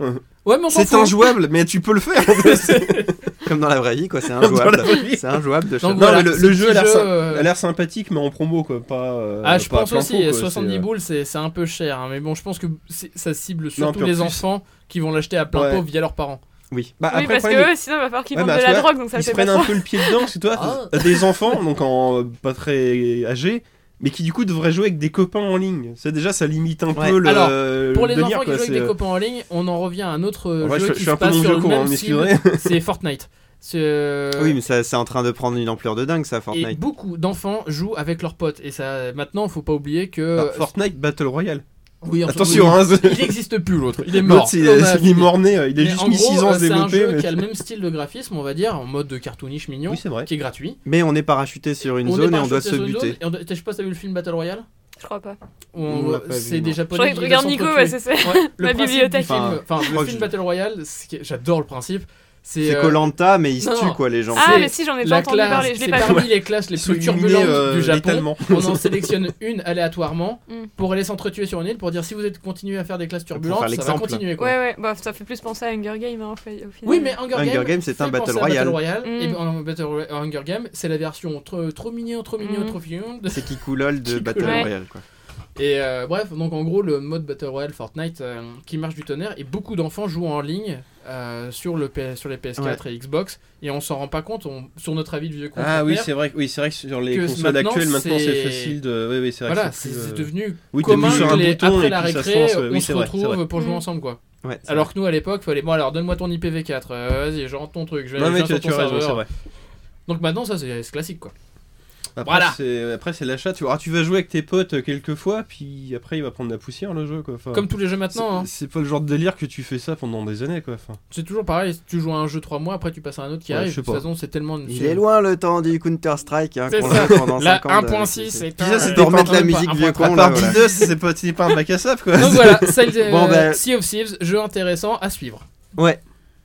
Ouais, mais on s'en
C'est
fout.
injouable, mais tu peux le faire. en fait.
Comme dans la vraie vie, quoi, c'est
Dans la
injouable.
vie.
C'est injouable de
Donc
chasser.
voilà,
mais le-
ce
le
petit
jeu a l'air sympa.
euh,
Elle a l'air sympathique, mais en promo, quoi. Pas, euh,
Ah, je
pas à
pense
plein
aussi,
pot, quoi, c'est,
70
euh,
boules, c'est c'est un peu cher, hein, mais bon, je pense que c'est- ça cible
puis
surtout
en
les
plus-
enfants qui vont l'acheter à plein
Ouais.
pot via leurs parents.
Oui. Bah, après,
oui,
le
parce
problème,
que eux, sinon, il va falloir qu'ils
Ouais,
vendent
mais
de
à
la
toi,
drogue, donc ça le
Ils se
fait pas
prennent
trop.
un peu le pied dedans, parce que toi,
Ah.
t'as des enfants, donc en, euh, pas très âgés, mais qui du coup devraient jouer avec des copains en ligne. C'est déjà, ça limite un
Ouais.
peu le,
Alors,
le
Pour les
délire,
enfants qui jouent
quoi,
avec
c'est, euh,
des copains en ligne, on en revient à un autre euh,
En vrai,
jeu
je-
qui
je suis
se
un peu
passe
mon
sur
vieux
le
con, hein,
même cible,
m'excuserai.
c'est Fortnite. C'est, euh,
Oui, mais ça, c'est en train de prendre une ampleur de dingue, ça,
Et
Fortnite.
beaucoup d'enfants jouent avec leurs potes. Et ça, maintenant, faut pas oublier que. euh,
Bah, Fortnite Battle Royale.
Oui, en-
Attention,
oui.
hein, c'est-
il n'existe plus l'autre. Il est mort.
l'autre, il est,
On a
il est morné, euh, il est
Mais
juste
en
mis
gros,
6 ans à se
euh, c'est un
développer.
jeu
mais-
qui a le même style de graphisme, on va dire, en mode cartooniche mignon,
Oui, c'est vrai.
qui est gratuit.
Mais on est parachuté sur une
On est
zone et
par
on doit
shooter
se
zone
buter.
zone, et on doit- Je sais pas si t'as vu le film Battle Royale
Je crois pas.
Où
On
on-
l'a pas vu,
C'est
non.
des
Je
japonais.
crois que
qui
je regarde
les
Nico,
entretuent.
ouais, c'est c'est.
Ouais, le
Ma
principe
bibliothèque.
du film,
Enfin,
enfin,
je
le
crois que
film
je-
Battle Royale, c'est que- j'adore le principe. C'est
C'est
euh,
Colanta, mais il se
non,
tue,
non.
quoi, les gens.
Ah,
c'est
mais si, j'en ai
la
pas entendu
classe-
parler, je l'ai
C'est
pas vu.
parmi les classes les plus turbulentes
euh,
euh,
du Japon.
Totalement.
On en sélectionne une aléatoirement
Mm.
pour aller s'entretuer sur une île pour dire si vous êtes continué à faire des classes
faire
turbulentes, ça va
l'exemple.
continuer. Quoi.
Ouais, ouais, bah, ça fait plus penser à Hunger Games hein, au fait- au final.
Oui, mais Hunger,
Hunger
Games,
Games, c'est un
fait
Battle
penser à
Royale.
Mm.
Et en Battle Royale- Hunger Games, c'est la version trop, trop mignon, trop mignon,
Mm.
trop mignon.
C'est qui coulole de
Qui
Battle
coulole.
Royale, quoi.
Et euh, bref, donc en gros, le mode Battle Royale Fortnite euh, qui marche du tonnerre et beaucoup d'enfants jouent en ligne euh, sur, le PS, sur les PS4 et Xbox et on s'en rend pas compte on- sur notre avis de vieux compte.
Ah oui,
Fortnite,
c'est vrai, que- oui, c'est vrai que sur les
Que
consoles
maintenant,
actuelles, maintenant c'est
c'est-
facile de. Oui, oui, c'est vrai
Voilà,
que c'est
c'est
plus,
c'est
euh,
devenu
oui,
commun
t'appuies sur un
que les-
bouton
après
et
la
puis ça se
récré,
lance, ouais,
on
oui,
se
c'est vrai, c'est
retrouve
vrai.
pour jouer
Mm.
ensemble quoi.
Ouais, c'est
Alors que nous à l'époque, fallait bon alors donne-moi ton IPv4, euh, vas-y, je rentre ton truc, je vais
Non, mais
aller
tu,
sur
tu
ton
as raison,
serveur.
c'est vrai.
Donc maintenant, ça c'est c'est classique quoi.
Après,
Voilà.
c'est- Après, c'est l'achat. Tu... vois. Alors, tu vas jouer avec tes potes euh, quelques fois, puis après, il va prendre de la poussière le jeu. Quoi. Enfin,
Comme tous les jeux
c'est-
maintenant, hein.
C'est pas le genre de délire que tu fais ça pendant des années. Quoi. Enfin,
c'est toujours pareil. Tu joues à un jeu 3 mois, après tu passes à un autre qui
Ouais,
arrive.
je
De
sais
toute
pas.
façon, c'est tellement.
Il
c'est-
est loin le temps du Counter-Strike, hein,
C'est
qu'on
ça.
a pendant
La
5 ans de-
1.6, c'est
Puis ça,
un-
c'était pour mettre la
un point-
musique
un
vieux
point-
con,
à
là,
part
voilà.
Beatles, c'est pas, c'est pas un bac à sable. Quoi.
Donc voilà, Side- euh,
Bon, ben-
Sea of Thieves, jeu intéressant à suivre.
Ouais,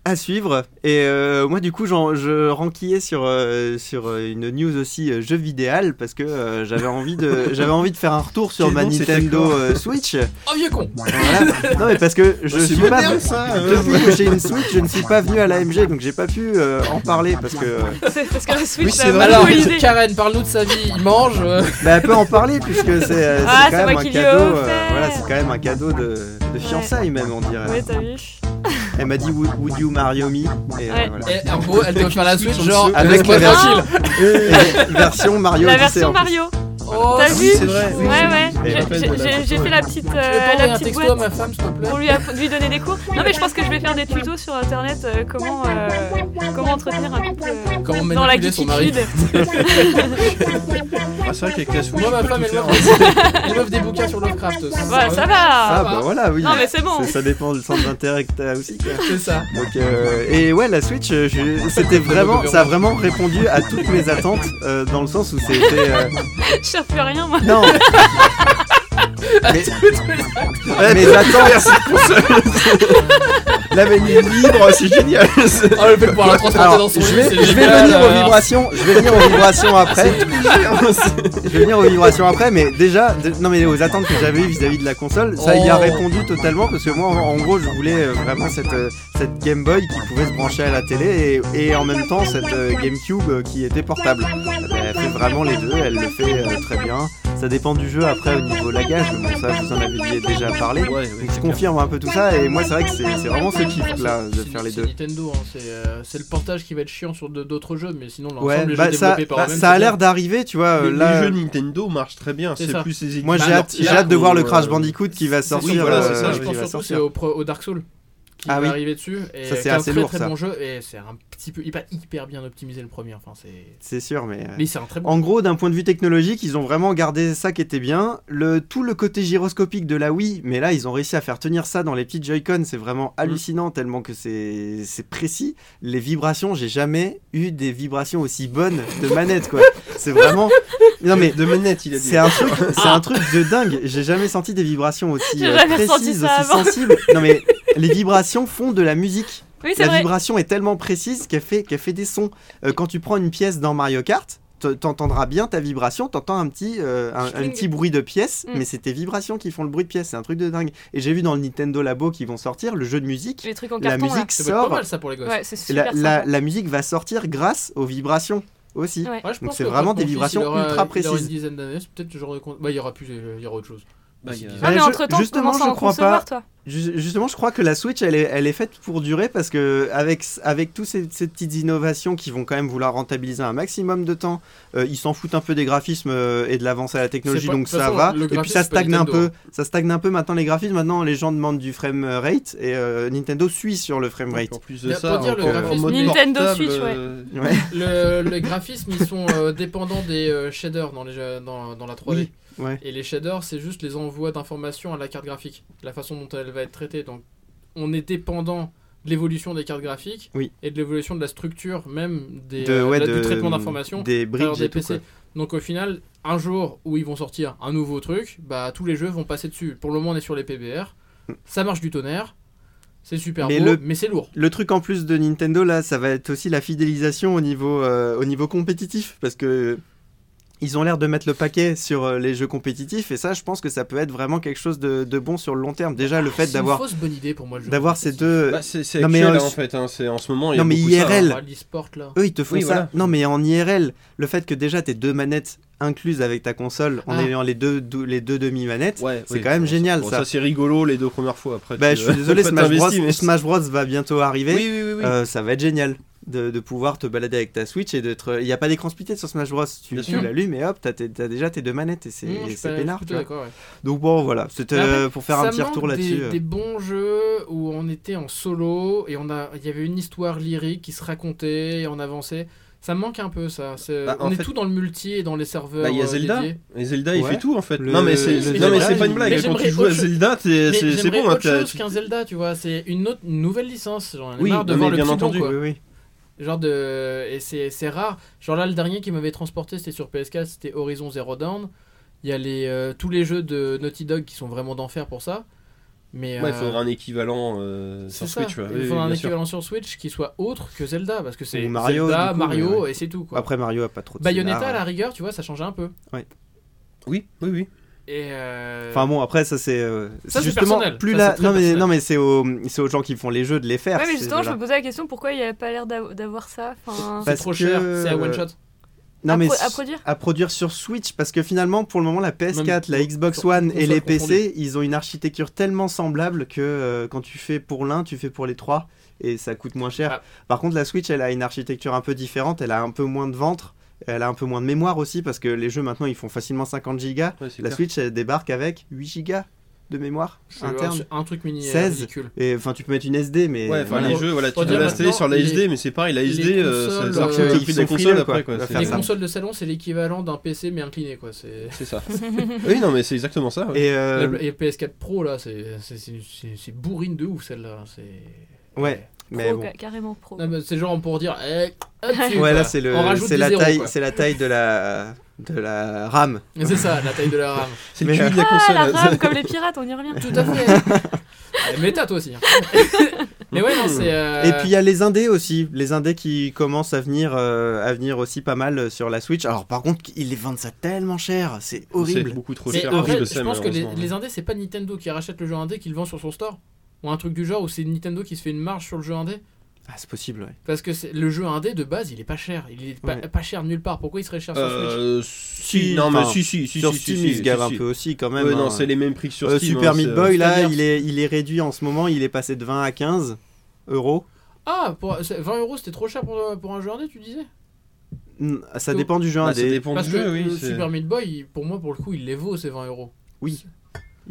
à suivre. Et euh, moi, du coup, j'en- je ranquillais sur, euh, sur euh, une news aussi euh, jeu vidéal parce que euh, j'avais envie, de- j'avais envie de faire un retour sur
Quel
ma
nom, cet
Nintendo
accord
euh, Switch.
Oh vieux con
Voilà. Non, mais parce que je
Ouais, c'est
suis pas.
moderne, ça. euh.
Depuis que j'ai une Switch, je ne suis pas venu à l'AMG donc j'ai pas pu euh, en parler parce que. euh,
C'est parce que la Switch,
Oui,
ça
c'est
a
vrai.
Alors,
beaucoup l'idée.
Karen, parle-nous de sa vie. Il mange. euh,
Bah, elle peut en parler puisque c'est euh, c'est
Ah,
quand
c'est
même
moi
un
qui lui ai
cadeau. euh,
offert.
voilà, c'est quand même un cadeau de, de fiançailles même, on dirait.
Ouais, t'as vu.
Elle m'a dit Would, would you marry me Et, euh,
Ouais.
voilà.
et en gros, elle doit faire la suite,
Switch en
genre
dessous.
Avec
avec moi
la version-
tranquille.
Et version Mario
La
Odyssey, en
version
plus. Ah,
Mario.
Oh,
T'as
oui,
vu
c'est vrai, oui,
Ouais, ouais.
Et
J'ai-
rappelle de
j'ai-
la
J'ai j'ai
photo,
fait la petite,
je
euh,
vais t'envoyer
la
un
petite
texto à
boîte
ma femme, s'il te plaît.
pour lui, app- lui donner des cours. Non, mais je pense que je vais faire des tutos sur internet euh, comment, euh, comment entretenir un couple euh,
Comment
dans la
manipuler son mari.
geekitude.
Ah, c'est vrai qu'avec la Switch,
Moi, ma
tu peux
femme,
tout
elle
faire.
m'offre- elle m'offre des bouquins sur Lovecraft.
Voilà, ça
Ah,
va.
bah voilà, oui.
Non, mais c'est bon.
Ça- Ça dépend du centre d'intérêt que t'as aussi. quoi.
C'est ça.
Donc, euh, et ouais, la Switch, euh, je- c'était vraiment, ça a vraiment répondu à toutes mes attentes euh, dans le sens où c'était. euh,
Je cherche plus rien, moi.
Non. mais, mais attends,
La manip libre, c'est génial. C'est-
Oh, le fait de pouvoir la transporter dans
alors,
son
je
lit,
vais,
c'est
je vais
génial,
venir aux
euh,
vibrations, je vais venir aux vibrations après. Je vais venir aux vibrations après, mais déjà, de- non mais aux attentes que j'avais eues vis-à-vis de la console, ça y a
Oh.
répondu totalement parce que moi, en, en gros, je voulais euh, vraiment cette, euh, cette Game Boy qui pouvait se brancher à la télé et, et en même temps cette euh, GameCube euh, qui était portable. Elle fait vraiment les deux, elle le fait euh, très bien. Ça dépend du jeu après au niveau lagage, mais bon, ça, je vous en avais déjà parlé.
Ouais, ouais,
Donc
c'est
je
clair.
confirme un peu tout ça et moi c'est vrai que c'est c'est vraiment ce kiff là de
C'est-
faire les
c'est
deux.
Nintendo, hein, c'est euh, c'est le portage qui va être chiant sur de- d'autres jeux, mais sinon l'ensemble
Ouais,
des
bah,
jeux
ça,
développés par
bah,
eux-mêmes,
ça a
c'est
l'air
bien.
d'arriver, tu vois.
Les,
euh, là,
les jeux Nintendo marchent très bien.
C'est
C'est
ça.
plus les
moi j'ai
bah,
hâte,
Naughty
j'ai hâte de
Dog
voir le
ou,
Crash
euh,
Bandicoot qui va sortir.
Oui, voilà, c'est
euh,
ça, je
qui
pense
va
surtout c'est
sortir.
au, pro- au Dark Souls qui
Ah
va
oui.
arriver dessus et
Ça, c'est
qui est un
assez
très
lourd,
très
ça.
bon jeu et c'est un petit peu hyper, hyper bien optimisé le premier enfin c'est
C'est sûr, mais. euh,
mais c'est un très bon
En gros, d'un point de vue technologique, ils ont vraiment gardé ça qui était bien. Le, tout le côté gyroscopique de la Wii, mais là, ils ont réussi à faire tenir ça dans les petites Joy-Con. C'est
Mm.
vraiment hallucinant tellement que c'est c'est précis. Les vibrations, j'ai jamais eu des vibrations aussi bonnes de manette, quoi. C'est vraiment. Non, mais
De manette, il a dit.
C'est un truc, c'est un truc de dingue. J'ai jamais senti des vibrations aussi
J'ai
euh,
jamais ressenti
précises,
ça
aussi
avant.
sensibles. Non mais les vibrations font de la musique.
Oui, c'est
La
vrai.
vibration est tellement précise qu'elle fait, qu'elle fait des sons. Euh, quand tu prends une pièce dans Mario Kart, t- t'entendras bien ta vibration, t'entends un petit, euh, un, un
Swing.
petit bruit de pièce,
Mm.
mais c'est tes vibrations qui font le bruit de pièce, c'est un truc de dingue. Et j'ai vu dans le Nintendo Labo qui vont sortir le jeu de musique,
Les trucs en
la
carton. là.
musique
Ça peut être pas
sort,
mal ça pour les gosses.
Ouais, c'est
la,
super.
la-
sympa.
la musique va sortir grâce aux vibrations aussi.
Ouais.
Ouais, je
Donc
pense
c'est
que
vraiment
quand
des
mon fils,
vibrations
il aura-
ultra
Il aura
précises.
une dizaine d'années, c'est peut-être le genre de. con- Bah, il y aura plus, euh, il y aura autre chose.
Bah, il y a-
Ah,
Ouais,
mais
je-
entre temps, tu
justement,
commences à
je
en
crois
concevoir,
pas.
toi.
Ju- Justement, je crois que la Switch, elle est, elle est faite pour durer parce que avec, avec toutes ces, ces petites innovations qui vont quand même vouloir rentabiliser un maximum de temps, euh, ils s'en foutent un peu des graphismes euh, et de l'avancée à la technologie,
C'est pas- de
donc
toute
ça
façon,
va.
le
Et puis
graphisme,
ça
c'est pas
stagne un
Nintendo,
peu. Ça stagne un peu maintenant les graphismes. Maintenant, les gens demandent du frame rate et euh, Nintendo suit sur le frame
Et puis
rate.
En plus
Mais
de
pour
ça,
dire,
en-
le
en
graphisme
mode
Nintendo
portable,
Switch, ouais.
euh,
Ouais.
Le, le graphisme, ils sont euh, dépendants des euh, shaders dans, les, jeux- dans, dans la 3D.
Oui, ouais.
Et les shaders, c'est juste les envois d'informations à la carte graphique, la façon dont elle va être traitée. Donc, on est dépendant de l'évolution des cartes graphiques
Oui.
et de l'évolution de la structure même des,
De-
euh,
ouais,
la-
de-
du traitement d'informations
Des
par
bridges
des
et tout,
PC.
quoi.
Donc, au final, un jour où ils vont sortir un nouveau truc, bah, tous les jeux vont passer dessus. Pour le moment, on est sur les PBR.
Mm.
Ça marche du tonnerre. C'est super
Mais
beau,
le-
mais c'est lourd.
Le truc en plus de Nintendo là, ça va être aussi la fidélisation au niveau, euh, au niveau compétitif parce que ils ont l'air de mettre le paquet sur euh, les jeux compétitifs et ça, je pense que ça peut être vraiment quelque chose de, de bon sur le long terme. Déjà le fait
C'est une
d'avoir
fausse bonne idée pour moi. le jeu.
d'avoir ces deux,
bah, c'est c'est
Non, mais,
actuel,
euh,
hein, en fait. hein, c'est en ce moment. il y a
Non, mais
beaucoup ça,
IRL,
hein.
Ah, l'e-sport là.
eux ils te font
Oui,
ça.
voilà.
Non mais en IRL, le fait que déjà t'aies deux manettes incluses avec ta console en
Ah.
ayant les deux, dou- les deux demi manettes.
Ouais,
C'est
oui,
quand même
bon,
génial,
bon,
ça.
Ça, c'est rigolo les deux premières fois. Après,
Bah,
tu-
je suis désolé,
t'as
Smash Bros,
investi, mais-
Smash Bros va bientôt arriver.
Oui, oui, oui. oui.
Euh, ça va être génial de, de pouvoir te balader avec ta Switch et d'être. Il n'y a pas d'écran splitté sur Smash Bros. Tu,
Bien
tu
sûr.
l'allumes et hop, t'as, tes- t'as déjà tes deux manettes et c'est,
Non, je suis
c'est
pas- je suis
peinard.
plutôt
tu vois.
d'accord, ouais.
Donc bon, voilà, c'était
Mais après,
euh, pour faire
Ça
un petit
manque
retour
des-
là-dessus.
euh.
euh,
Des, bons jeux où on était en solo et on a, il y avait une histoire lyrique qui se racontait et on avançait. Ça me manque un peu ça. C'est-
Bah, en
on est
fait-
tout dans le multi et dans les serveurs.
Bah, il y a
euh,
Zelda.
dédiés.
Et Zelda, il
Ouais.
fait tout en fait.
Le-
Non, mais c'est
le
non, mais
Zelda,
c'est pas
il-
une
Mais
blague. Quand tu
j'aimerais
joues à
autre chose.
Zelda, t'es- c'est
Mais
c'est
j'aimerais
bon. hein,
autre
t'as-
chose
tu-
qu'un Zelda, tu vois. C'est une autre, une nouvelle licence. J'en ai
Oui,
marre de
non,
voir
mais
le
bien
petit
entendu,
nom,
Oui,
quoi.
oui, oui.
Genre de euh, et c'est c'est rare. Genre là le dernier qui m'avait transporté c'était sur PS4, c'était Horizon Zero Dawn. Il y a les euh, tous les jeux de Naughty Dog qui sont vraiment d'enfer pour ça. Mais
Ouais, il
euh,
faudra un équivalent euh,
C'est
sur
ça.
Switch. ouais.
Il
Oui,
faut
oui,
un
bien sûr.
équivalent sur Switch qui soit autre que Zelda, parce que c'est
Ou Mario,
Zelda,
du coup,
Mario
mais ouais.
et c'est tout. Quoi.
Après, Mario a pas trop de
Bayonetta
scénar.
à la rigueur, tu vois, ça changeait un peu.
Oui, oui, oui.
Et euh,
Enfin bon, après, ça c'est. euh,
Ça, c'est
justement
personnel.
plus
Ça,
la-
c'est très
Non, mais,
personnel.
non, mais c'est, aux, c'est aux gens qui font les jeux de les faire.
Ouais, mais
ces
justement, je
jeux-là.
me posais la question pourquoi il n'y a pas l'air d'av- d'avoir ça. Enfin,
c'est
parce
trop
que,
cher, c'est à
euh,
one shot.
Non,
à,
mais
pro- à
s-
produire.
à produire sur Switch parce que finalement pour le moment la PS4,
Même
la Xbox
sur-
One
console
et les
confondue.
PC ils ont une architecture tellement semblable que euh, quand tu fais pour l'un tu fais pour les trois et ça coûte moins cher.
Ah.
Par contre la Switch elle a une architecture un peu différente, elle a un peu moins de ventre, elle a un peu moins de mémoire aussi parce que les jeux maintenant ils font facilement 50 gigas.
Ouais, c'est
La
clair.
Switch elle débarque avec 8 gigas de mémoire
Je-
interne.
Un truc mini euh,
16.
ridicule.
Et enfin tu peux mettre une SD mais
Ouais, enfin
voilà.
les jeux, voilà, tu
On
peux
dirait
l'installer sur la
maintenant,
SD, mais c'est pareil, la
les
SD, euh,
consoles,
ça
euh,
reprend le
ils
prix
sont
des consoles
frileux,
après,
quoi,
quoi.
de
c'est-
faire
Les
ça.
consoles de salon, c'est l'équivalent d'un PC mais incliné, quoi. C'est
C'est ça. oui, non, mais c'est exactement ça. ouais.
Et euh,
La- et PS4 Pro là, c'est c'est- c'est- c'est- c'est bourrine de ouf celle-là. C'est
ouais, mais
pro,
bon.
ca- carrément pro.
Non, mais C'est genre pour dire. eh, hop, tu-
Ouais,
voilà.
là c'est le
On rajoute
c'est
des
la
zéros,
taille
quoi.
c'est la taille de la de la RAM.
C'est ça, la taille de la RAM.
C'est le
mais-
cul de la
Ah, la
console.
rame, comme les pirates, on y revient.
Tout à fait. Méta toi aussi. hein. Mais ouais, non, c'est. euh,
Et puis il y a les indés aussi, les indés qui commencent à venir, euh, à venir aussi pas mal euh, sur la Switch. Alors par contre, ils les vendent ça tellement cher, c'est
C'est
horrible.
beaucoup trop
mais
cher.
en
oui, le
fait, je
sais,
pense que les,
malheureusement.
les indés, c'est pas Nintendo qui rachète le jeu indé, qui le vend sur son store. Ou un truc du genre où c'est Nintendo qui se fait une marge sur le jeu indé.
Ah, c'est possible, ouais.
Parce que c'est- le jeu indé de base, il est pas cher. Il est pas,
Ouais.
pas cher nulle part. Pourquoi il serait cher sur Switch
Euh, si,
Si,
non, mais
enfin,
si, si, si.
sur
si, si,
Steam,
si,
ils se
si,
gavent
si.
un peu aussi quand même.
Ouais,
hein.
non, c'est les mêmes prix que sur
Euh,
Steam.
Super
hein,
Meat
c'est-
Boy, là,
c'est-à-dire-
il est, il est réduit en ce moment, il est passé de 20 à 15 euros.
Ah, pour, c'est- 20 euros, c'était trop cher pour, pour un jeu indé, tu disais
Mm, Ça
Tout.
dépend du jeu
Bah, ça
indé.
dépend
Parce
du
que
jeu,
le
oui. c'est-
Super Meat Boy, il- pour moi, pour le coup, il les vaut ces 20 euros.
Oui.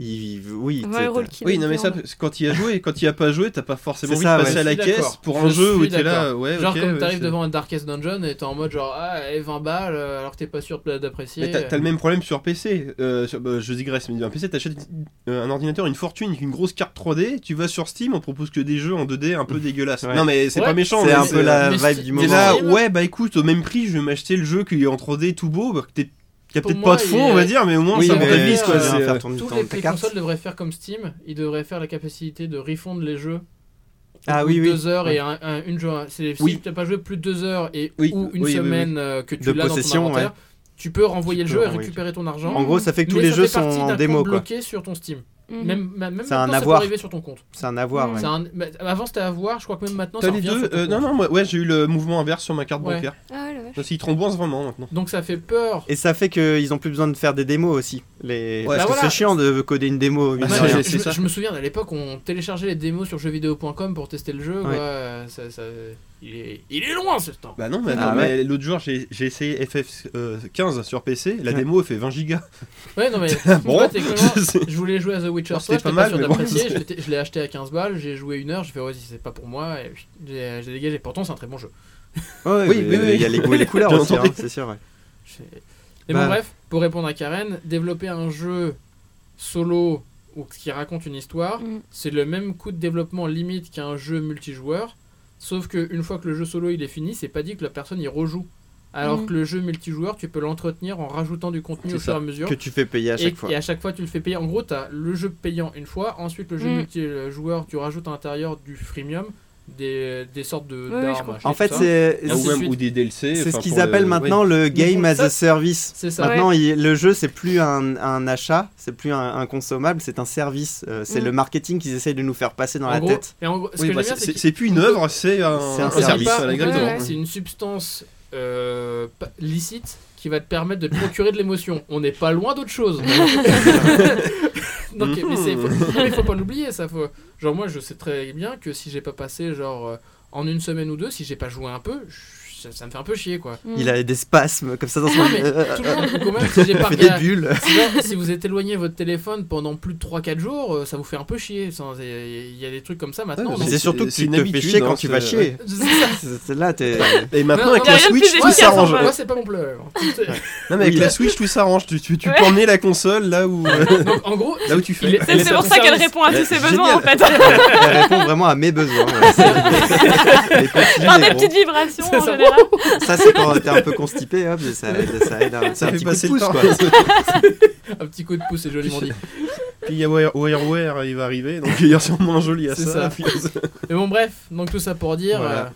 Il- il- oui,
20
c'est-
euros le kilo.
Oui, non, mais ça,
viande.
c'est quand il y a joué et quand il y a pas joué, t'as pas forcément
C'est
envie
ça,
de
ouais.
passer à la
Je suis
caisse
d'accord.
pour un
Je
jeu où
suis
t'es là,
d'accord.
ouais,
genre,
ok,
comme
ouais,
t'arrives
c'est-
devant un Darkest Dungeon et t'es en mode genre, ah, eh, 20 balles, euh, alors que t'es pas sûr de- d'apprécier.
Mais t'as t'as le même problème sur PC. Euh, sur- bah, je digresse, mais un PC, t'achètes euh, un ordinateur, une fortune, une grosse carte 3D, tu vas sur Steam, on propose que des jeux en 2D un peu dégueulasses.
Ouais.
Non, mais c'est
Ouais.
pas méchant,
C'est
mais
un
c'est-
peu la
mais
vibe
c'est-
du
T'es
moment.
là,
Steam.
ouais, bah écoute, au même prix, je vais m'acheter le jeu qui est en 3D tout beau. bah, que t'es- qu'il y a
Pour
peut-être
moi,
pas de fond,
il est-
on va dire, mais au moins
Oui,
ça
mais
rentabilise, quoi.
euh,
c'est
c'est,
bien
euh,
faire tourner
Toutes
ton-
les,
ta
les
carte.
consoles devraient faire comme Steam, ils devraient faire la capacité de refondre les jeux
Ah
ou
oui, oui.
deux heures et un- un- une journée. C'est-
Oui.
Si tu n'as pas joué plus de deux heures et
Oui,
ou une
oui, oui,
semaine euh, que tu
De
l'as dans ton
possession,
inventaire, tu peux renvoyer
Tu
le
peux
jeu et
renvoyer.
récupérer ton argent.
En gros, ça fait que tous
mais
les
ça
jeux
fait
sont
partie
en
d'un
démo,
compte
quoi.
bloqué sur ton Steam.
Mhm.
Même, même
C'est un
maintenant, ça peut
avoir.
arriver sur ton compte.
C'est un avoir,
Mm.
ouais.
C'est un- mais Avant c'était à voir, je crois que même maintenant
T'as
ça
les
revient
deux
sur ton
euh,
compte.
Non, non, moi, ouais, j'ai eu le mouvement inverse sur ma carte
Ouais.
bancaire.
Ah ouais, la vache.
Parce qu'ils tromboncent vraiment maintenant.
Donc ça fait peur.
Et ça fait qu'ils ont plus besoin de faire des démos aussi. Les...
Ouais.
Parce
Bah
que
voilà.
c'est chiant de coder une démo. mine
Ah,
de
Moi,
c'est-
rien.
je,
c'est
je me-
ça.
je me souviens à l'époque, on téléchargeait les démos sur jeuxvideo.com pour tester le jeu.
Ouais.
quoi, euh, ça- ça- il, est, il est loin ce temps.
Bah non, mais
Ah
attends,
ouais.
mais l'autre jour, j'ai j'ai essayé FF15 sur PC. La
Ouais.
démo elle fait 20 gigas.
Ouais, non, mais
Bon.
moi, techniquement,
C'est-
je voulais jouer à The Witcher
Alors, c'était
3, j'étais
pas
pas
mal,
sûr
mais bon,
d'apprécier.
c'est-
je l'étais- je l'ai acheté à 15 balles, j'ai joué une heure, j'ai fait, vas-y, c'est pas pour moi, et j'ai j'ai dégagé. Pourtant, c'est un très bon jeu.
Ouais,
Oui,
mais
oui, oui.
Il y a les goûts et les couleurs
Bien
aussi, hein,
entendu.
c'est sûr. ouais.
J'ai- Mais
Bah.
bon, bref, pour répondre à Karen, développer un jeu solo ou qui raconte une histoire,
Mm.
c'est le même coût de développement limite qu'un jeu multijoueur, sauf qu'une fois que le jeu solo il est fini, c'est pas dit que la personne y rejoue. Alors
Mm.
que le jeu multijoueur, tu peux l'entretenir en rajoutant du contenu
C'est
au fur et
ça.
à mesure.
Que tu fais payer à
et,
chaque fois.
et à chaque fois, tu le fais payer. En gros, tu as le jeu payant une fois, ensuite le jeu
Mm.
multijoueur, tu rajoutes à l'intérieur du freemium des, des sortes de.
oui,
d'armes,
je comprends.
En
machin,
fait,
tout ça.
c'est
ainsi
Ou
de
c'est-
même
suite.
ou des
c'est
DLC.
ce
Ah, enfin,
qu'ils
pour le-
appellent maintenant le game
Mais
as
ça-
a service.
C'est ça.
Maintenant, il- le jeu, c'est plus un, un achat, c'est plus un, un consommable, c'est un service. Euh, c'est
Mm.
le marketing qu'ils essayent de nous faire passer dans
En
la
gros-
tête.
et en gros, ce
Oui,
que
bah,
j'aime bien,
c'est-
c'est
c'est c'est plus une œuvre, c'est un,
C'est un
un
C'est
service.
pas-
voilà,
ouais,
exactement.
ouais, C'est une substance euh, pa- licite qui va te permettre de te procurer de l'émotion. On n'est pas loin d'autre chose. Donc, mais c'est- faut, mais faut pas l'oublier, ça. Faut... Genre, moi, je sais très bien que si j'ai pas passé, genre, euh, en une semaine ou deux, si j'ai pas joué un peu, je- ça, ça me fait un peu chier, quoi.
Mm.
Il a des spasmes comme ça dans son.
Non, mais
Euh,
tout le monde, quand même, si j'ai
il
pas
fait des
regardé-
bulles.
si, genre, si vous êtes éloigné de votre téléphone pendant plus de 3-4 jours, euh, ça vous fait un peu chier. Ça, Il y a des trucs comme ça maintenant.
Ouais,
Mais
donc-
c'est surtout que
c'est
tu
une
te fais
habitude,
chier
hein,
quand tu vas
c'est-
chier.
C'est ça.
C'est- Là, t'es.
Et maintenant,
Non,
avec
non,
la
y a rien de
Switch,
plus
tout
efficace, en
s'arrange.
vrai.
Moi, c'est pas mon pleur.
Non, mais avec
Oui.
la Switch, tout s'arrange. Tu, tu, tu
Ouais.
peux emmener la console là où, euh,
Donc, en gros,
là où tu
Il
fais.
est-
C'est c'est
ça
pour
vous
ça qu'elle
service.
répond à tous ses
Génial.
besoins en fait.
Elle répond vraiment à mes besoins. ouais. C'est- les petits
Par des
généraux.
petites vibrations
C'est
en
ça.
général.
Ça, c'est quand t'es un peu constipé, hop, ça aide, ça aide un,
Ça
un
fait
petit coup de
passer le
pouce,
temps.
quoi.
un petit coup de pouce, c'est joliment dit.
Puis il y a Wire- WireWare, il va arriver. Donc il y a sûrement un joli à
C'est
ça.
ça.
Puis-
Mais bon, bref, donc tout ça pour dire.
Voilà.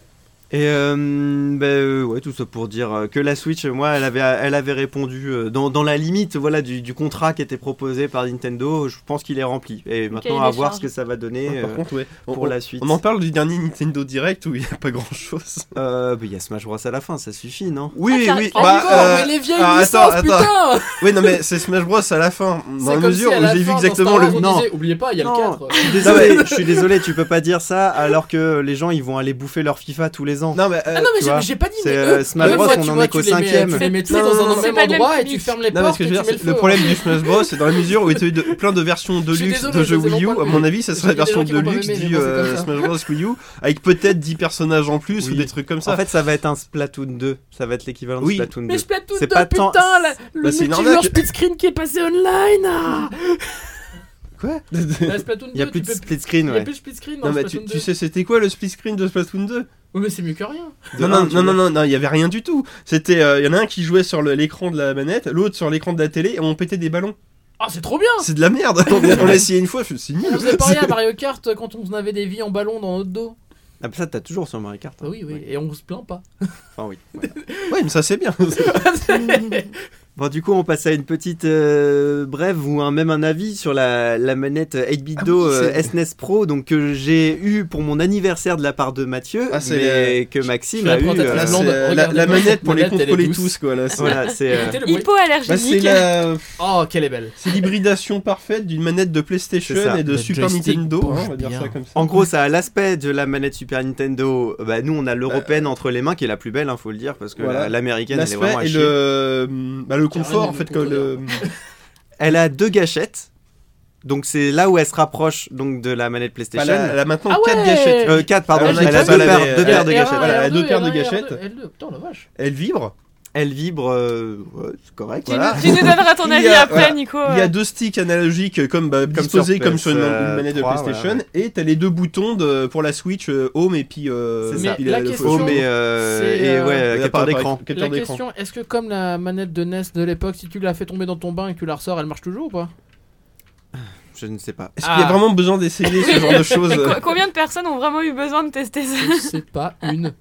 Et euh, ben, euh, ouais, tout ça pour dire euh, que la Switch, moi, elle avait, elle avait répondu euh, dans, dans la limite voilà, du, du contrat qui était proposé par Nintendo. Je pense qu'il est rempli. Et maintenant,
il
à
est
voir
chargé.
ce que ça va donner
Par
euh,
contre, ouais. On,
pour
on-
la suite.
on en parle du dernier Nintendo Direct où il n'y a pas grand chose.
Euh, ben, Il y a Smash Bros à la fin, ça suffit, non
Oui,
Ah,
oui.
ça-
bah, euh,
les vieilles
ah,
licences,
attends,
putain
Oui, non, mais c'est Smash Bros à la fin. Dans
C'est
la
comme
mesure
si à
où
la
j'ai vu
fin, dans
exactement
Star
le.
Wars, on
Non.
disait, Oubliez pas, il y a
Non.
le 4.
Je suis désolé, je suis désolé, tu peux pas dire ça alors que les gens ils vont aller bouffer leur FIFA tous les ans.
Non, mais. euh,
Ah non, mais
tu
j'ai-
vois,
j'ai pas dit, mais
c'est, euh,
eux,
Smash
eux,
Bros,
moi,
on
tu
en
vois,
est qu'au
tu les mets-
cinquième.
Tu les mets tous
Non, non,
dans
non,
un
c'est
même
pas de la
endroit et
même
tu
mix.
fermes les
Non, mais ce
portes
que
et
je veux
tu
dire,
mets le
c'est- le
feu. hein.
problème du Smash Bros, c'est dans la mesure où il y a eu de- plein de versions de
suis
luxe
désolé,
de
je
jeux
sais
Wii U.
pas
À
quoi.
mon avis, ça serait la
Il y a des gens
version
qui vont
de
pas
luxe
aimer, mais
du
bon, c'est
euh,
comme ça.
Smash Bros Wii U, avec peut-être 10 personnages en plus
Oui.
ou des trucs comme ça.
En fait, ça va être un Splatoon 2. Ça va être l'équivalent de
Oui.
Splatoon 2.
Mais Splatoon 2,
C'est pas tant-
putain, la- le
Bah, c'est une
multijoueur
arnaque.
split screen qui est passé online ah
quoi
Bah, Splatoon 2,
Il y a plus
tu
de
peux
split screen,
Il y a
ouais.
plus de split screen dans
Non, mais
Splatoon
tu,
2.
tu sais, c'était quoi le split screen de Splatoon 2
Oui, mais c'est mieux que rien.
Non,
un,
non,
tu
non,
veux
non, non, non, il y avait rien du tout. C'était, euh, il y en a un qui jouait sur le- l'écran de la manette, l'autre sur l'écran de la télé, et on pétait des ballons.
Ah, c'est trop bien
C'est de la merde. on on l'a essayé une fois, je suis c'est nul.
On faisait pareil à Mario Kart quand on avait des vies en ballon dans notre dos.
Ah, bah ça, t'as toujours sur Mario Kart. hein.
Ah oui, oui, et on se plaint pas.
Enfin, oui. voilà.
Ouais, mais ça c'est bien.
Bon, du coup, on passe à une petite euh, brève ou un, même un avis sur la, la manette 8-bit Do
Ah oui,
euh,
c'est-
SNES Pro donc, que j'ai eu pour mon anniversaire de la part de Mathieu,
Ah, c'est
mais que Maxime a eu.
prends ta
euh,
Là,
blonde,
c'est, euh, la,
regardez-moi
la manette
cette
pour les
manette, elle est
contrôler
douce.
tous, quoi. Là, c'est-
voilà, c'est. euh,
Écoutez le bruit.
Bah, c'est
Hypoallergénique.
la,
Oh, qu'elle est belle.
C'est l'hybridation parfaite d'une manette de
C'est
PlayStation
ça.
et de
Le
Super
joystick
Nintendo. hein,
bouge
on va dire
bien.
ça comme ça.
En gros, ça a l'aspect de la manette Super Nintendo. Bah, nous, on a l'européenne entre les mains qui est la plus belle, hein, faut le dire, parce que
Voilà.
la- l'américaine, elle est
l'aspect
vraiment à
et
chier.
le, bah, le confort
Carrément,
en fait que
le
le.
Elle a deux gâchettes, donc c'est là où elle se rapproche donc de la manette
Bah,
PlayStation.
elle a- elle a maintenant
Ah ouais
4 gâchettes.
Euh, quatre, pardon.
Ah,
Elle
on
a,
a pas
deux,
vu,
paires,
mais-
deux
euh,
paires de
elle-
gâchettes.
elle- Voilà, deux paires de
L2, putain la vache.
Elle vibre.
Elle vibre, euh, ouais, c'est correct.
Tu,
Voilà.
nous- tu nous donneras ton
Il y a-
avis après,
voilà.
Nico.
Il y a
euh.
deux sticks analogiques euh, comme, bah,
Comme
disposés
sur
comme sur une,
PS, euh,
une manette
trois,
de PlayStation
ouais,
et t'as les deux boutons de, pour la Switch euh, Home et puis. euh,
C'est
puis
ça.
Mais la
le
question-
Oh,
Home
mais
et-
euh,
C'est,
et
euh,
ouais,
et
capteur
appareil-
d'écran.
capteur
La
d'écran.
question, est-ce que comme E la manette de NES de l'époque, si tu la fais tomber dans ton bain et que tu la ressors, elle marche toujours ou pas
Je ne sais pas.
Est-ce qu'il y a
Ah.
vraiment besoin d'essayer ce genre de choses euh,
Co- Combien de personnes ont vraiment eu besoin de tester ça
C'est pas une.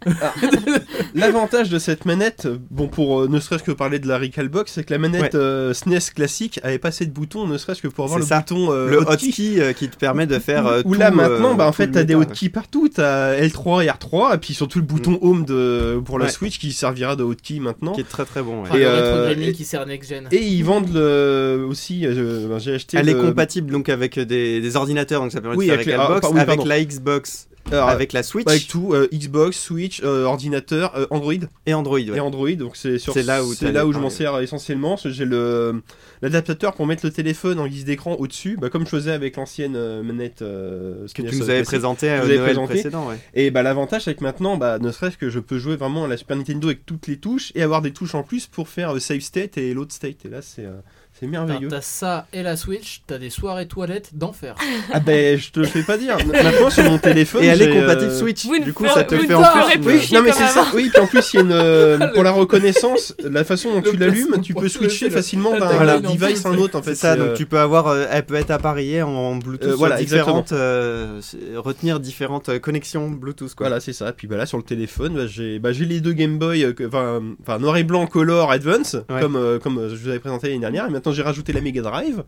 L'avantage de cette manette, euh, bon pour euh, ne serait-ce que parler de la Recalbox, c'est que la manette
Ouais.
euh, SNES classique avait pas assez de boutons, ne serait-ce que pour avoir
C'est
le
ça.
bouton euh,
Le
hotkey.
hotkey euh, qui te permet de faire. euh,
Ou
tout,
là
euh,
maintenant, bah, en
tout
fait,
le
t'as des
métal. Mm.
hotkeys partout, t'as L3 et R3, et puis surtout le bouton Home de, pour la
Ouais.
Switch qui servira de hotkey maintenant.
Qui est très très bon. ouais.
Enfin,
et
Et,
le
euh,
rétro gaming
et-
qui sert next gen.
Et ils vendent le, aussi, euh, ben, j'ai acheté
Elle est
le-
compatible donc avec des, des ordinateurs, donc ça permet
Oui,
de faire
avec
avec
les-
la
ah,
box,
par- oui,
avec
pardon.
la Xbox,
alors, avec,
avec la Switch
tout, euh, Xbox, Switch, euh, ordinateur, euh, Android.
et Android. ouais.
Et Android, donc c'est sur-
C'est là où
c'est
t'as
là
les-
où je m'en sers essentiellement. c'est que J'ai le l'adaptateur pour mettre le téléphone en guise d'écran au-dessus, bah, comme je faisais avec l'ancienne euh, manette euh,
que
SNES
tu nous avais
classique.
présenté à
Je vous avais
Noël
présenté.
précédent. ouais.
Et bah l'avantage c'est que maintenant, bah, ne serait-ce que je peux jouer vraiment à la Super Nintendo avec toutes les touches et avoir des touches en plus pour faire euh, save state et load state. Et là c'est euh,
T'as-
c'est merveilleux.
T'as ça et la Switch, t'as des soirées toilettes d'enfer.
Ah ben je te le fais pas dire. Maintenant sur mon téléphone.
Et elle est
j'ai, euh,
compatible Switch.
Vous ne
Du coup,
ferez-
ça te
vous ne
fait en
ferez
plus.
plus
une-
chier.
Non mais
comme
c'est
avant.
ça. Oui, puis en plus il y a une euh,
Le-
pour la reconnaissance, la façon dont
Le
tu l'allumes,
placement
tu
pour
peux
le
switcher
téléphone.
facilement d'un
T'as une
device à un
entrée.
autre en fait.
C'est ça,
c'est,
donc
euh,
tu peux avoir, euh, elle peut être appareillée en Bluetooth,
Euh,
sur
voilà,
différentes, euh, c'est- retenir différentes euh, connexions Bluetooth. Quoi.
Voilà, c'est ça. Puis bah, là, sur le téléphone, bah, j'ai bah, j'ai les deux Game Boy, euh, que- enfin enfin, noir et blanc, color, advance,
Ouais.
comme, euh, comme euh, je vous avais présenté l'année dernière. Et maintenant, j'ai rajouté la Mega Drive,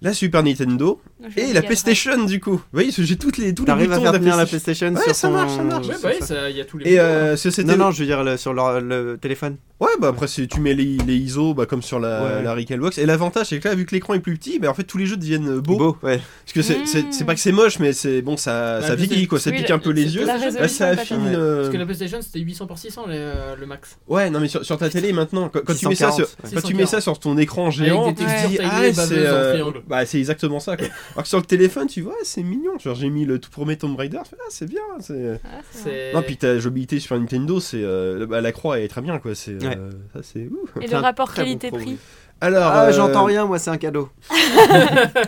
la Super Nintendo et la PlayStation, du coup. Vous voyez, parce que j'ai toutes les, tous les
T'arrives à
boutons
faire
de la
tenir la
PlayStation.
PlayStation sur
Ouais, ça
ton-
marche, ça marche.
sur
Ouais, bah
Ouais,
oui,
ça.
ça- il y a tous les.
Et
boutons,
euh, ce- c'était.
Non, non, je veux dire le- sur leur- le téléphone.
Ouais, bah après, c'est- tu mets les, les ISO bah, comme sur la,
Ouais.
la Recalbox. Et l'avantage, c'est que là, vu que l'écran est plus petit, bah, en fait, tous les jeux deviennent beaux.
Beau, ouais.
Parce que c'est- c'est
Mm.
c'est pas que c'est moche, mais c'est bon, ça,
Bah,
ça
puis
vieillit,
c'est-
quoi. Ça
oui,
pique
la-
un peu les
c'est
yeux.
la
Là, ça
résolution est
affine.
pas
euh,
Parce que la PlayStation c'était 800 par 600 les, euh, le max.
Ouais, non, mais sur, sur ta télé maintenant, quand, quand tu mets ça sur,
640,
ouais.
quand tu mets ça sur ton écran géant,
Avec
tu
des
te dis
textures taillées,
ah c'est
baveuses en
euh,
triangle.
bah c'est exactement ça quoi. Alors que sur le téléphone, tu vois, c'est mignon. Genre j'ai mis le tout premier Tomb Raider, je fais, ah c'est bien. C'est...
C'est.
Non puis ta jouabilité sur Nintendo, c'est euh, bah, la croix est très bien quoi. C'est euh, ça c'est ouf.
Et
C'est
le
un
rapport
très bon
qualité-prix.
produit.
Alors
Ah,
euh,
j'entends rien, moi, c'est un cadeau.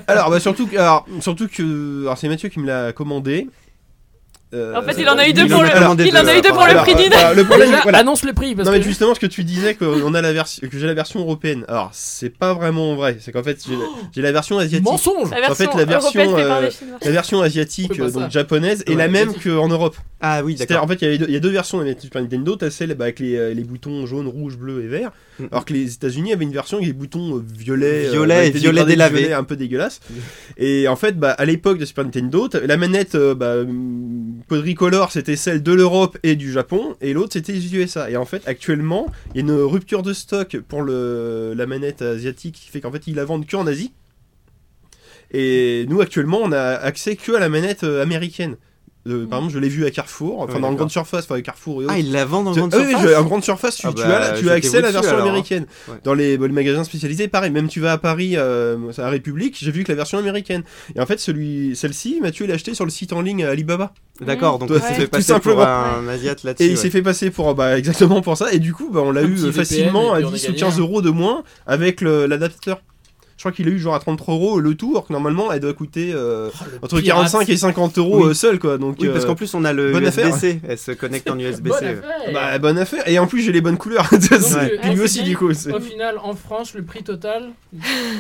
Alors bah surtout que alors, surtout que alors c'est Mathieu qui me l'a commandé. Euh,
En fait, il en a eu deux
il
pour
en a
le
commandé
il en
deux,
a eu deux pour le
alors,
prix d'une.
euh, le problème,
Ah, Déjà,
voilà.
annonce le prix parce
Non mais
que.
justement ce que tu disais qu'on a la version que j'ai la version européenne. Alors c'est pas vraiment vrai. C'est qu'en fait j'ai la- j'ai la version asiatique.
Mensonge
La version
fait, la version,
européenne faite par
euh,
les Chinois.
La version asiatique,
Oui, bah,
euh,
ça.
donc japonaise, est
Ouais,
la même
asiatique.
qu'en Europe.
Ah oui,
C'est-à-dire,
d'accord.
en fait, il y, a les deux- il y a deux versions de la Super Nintendo. T'as celle bah, avec les, euh, les boutons jaune, rouge, bleu et vert.
Mm.
Alors que les États-Unis avaient une version avec des boutons euh, violets. euh,
Violet
avec
et
des
violet
dégradés de
délavé.
violet un peu dégueulasse.
Mm.
Et en fait, bah, à l'époque de Super Nintendo, t'avais la manette euh, bah, hum, quadricolore, c'était celle de l'Europe et du Japon. Et l'autre, c'était les USA. Et en fait, actuellement, il y a une rupture de stock pour le, la manette asiatique qui fait qu'en fait, ils la vendent qu'en Asie. Et nous, actuellement, on a accès que à la manette euh, américaine. Euh, par exemple, je l'ai vu à Carrefour, enfin
Mm. Ouais,
dans
d'accord.
une grande surface, enfin à Carrefour et autres.
Ah, il la vend en
Tu-
grande
ah oui,
surface
je- en grande surface, tu,
Ah bah,
tu as, tu as
j'étais
accès à la
au-dessus,
version
alors, hein.
américaine.
Ouais.
Dans les, bah, les magasins spécialisés, pareil. Même tu vas à Paris, euh, à la République, j'ai vu que la version américaine. Et en fait, celui, celle-ci, Mathieu l'a acheté sur le site en ligne Alibaba.
D'accord, donc
Toi,
tu
c'est-
te
tout
fais passer pour
simplement.
un asiat
Et
là-dessus.
il
ouais.
s'est fait passer pour euh, bah, exactement pour ça. Et du coup, bah, on l'a
Un
eu
petit
euh,
VPN,
facilement
et
à
puis on a
10 ou
gagné,
15
hein.
euros de moins avec le- l'adaptateur. Je crois qu'il a eu genre à 33 euros le tout, alors que normalement, elle doit coûter euh,
Oh, le
entre
pirate.
45 et 50 euros
Oui.
euh, seul, quoi. Donc,
Oui, parce
euh,
qu'en plus, on a le
bonne affaire.
USB-C. Elle se connecte en USB-C.
euh.
Bonne
ouais.
affaire.
Bah, bonne affaire. Et en plus, j'ai les bonnes couleurs. Ça, c'est-
Ouais.
Puis lui
Ouais,
aussi,
c'est
du coup. c'est-
Au final, en France, le prix total.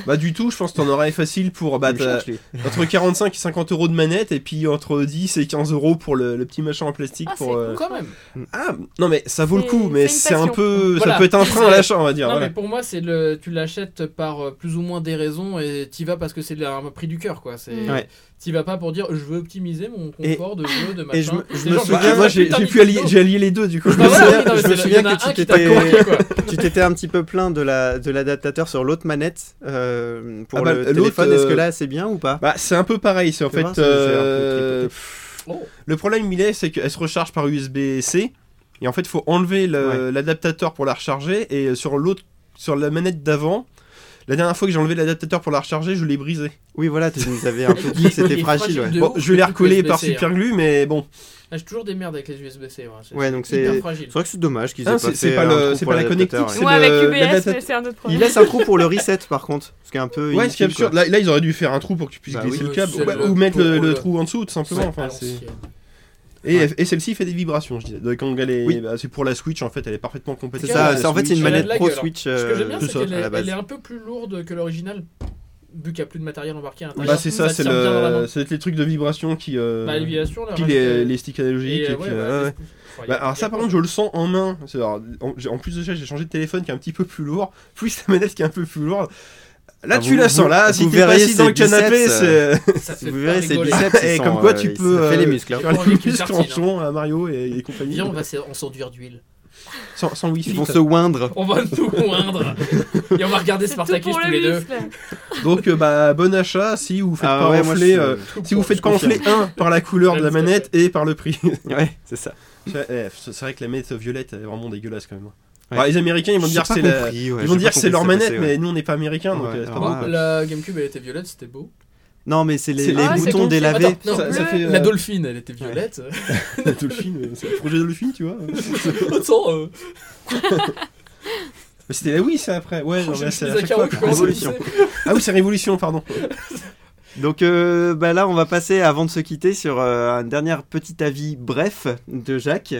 Bah, du tout, je pense que t'en aurais facile pour bah,
Il me
t'as-
cherche, lui.
entre 45 et 50 euros de manette, et puis entre 10 et 15 euros pour le, le petit machin en plastique.
Ah,
pour,
c'est
euh,
Quand même.
Ah, non, mais ça vaut le
C'est-
coup, mais c'est
c'est une
un
passion.
peu.
Voilà.
Ça peut être un frein à
C'est-
l'achat, on va dire.
non,
voilà.
mais pour moi, c'est le, tu l'achètes par euh, plus ou moins des raisons et t'y vas parce que c'est un prix du cœur, quoi. C'est,
Mm.
Ouais.
t'y vas pas pour dire je veux optimiser mon
Et-
confort de jeu, de machin.
et je me- je
C'est
me
genre,
Bah,
souviens-
je-
moi, j'ai
putain,
j'ai
mais
pu allier,
Nintendo.
j'ai allié les deux, du coup.
Ah
Je
ouais,
me
oui,
souviens-
non, mais
je me
c'est-
souviens
il y en a
que tu
un qui t'a
t'étais-
convaincu, quoi.
Tu t'étais un petit peu plaint de la de l'adaptateur sur l'autre manette euh, pour
Ah bah,
le
l'autre,
téléphone. Est-ce que
euh,
là, c'est bien ou pas
Bah, c'est un peu pareil, c'est en
Tu
fait.
vois, ça, j'ai un peu
euh,
tripoté.
pff,
Oh.
Le problème, il est, c'est qu'elle se recharge par USB-C, et en fait, il faut enlever le- l'adaptateur pour la recharger, et euh, sur l'autre, sur la manette d'avant. La dernière fois que j'ai enlevé l'adaptateur pour la recharger, je l'ai brisé.
Oui, voilà, tu nous avais un peu
Il est-
dit que
il
c'était
est
fragile. ouais.
de
Bon,
ouf,
je l'ai
le truc
recollé par
USB-C, hein.
super glue, mais bon.
Ah, J'ai toujours des merdes avec les USB-C. Ouais, c'est
Ouais, donc
hyper
c'est-
fragile.
C'est vrai que c'est dommage qu'ils aient
Ah,
pas
c'est-
fait
c'est pas
un
le-
trou
c'est
pour
pas la
l'adaptateur,
connectique,
ouais.
Moi
le-
avec
la
UBS,
data-
mais c'est un autre
Il
problème.
laisse un trou pour le reset, par contre, ce qui est un peu.
Ouais, ce qui est
inutile, quoi.
absurde. Là, là, ils auraient dû faire un trou pour que tu puisses
Bah
glisser
oui.
le câble
C'est
ou,
le-
ou mettre le,
pour
le
le-
trou en dessous, tout simplement.
Ouais,
enfin,
alors,
c'est-
c'est-
et,
Ouais.
et celle-ci fait des vibrations, je disais. Donc, quand elle est-
Oui.
bah, c'est pour la Switch, en fait, elle est parfaitement compatible.
C'est ça,
avec
c'est- en fait, c'est une
Elle
Switch.
a de
manette
la
pro
gueule, hein.
Switch.
Ce que j'aime bien,
euh,
c'est
tout ça,
qu'elle
à la
est,
base.
elle est un peu plus lourde que l'original.
vu qu'il n'y a plus de matériel embarqué à l'intérieur.
Bah, c'est ça,
te
c'est
tient bien dans la main.
le... ça doit être les trucs de vibration qui. euh,
Bah, l'évaluation, là.
puis les, les sticks analogiques. et puis, euh, ouais, ouais. Bah, alors ça par contre je le sens en main. C'est- alors, en, j'ai- en plus de ça j'ai changé de téléphone qui est un petit peu plus lourd, plus la manette qui est un peu plus lourde. Là
Ah,
tu
vous-
la sens, là
vous-
si
vous
t'es pas
verrez
assis dans
ses
le canapé,
biceps, euh,
euh,
c'est... euh,
Vous verrez, ces biceps,
Et
ils
comme
sont,
quoi
euh,
tu
ils-
peux...
Ça fait
euh,
les muscles. hein.
faire les
Encore
muscles
une
en
tartine,
jonc à hein, Mario et, et compagnie.
Viens, on va s'en- on s'enduire d'huile.
Sans, sans
Ils
wifi.
vont se oindre.
On va nous moindre. Et on va regarder
C'est tout
Spartacus
pour
tous
le
les deux.
muscle.
Donc euh, bah bon achat si vous faites
Ah
pas
ouais, moi,
enfler...
je-
euh, Si vous faites pas
confirme.
enfler un par la couleur de la
Tout à
manette et par le prix.
Ouais, c'est ça.
C'est eh, c'est vrai que la manette violette elle est vraiment dégueulasse quand même.
Ouais.
Alors, les Américains ils vont dire c'est la... Ils vont dire que c'est leur manette, mais nous on n'est pas américains, donc
Ouais,
euh, c'est pas
alors,
bon.
ouais.
quoi.
La Gamecube, elle était violette, c'était beau.
Non, mais c'est les,
C'est-
les
Ah, c'est
boutons
con, c'est-
délavés.
Attends, non,
Ça- ça
bleu.
fait, euh,
la Dolphine, elle était violette.
La Dolphine, euh, c'est le projet Dolphine, tu vois.
Attends, euh,
Mais c'était la Wii, ça après. Ouais, non, mais là,
je
c'est
les
à
ai
chaque
carreaux,
fois.
je commence à
Révolution.
pisser.
Ah oui, c'est Révolution, pardon.
Donc euh, bah là, on va passer, avant de se quitter, sur euh, un dernier petit avis bref de Jacques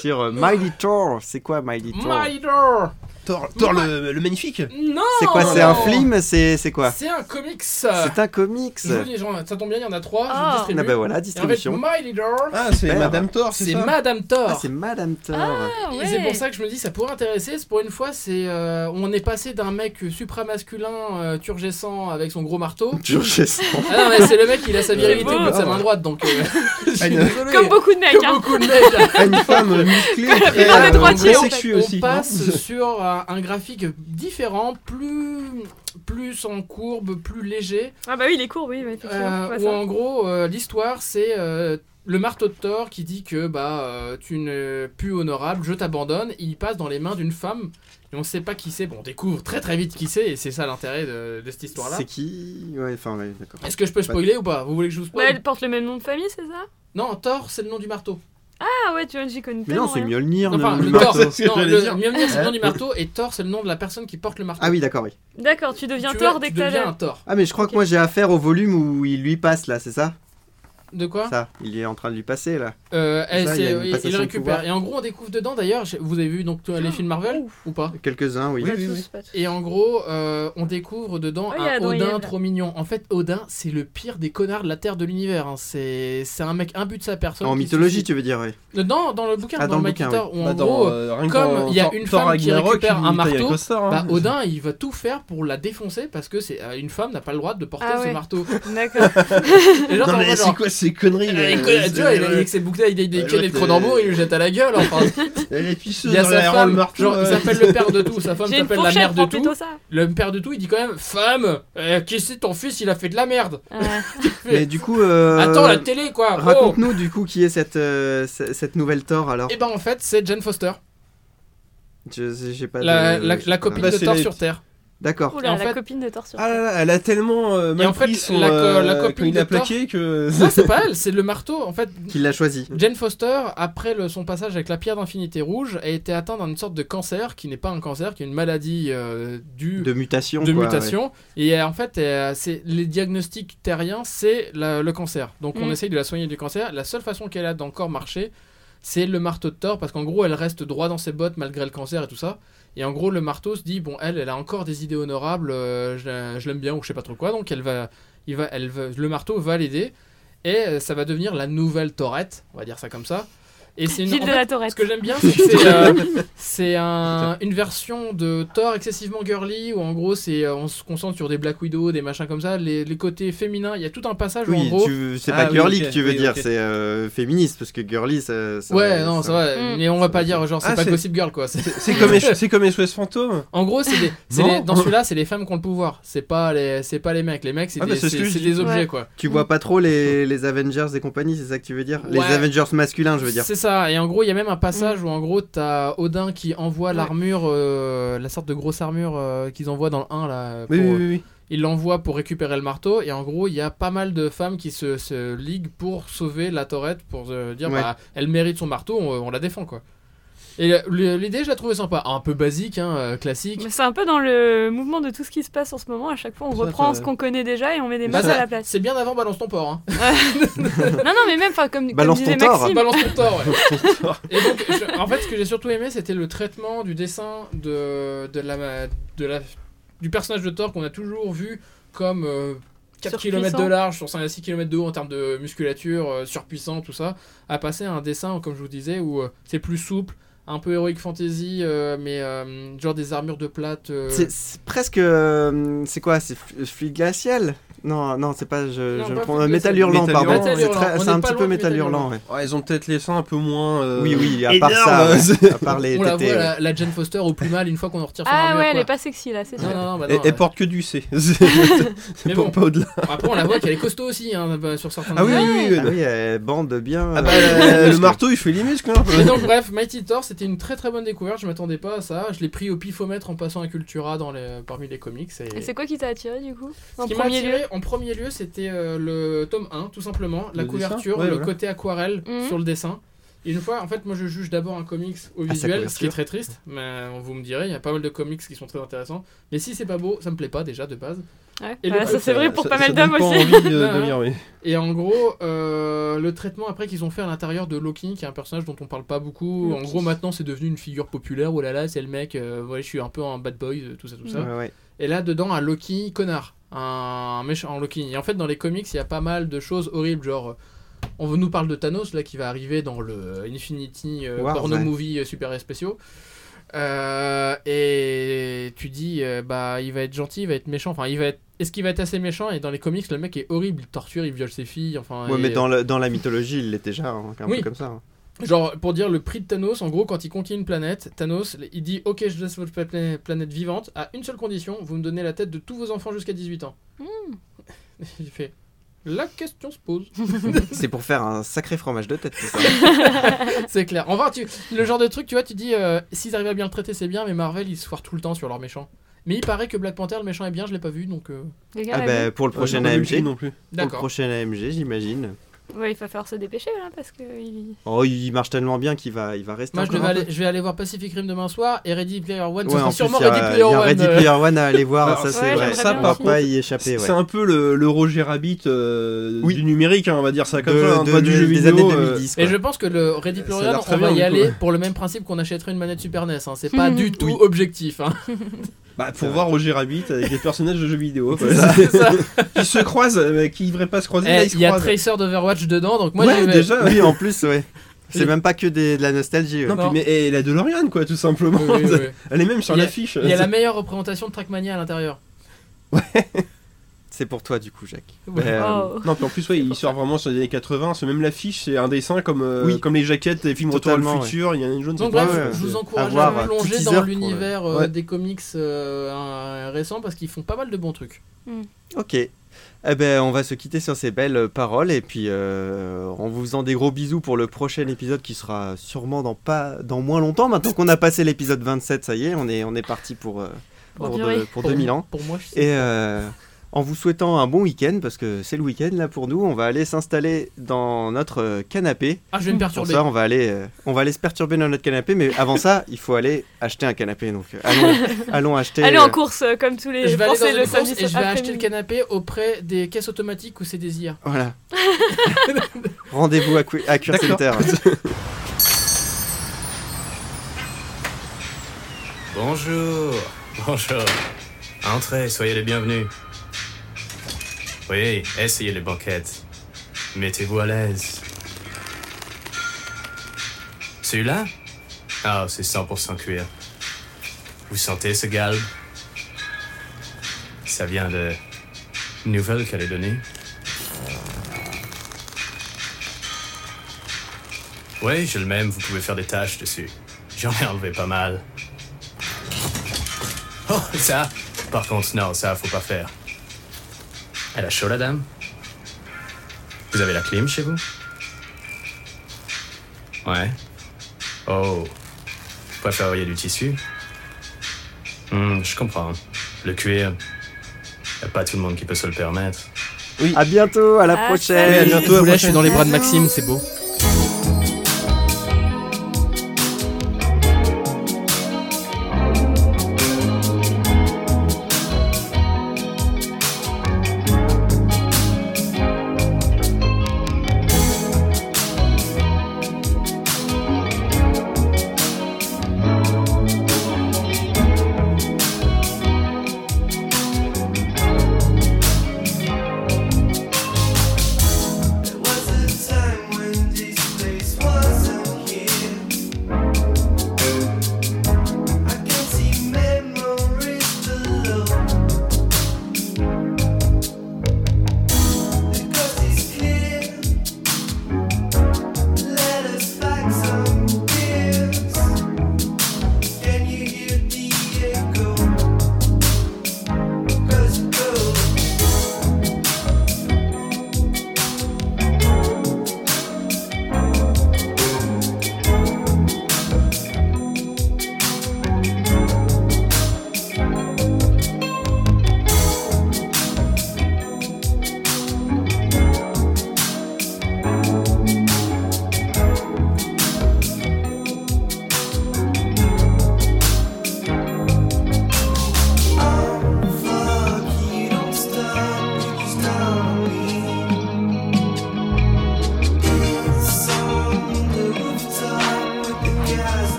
sur euh, Mighty Thor. C'est quoi Mighty Thor
Mylor
Thor, Thor le, le magnifique.
Non
C'est quoi C'est un film C'est c'est quoi
C'est un comics
C'est un comics.
Je vous dis, genre, ça tombe bien, Ah. il y en a trois,
Ah.
je vous distribue.
Ah bah voilà,
Et en fait,
distribution.
My Leader,
Ah, c'est
Super.
Madame Thor, c'est
c'est
ça
Madame
Ah,
Thor.
c'est Madame Thor.
Ah
Et
ouais.
c'est pour ça que je me dis, ça pourrait intéresser. c'est Pour une fois, c'est euh, on est passé d'un mec supramasculin, euh, turgescent, avec son gros marteau.
Toujours chez ça.
Ah non, mais c'est le mec, il a sa virilité
C'est
au
beau.
bout de sa main droite, donc. euh, je suis
Ah, une-
désolé.
Comme beaucoup de mecs.
Comme
hein.
beaucoup de mecs.
Ah, une femme euh, musclée, très,
plupart des
euh,
droitiers,
très
en fait.
sexuée
on
aussi.
passe sur un, un graphique différent, plus plus en courbe, plus léger.
Ah bah oui, les cours, oui, bah, effectivement.
euh,
ouais,
où
ça.
en gros, euh, l'histoire, c'est euh, le marteau de Thor qui dit que bah euh, tu n'es plus honorable, je t'abandonne. Il passe dans les mains d'une femme. Et on sait pas qui c'est. Bon, on découvre très très vite qui c'est, et c'est ça l'intérêt de, de cette histoire-là.
C'est qui Ouais, enfin, ouais, d'accord.
Est-ce que je peux spoiler ou pas Vous voulez que je vous
Bah,
spoil
elle porte le même nom de famille, c'est ça
Non, Thor, c'est le nom du marteau.
Ah ouais, tu vois, j'y connais
Mais non,
tellement
c'est
rien.
Mjolnir.
Non,
le-
Enfin,
le
le
marteau.
Thor,
marteau, c'est ce que
non,
j'allais
le
dire.
Mjolnir, c'est le nom du marteau, et Thor, c'est le nom de la personne qui porte le marteau.
Ah oui, d'accord, oui.
D'accord, tu deviens
tu,
tort
tu
dès que t'as
deviens un
l'air.
Thor.
Ah, mais je crois
Ok.
que moi j'ai affaire au volume où il lui passe là, c'est ça
De quoi
Ça, il est en train de lui passer là.
Euh, eh,
Ça,
c'est-
il y a une
oui, il
passation
le
de
récupère.
pouvoir.
Et en gros, on découvre dedans d'ailleurs, je- vous avez vu donc euh,
Ah,
les films Marvel ou pas
Quelques-uns, oui.
Pas tous, pas tous.
Et en gros, euh, on découvre dedans
Oh, il y a
un
Adrien,
Odin
là.
trop mignon. En fait, Odin, c'est le pire des connards de la Terre de l'univers. hein. C'est c'est un mec imbu de sa personne.
En
qui
mythologie,
suicide.
tu veux dire, oui.
Euh, Non, dans le bouquin,
Ah,
dans,
dans le
le
bouquin,
Maquitor, où en
Bah, dans,
gros,
euh, rien que
comme
dans
il y a
Thor-
une
Thor
femme qui
Ragnarok, il
récupère un
taille avec
marteau,
le sort, hein.
bah,
Ah,
Odin, il va tout faire pour la défoncer parce que c'est euh, une femme n'a pas le droit de porter
Ah
ce
ouais.
marteau.
D'accord.
Et
Non,
genre, t'es en
mais
mode
c'est
genre,
quoi ces conneries
Elle
là
a les connards, tu vois, il a avec ses boucles, il a des
Ouais,
clés
ouais,
de Cronenbourg, il le jette à la gueule. Enfin,
Elle est pisseuse
il y a
dans
sa
l'aéro, le
femme,
marteau.
genre, il
euh,
s'appelle le père de tout, sa femme
J'ai une
s'appelle la mère de
fourchette, prends plutôt
tout.
ça.
Le père de tout, il dit quand même Femme, euh, qu'est-ce que ton fils, il a fait de la merde
Ah.
Mais du coup. euh,
Attends, la télé, quoi oh.
Raconte-nous du coup qui est cette, euh, ce- cette nouvelle Thor alors.
Et ben en fait, c'est Jane Foster,
Je j'ai pas.
la,
de-
la,
Ah, je-
la copine
Bah,
de
c'est
Thor
la-
sur Terre.
D'accord.
Oula,
en
la
fait-
copine de Thor sur
Ah là là, elle a tellement euh, mal
en fait,
pris son,
la co-
euh,
la copine
quand il
de
a
Thor-
plaqué que...
Non, c'est pas elle, c'est le marteau. En fait,
Qui l'a choisi.
Jane Foster, après le- son passage avec la pierre d'infinité rouge, a été atteinte d'une sorte de cancer qui n'est pas un cancer, qui est une maladie euh, due
De mutation.
de
quoi,
mutation. Et euh, en fait, euh, c'est les diagnostics terriens, c'est la- le cancer. Donc on
Mm.
essaye de la soigner du cancer. La seule façon qu'elle a d'encore marcher, c'est le marteau de Thor, parce qu'en gros, elle reste droit dans ses bottes malgré le cancer et tout ça. Et en gros, le marteau se dit, bon, elle, elle a encore des idées honorables, euh, je, la- je l'aime bien ou je sais pas trop quoi. Donc elle va, il va, elle va- le marteau va l'aider. Et euh, ça va devenir la nouvelle Torette, on va dire ça comme ça. Et c'est une,
Gilles
en
de
fait,
la
ce
Tourette.
que j'aime bien, c'est que c'est, euh, c'est un- une version de Thor excessivement girly où en gros c'est euh, on se concentre sur des Black Widow, des machins comme ça, les, les côtés féminins. Il y a tout un passage
ouais.
où en
Oui,
gros.
tu- c'est
Ah
pas
oui,
girly
ok,
que tu veux
oui,
dire,
ok.
c'est euh, féministe parce que girly, ça. ça-
Ouais, non,
ça-
ça va,
Mm.
mais on va
Ça
pas
va
dire genre c'est
Ah,
pas
c'est-
Gossip Girl quoi. C'est-
C'est comme, SOS- c'est comme SOS Fantôme
En gros, c'est des, c'est
Non.
les- dans celui-là, c'est les femmes qui ont le pouvoir. C'est pas les, c'est pas les mecs. Les mecs, c'est
Ah,
des,
bah, c'est ce
c'est-
que je
c'est
dis.
des objets
Ouais.
quoi.
Tu vois pas trop les, les Avengers et compagnie, c'est ça que tu veux dire Les
Ouais.
Avengers masculins, je veux dire.
C'est ça. Et en gros, il y a même un
Mm.
passage où en gros t'as Odin qui envoie l'armure, euh, la sorte de grosse armure euh, qu'ils envoient dans le 1 là.
Oui,
pour- euh,
oui, oui, oui.
Il l'envoie pour récupérer le marteau et en gros il y a pas mal de femmes qui se, se liguent pour sauver la torrette pour euh, dire
Ouais.
bah elle mérite son marteau on, on la défend quoi. Et euh, le- l'idée je la trouvais sympa, un peu basique hein, euh, classique.
Mais C'est un peu dans le mouvement de tout ce qui se passe en ce moment. À chaque fois, on
Ça,
reprend
ça-
ce qu'on connaît déjà et on met des
Bah,
masses
ça-
à la place.
C'est bien avant balance ton porc hein.
non, non, mais même, enfin, comme, comme
Balance
disait
ton tort.
Maxime,
Balance ton tort, ouais. Et donc, je- en fait, ce que j'ai surtout aimé, c'était le traitement du dessin de, de la, de la, du personnage de Thor qu'on a toujours vu comme euh, 4 km de
Surpuissant.
large sur 5 à 6 km de haut en termes de musculature, euh, surpuissant, tout ça, à passer à un dessin, comme je vous disais, où euh, c'est plus souple, un peu héroïque fantasy, euh, mais euh, genre des armures de plate. euh,
C'est c'est presque. euh, c'est quoi C'est fl- fluide glacial Non, non, c'est pas. Je,
Non,
je
pas
le prends.
fluide
euh, métal
glacial.
hurlant,
Métal
pardon.
hurlant.
C'est
Métal
très-
hurlant.
C'est
On
un
n'est pas
petit peu
loin de
métal
métal
hurlant,
hurlant.
ouais.
Ouais, ils ont peut-être les seins un peu moins. euh,
Oui, oui, à part
énormes.
ça. ouais. À part les
on la
tétés,
voit
euh,
ouais. Ah
la, la Jane Foster au plus mal une fois qu'on en retire son
Ah
armure,
ouais, elle
quoi.
est pas sexy là, c'est
Non,
sûr.
non, non, bah
Et,
non,
et
euh,
porte que du C. C'est
Mais
pas,
bon.
pas au-delà.
Après, on la voit qu'elle est costaud aussi hein, bah, sur certains.
Ah oui, oui, oui.
Ah oui, elle bande bien.
Ah bah,
euh,
le marteau, il fait les muscles. hein.
Mais donc, bref, Mighty Thor, c'était une très très bonne découverte. Je m'attendais pas à ça. Je l'ai pris au pifomètre en passant à Cultura dans les, parmi les comics. Et...
Et c'est quoi qui t'a attiré du coup
Ce
En
qui m'a
premier lieu
attiré, en premier lieu, c'était euh, le tome 1, tout simplement. La
Le
couverture,
dessin Ouais,
le
voilà.
côté aquarelle
Mhm.
sur le dessin. Et une fois, en fait, moi je juge d'abord un comics au
Ah,
sa
visuel, ce qui est
couverture.
très triste, mais vous me direz, il y a pas mal de comics qui sont très intéressants. Mais si c'est pas beau, ça me plaît pas déjà de base.
Ouais.
Et le- euh,
Voilà, Ah, ça c'est vrai pour pas mal d'hommes
Ça
aussi. Ah,
donne pas envie de-
Non,
de
non.
lire, oui.
Et en gros, euh, le traitement après qu'ils ont fait à l'intérieur de Loki, qui est un personnage dont on parle pas beaucoup, en
Loki.
gros maintenant c'est devenu une figure populaire, oh là là, c'est le mec, euh, ouais, je suis un peu un bad boy, euh, tout ça, tout ça.
ouais, ouais.
Et là dedans, un Loki connard, un méchant Loki. Et en fait, dans les comics, il y a pas mal de choses horribles, genre. euh, On nous parle de Thanos, là, qui va arriver dans le euh, Infinity euh,
Wars,
Porno
ouais.
Movie euh, Super Spéciaux. Euh, et tu dis, euh, bah, il va être gentil, il va être méchant. Enfin, il va être. Est-ce qu'il va être assez méchant Et dans les comics, le mec est horrible, il torture, il viole ses filles. Enfin,
Ouais,
et-
mais dans, le- dans la mythologie, il l'est déjà, hein, un
Oui.
peu comme ça. hein.
Genre, pour dire le prix de Thanos, en gros, quand il conquiert une planète, Thanos, il dit Ok, je laisse votre pla- planète vivante à une seule condition, vous me donnez la tête de tous vos enfants jusqu'à 18 ans. Il fait La question se pose.
C'est pour faire un sacré fromage de tête, c'est ça.
Ah c'est clair. Enfin, tu, le genre de truc, tu vois, tu dis euh, S'ils arrivent à bien le traiter, c'est bien, mais Marvel, ils se foirent tout le temps sur leurs méchants. Mais il paraît que Black Panther, le méchant est bien, je l'ai pas vu, donc. euh,
Les gars,
Ah
la
bah, pour le
J'ai
prochain
pas vu le film
AMG.
non plus.
Pour le
D'accord.
prochain AMG, j'imagine.
vie-
bah.
Ouais, il va falloir se dépêcher là parce que il...
Oh, il marche tellement bien qu'il va, il va rester
Moi, je,
encore
devais
un
aller,
peu.
je vais aller voir Pacific Rim demain soir et Ready Player One. ce
Ouais,
sera
en plus,
sûrement
il y a- il
Ready
y
Player
a
One.
Ready
euh,
Player One à aller voir,
Alors,
ça c'est
ouais,
vrai.
j'aimerais
Ça,
bien
on va
aussi.
pas y échapper,
C'est
ouais.
c'est un peu le, le Roger Rabbit euh,
Oui.
du numérique, hein, on va dire ça comme
De-
ça, hein,
de-
pas du
de-
jeu
des
vidéo.
années
euh,
2010. quoi.
Et je pense que le Ready
Ça a
Player
l'air
One,
très
on va
bien,
y
du
aller
coup.
pour le même principe qu'on achèterait une manette Super NES. hein. C'est pas
Mhm.
du tout
Oui.
objectif. hein.
bah,
C'est
pour voir Roger Rabbit avec des personnages de jeux vidéo quoi.
C'est ça.
qui se croisent, euh, qui devraient pas se croiser. là,
Eh,
ils se
Il y a
croisent.
Tracer d'Overwatch dedans, donc moi
Ouais,
j'y vais.
déjà.
Oui, en plus, ouais.
Et-
C'est même pas que des- de la nostalgie. ouais.
Non,
Non.
Puis, mais et la DeLorean quoi, tout simplement.
Oui, oui, oui.
Elle est même sur
Il y a-
l'affiche.
Il y a la meilleure représentation de Trackmania à l'intérieur.
C'est pour toi, du coup, Jacques.
Ouais.
Euh,
Oh.
Non, puis en plus, ouais, il sort vraiment sur les années 80. C'est même l'affiche, c'est un dessin comme, euh,
Oui.
comme les jaquettes des films Retour vers
Totalement,
le
ouais.
futur. Il y a une jaune.
Donc
Ouais,
bref,
ouais,
je vous
c'est-
encourage
avoir
à
un
vous
petit
plonger
teaser
dans
pour-
l'univers euh,
Ouais.
des comics euh, un- récents parce qu'ils font pas mal de bons trucs.
Ok. Eh ben, on va se quitter sur ces belles euh, paroles et puis euh, en vous faisant des gros bisous pour le prochain épisode qui sera sûrement dans pas dans moins longtemps. Maintenant qu'on a passé l'épisode 27, ça y est, on est on est parti pour euh,
Pour
pour,
durer.
de- pour 2000 ans.
Pour moi, je sais.
Et euh, en vous souhaitant un bon week-end parce que c'est le week-end là pour nous, on va aller s'installer dans notre euh, canapé.
Ah, je vais me
Pour
perturber.
ça, on va aller euh, on va aller se perturber dans notre canapé, mais avant ça, il faut aller acheter un canapé. Donc euh, allons allons acheter.
Allez
euh,
en course euh, comme tous les
Je vais aller dans
Français
une
le
course
samedi
et je vais acheter le canapé auprès des caisses automatiques où c'est des IA.
Voilà. Rendez-vous à, Cu- à Cure Center.
Bonjour, bonjour. Entrez, soyez les bienvenus. Oui, essayez les banquettes. Mettez-vous à l'aise. Celui-là Ah, c'est 100% cuir. Vous sentez ce galbe Ça vient de Nouvelle-Calédonie. Oui, je le même, vous pouvez faire des taches dessus. J'en ai enlevé pas mal. Oh, ça Par contre, non, ça, faut pas faire. Elle a chaud, la dame Vous avez la clim chez vous Ouais. Oh. Vous préféreriez du tissu Hmm, Je comprends. Le cuir, y a pas tout le monde qui peut se le permettre.
À bientôt, à la
Ah,
prochaine.
salut.
bientôt, à la
Poulet, je suis
prochaine.
dans les bras de Maxime, c'est beau.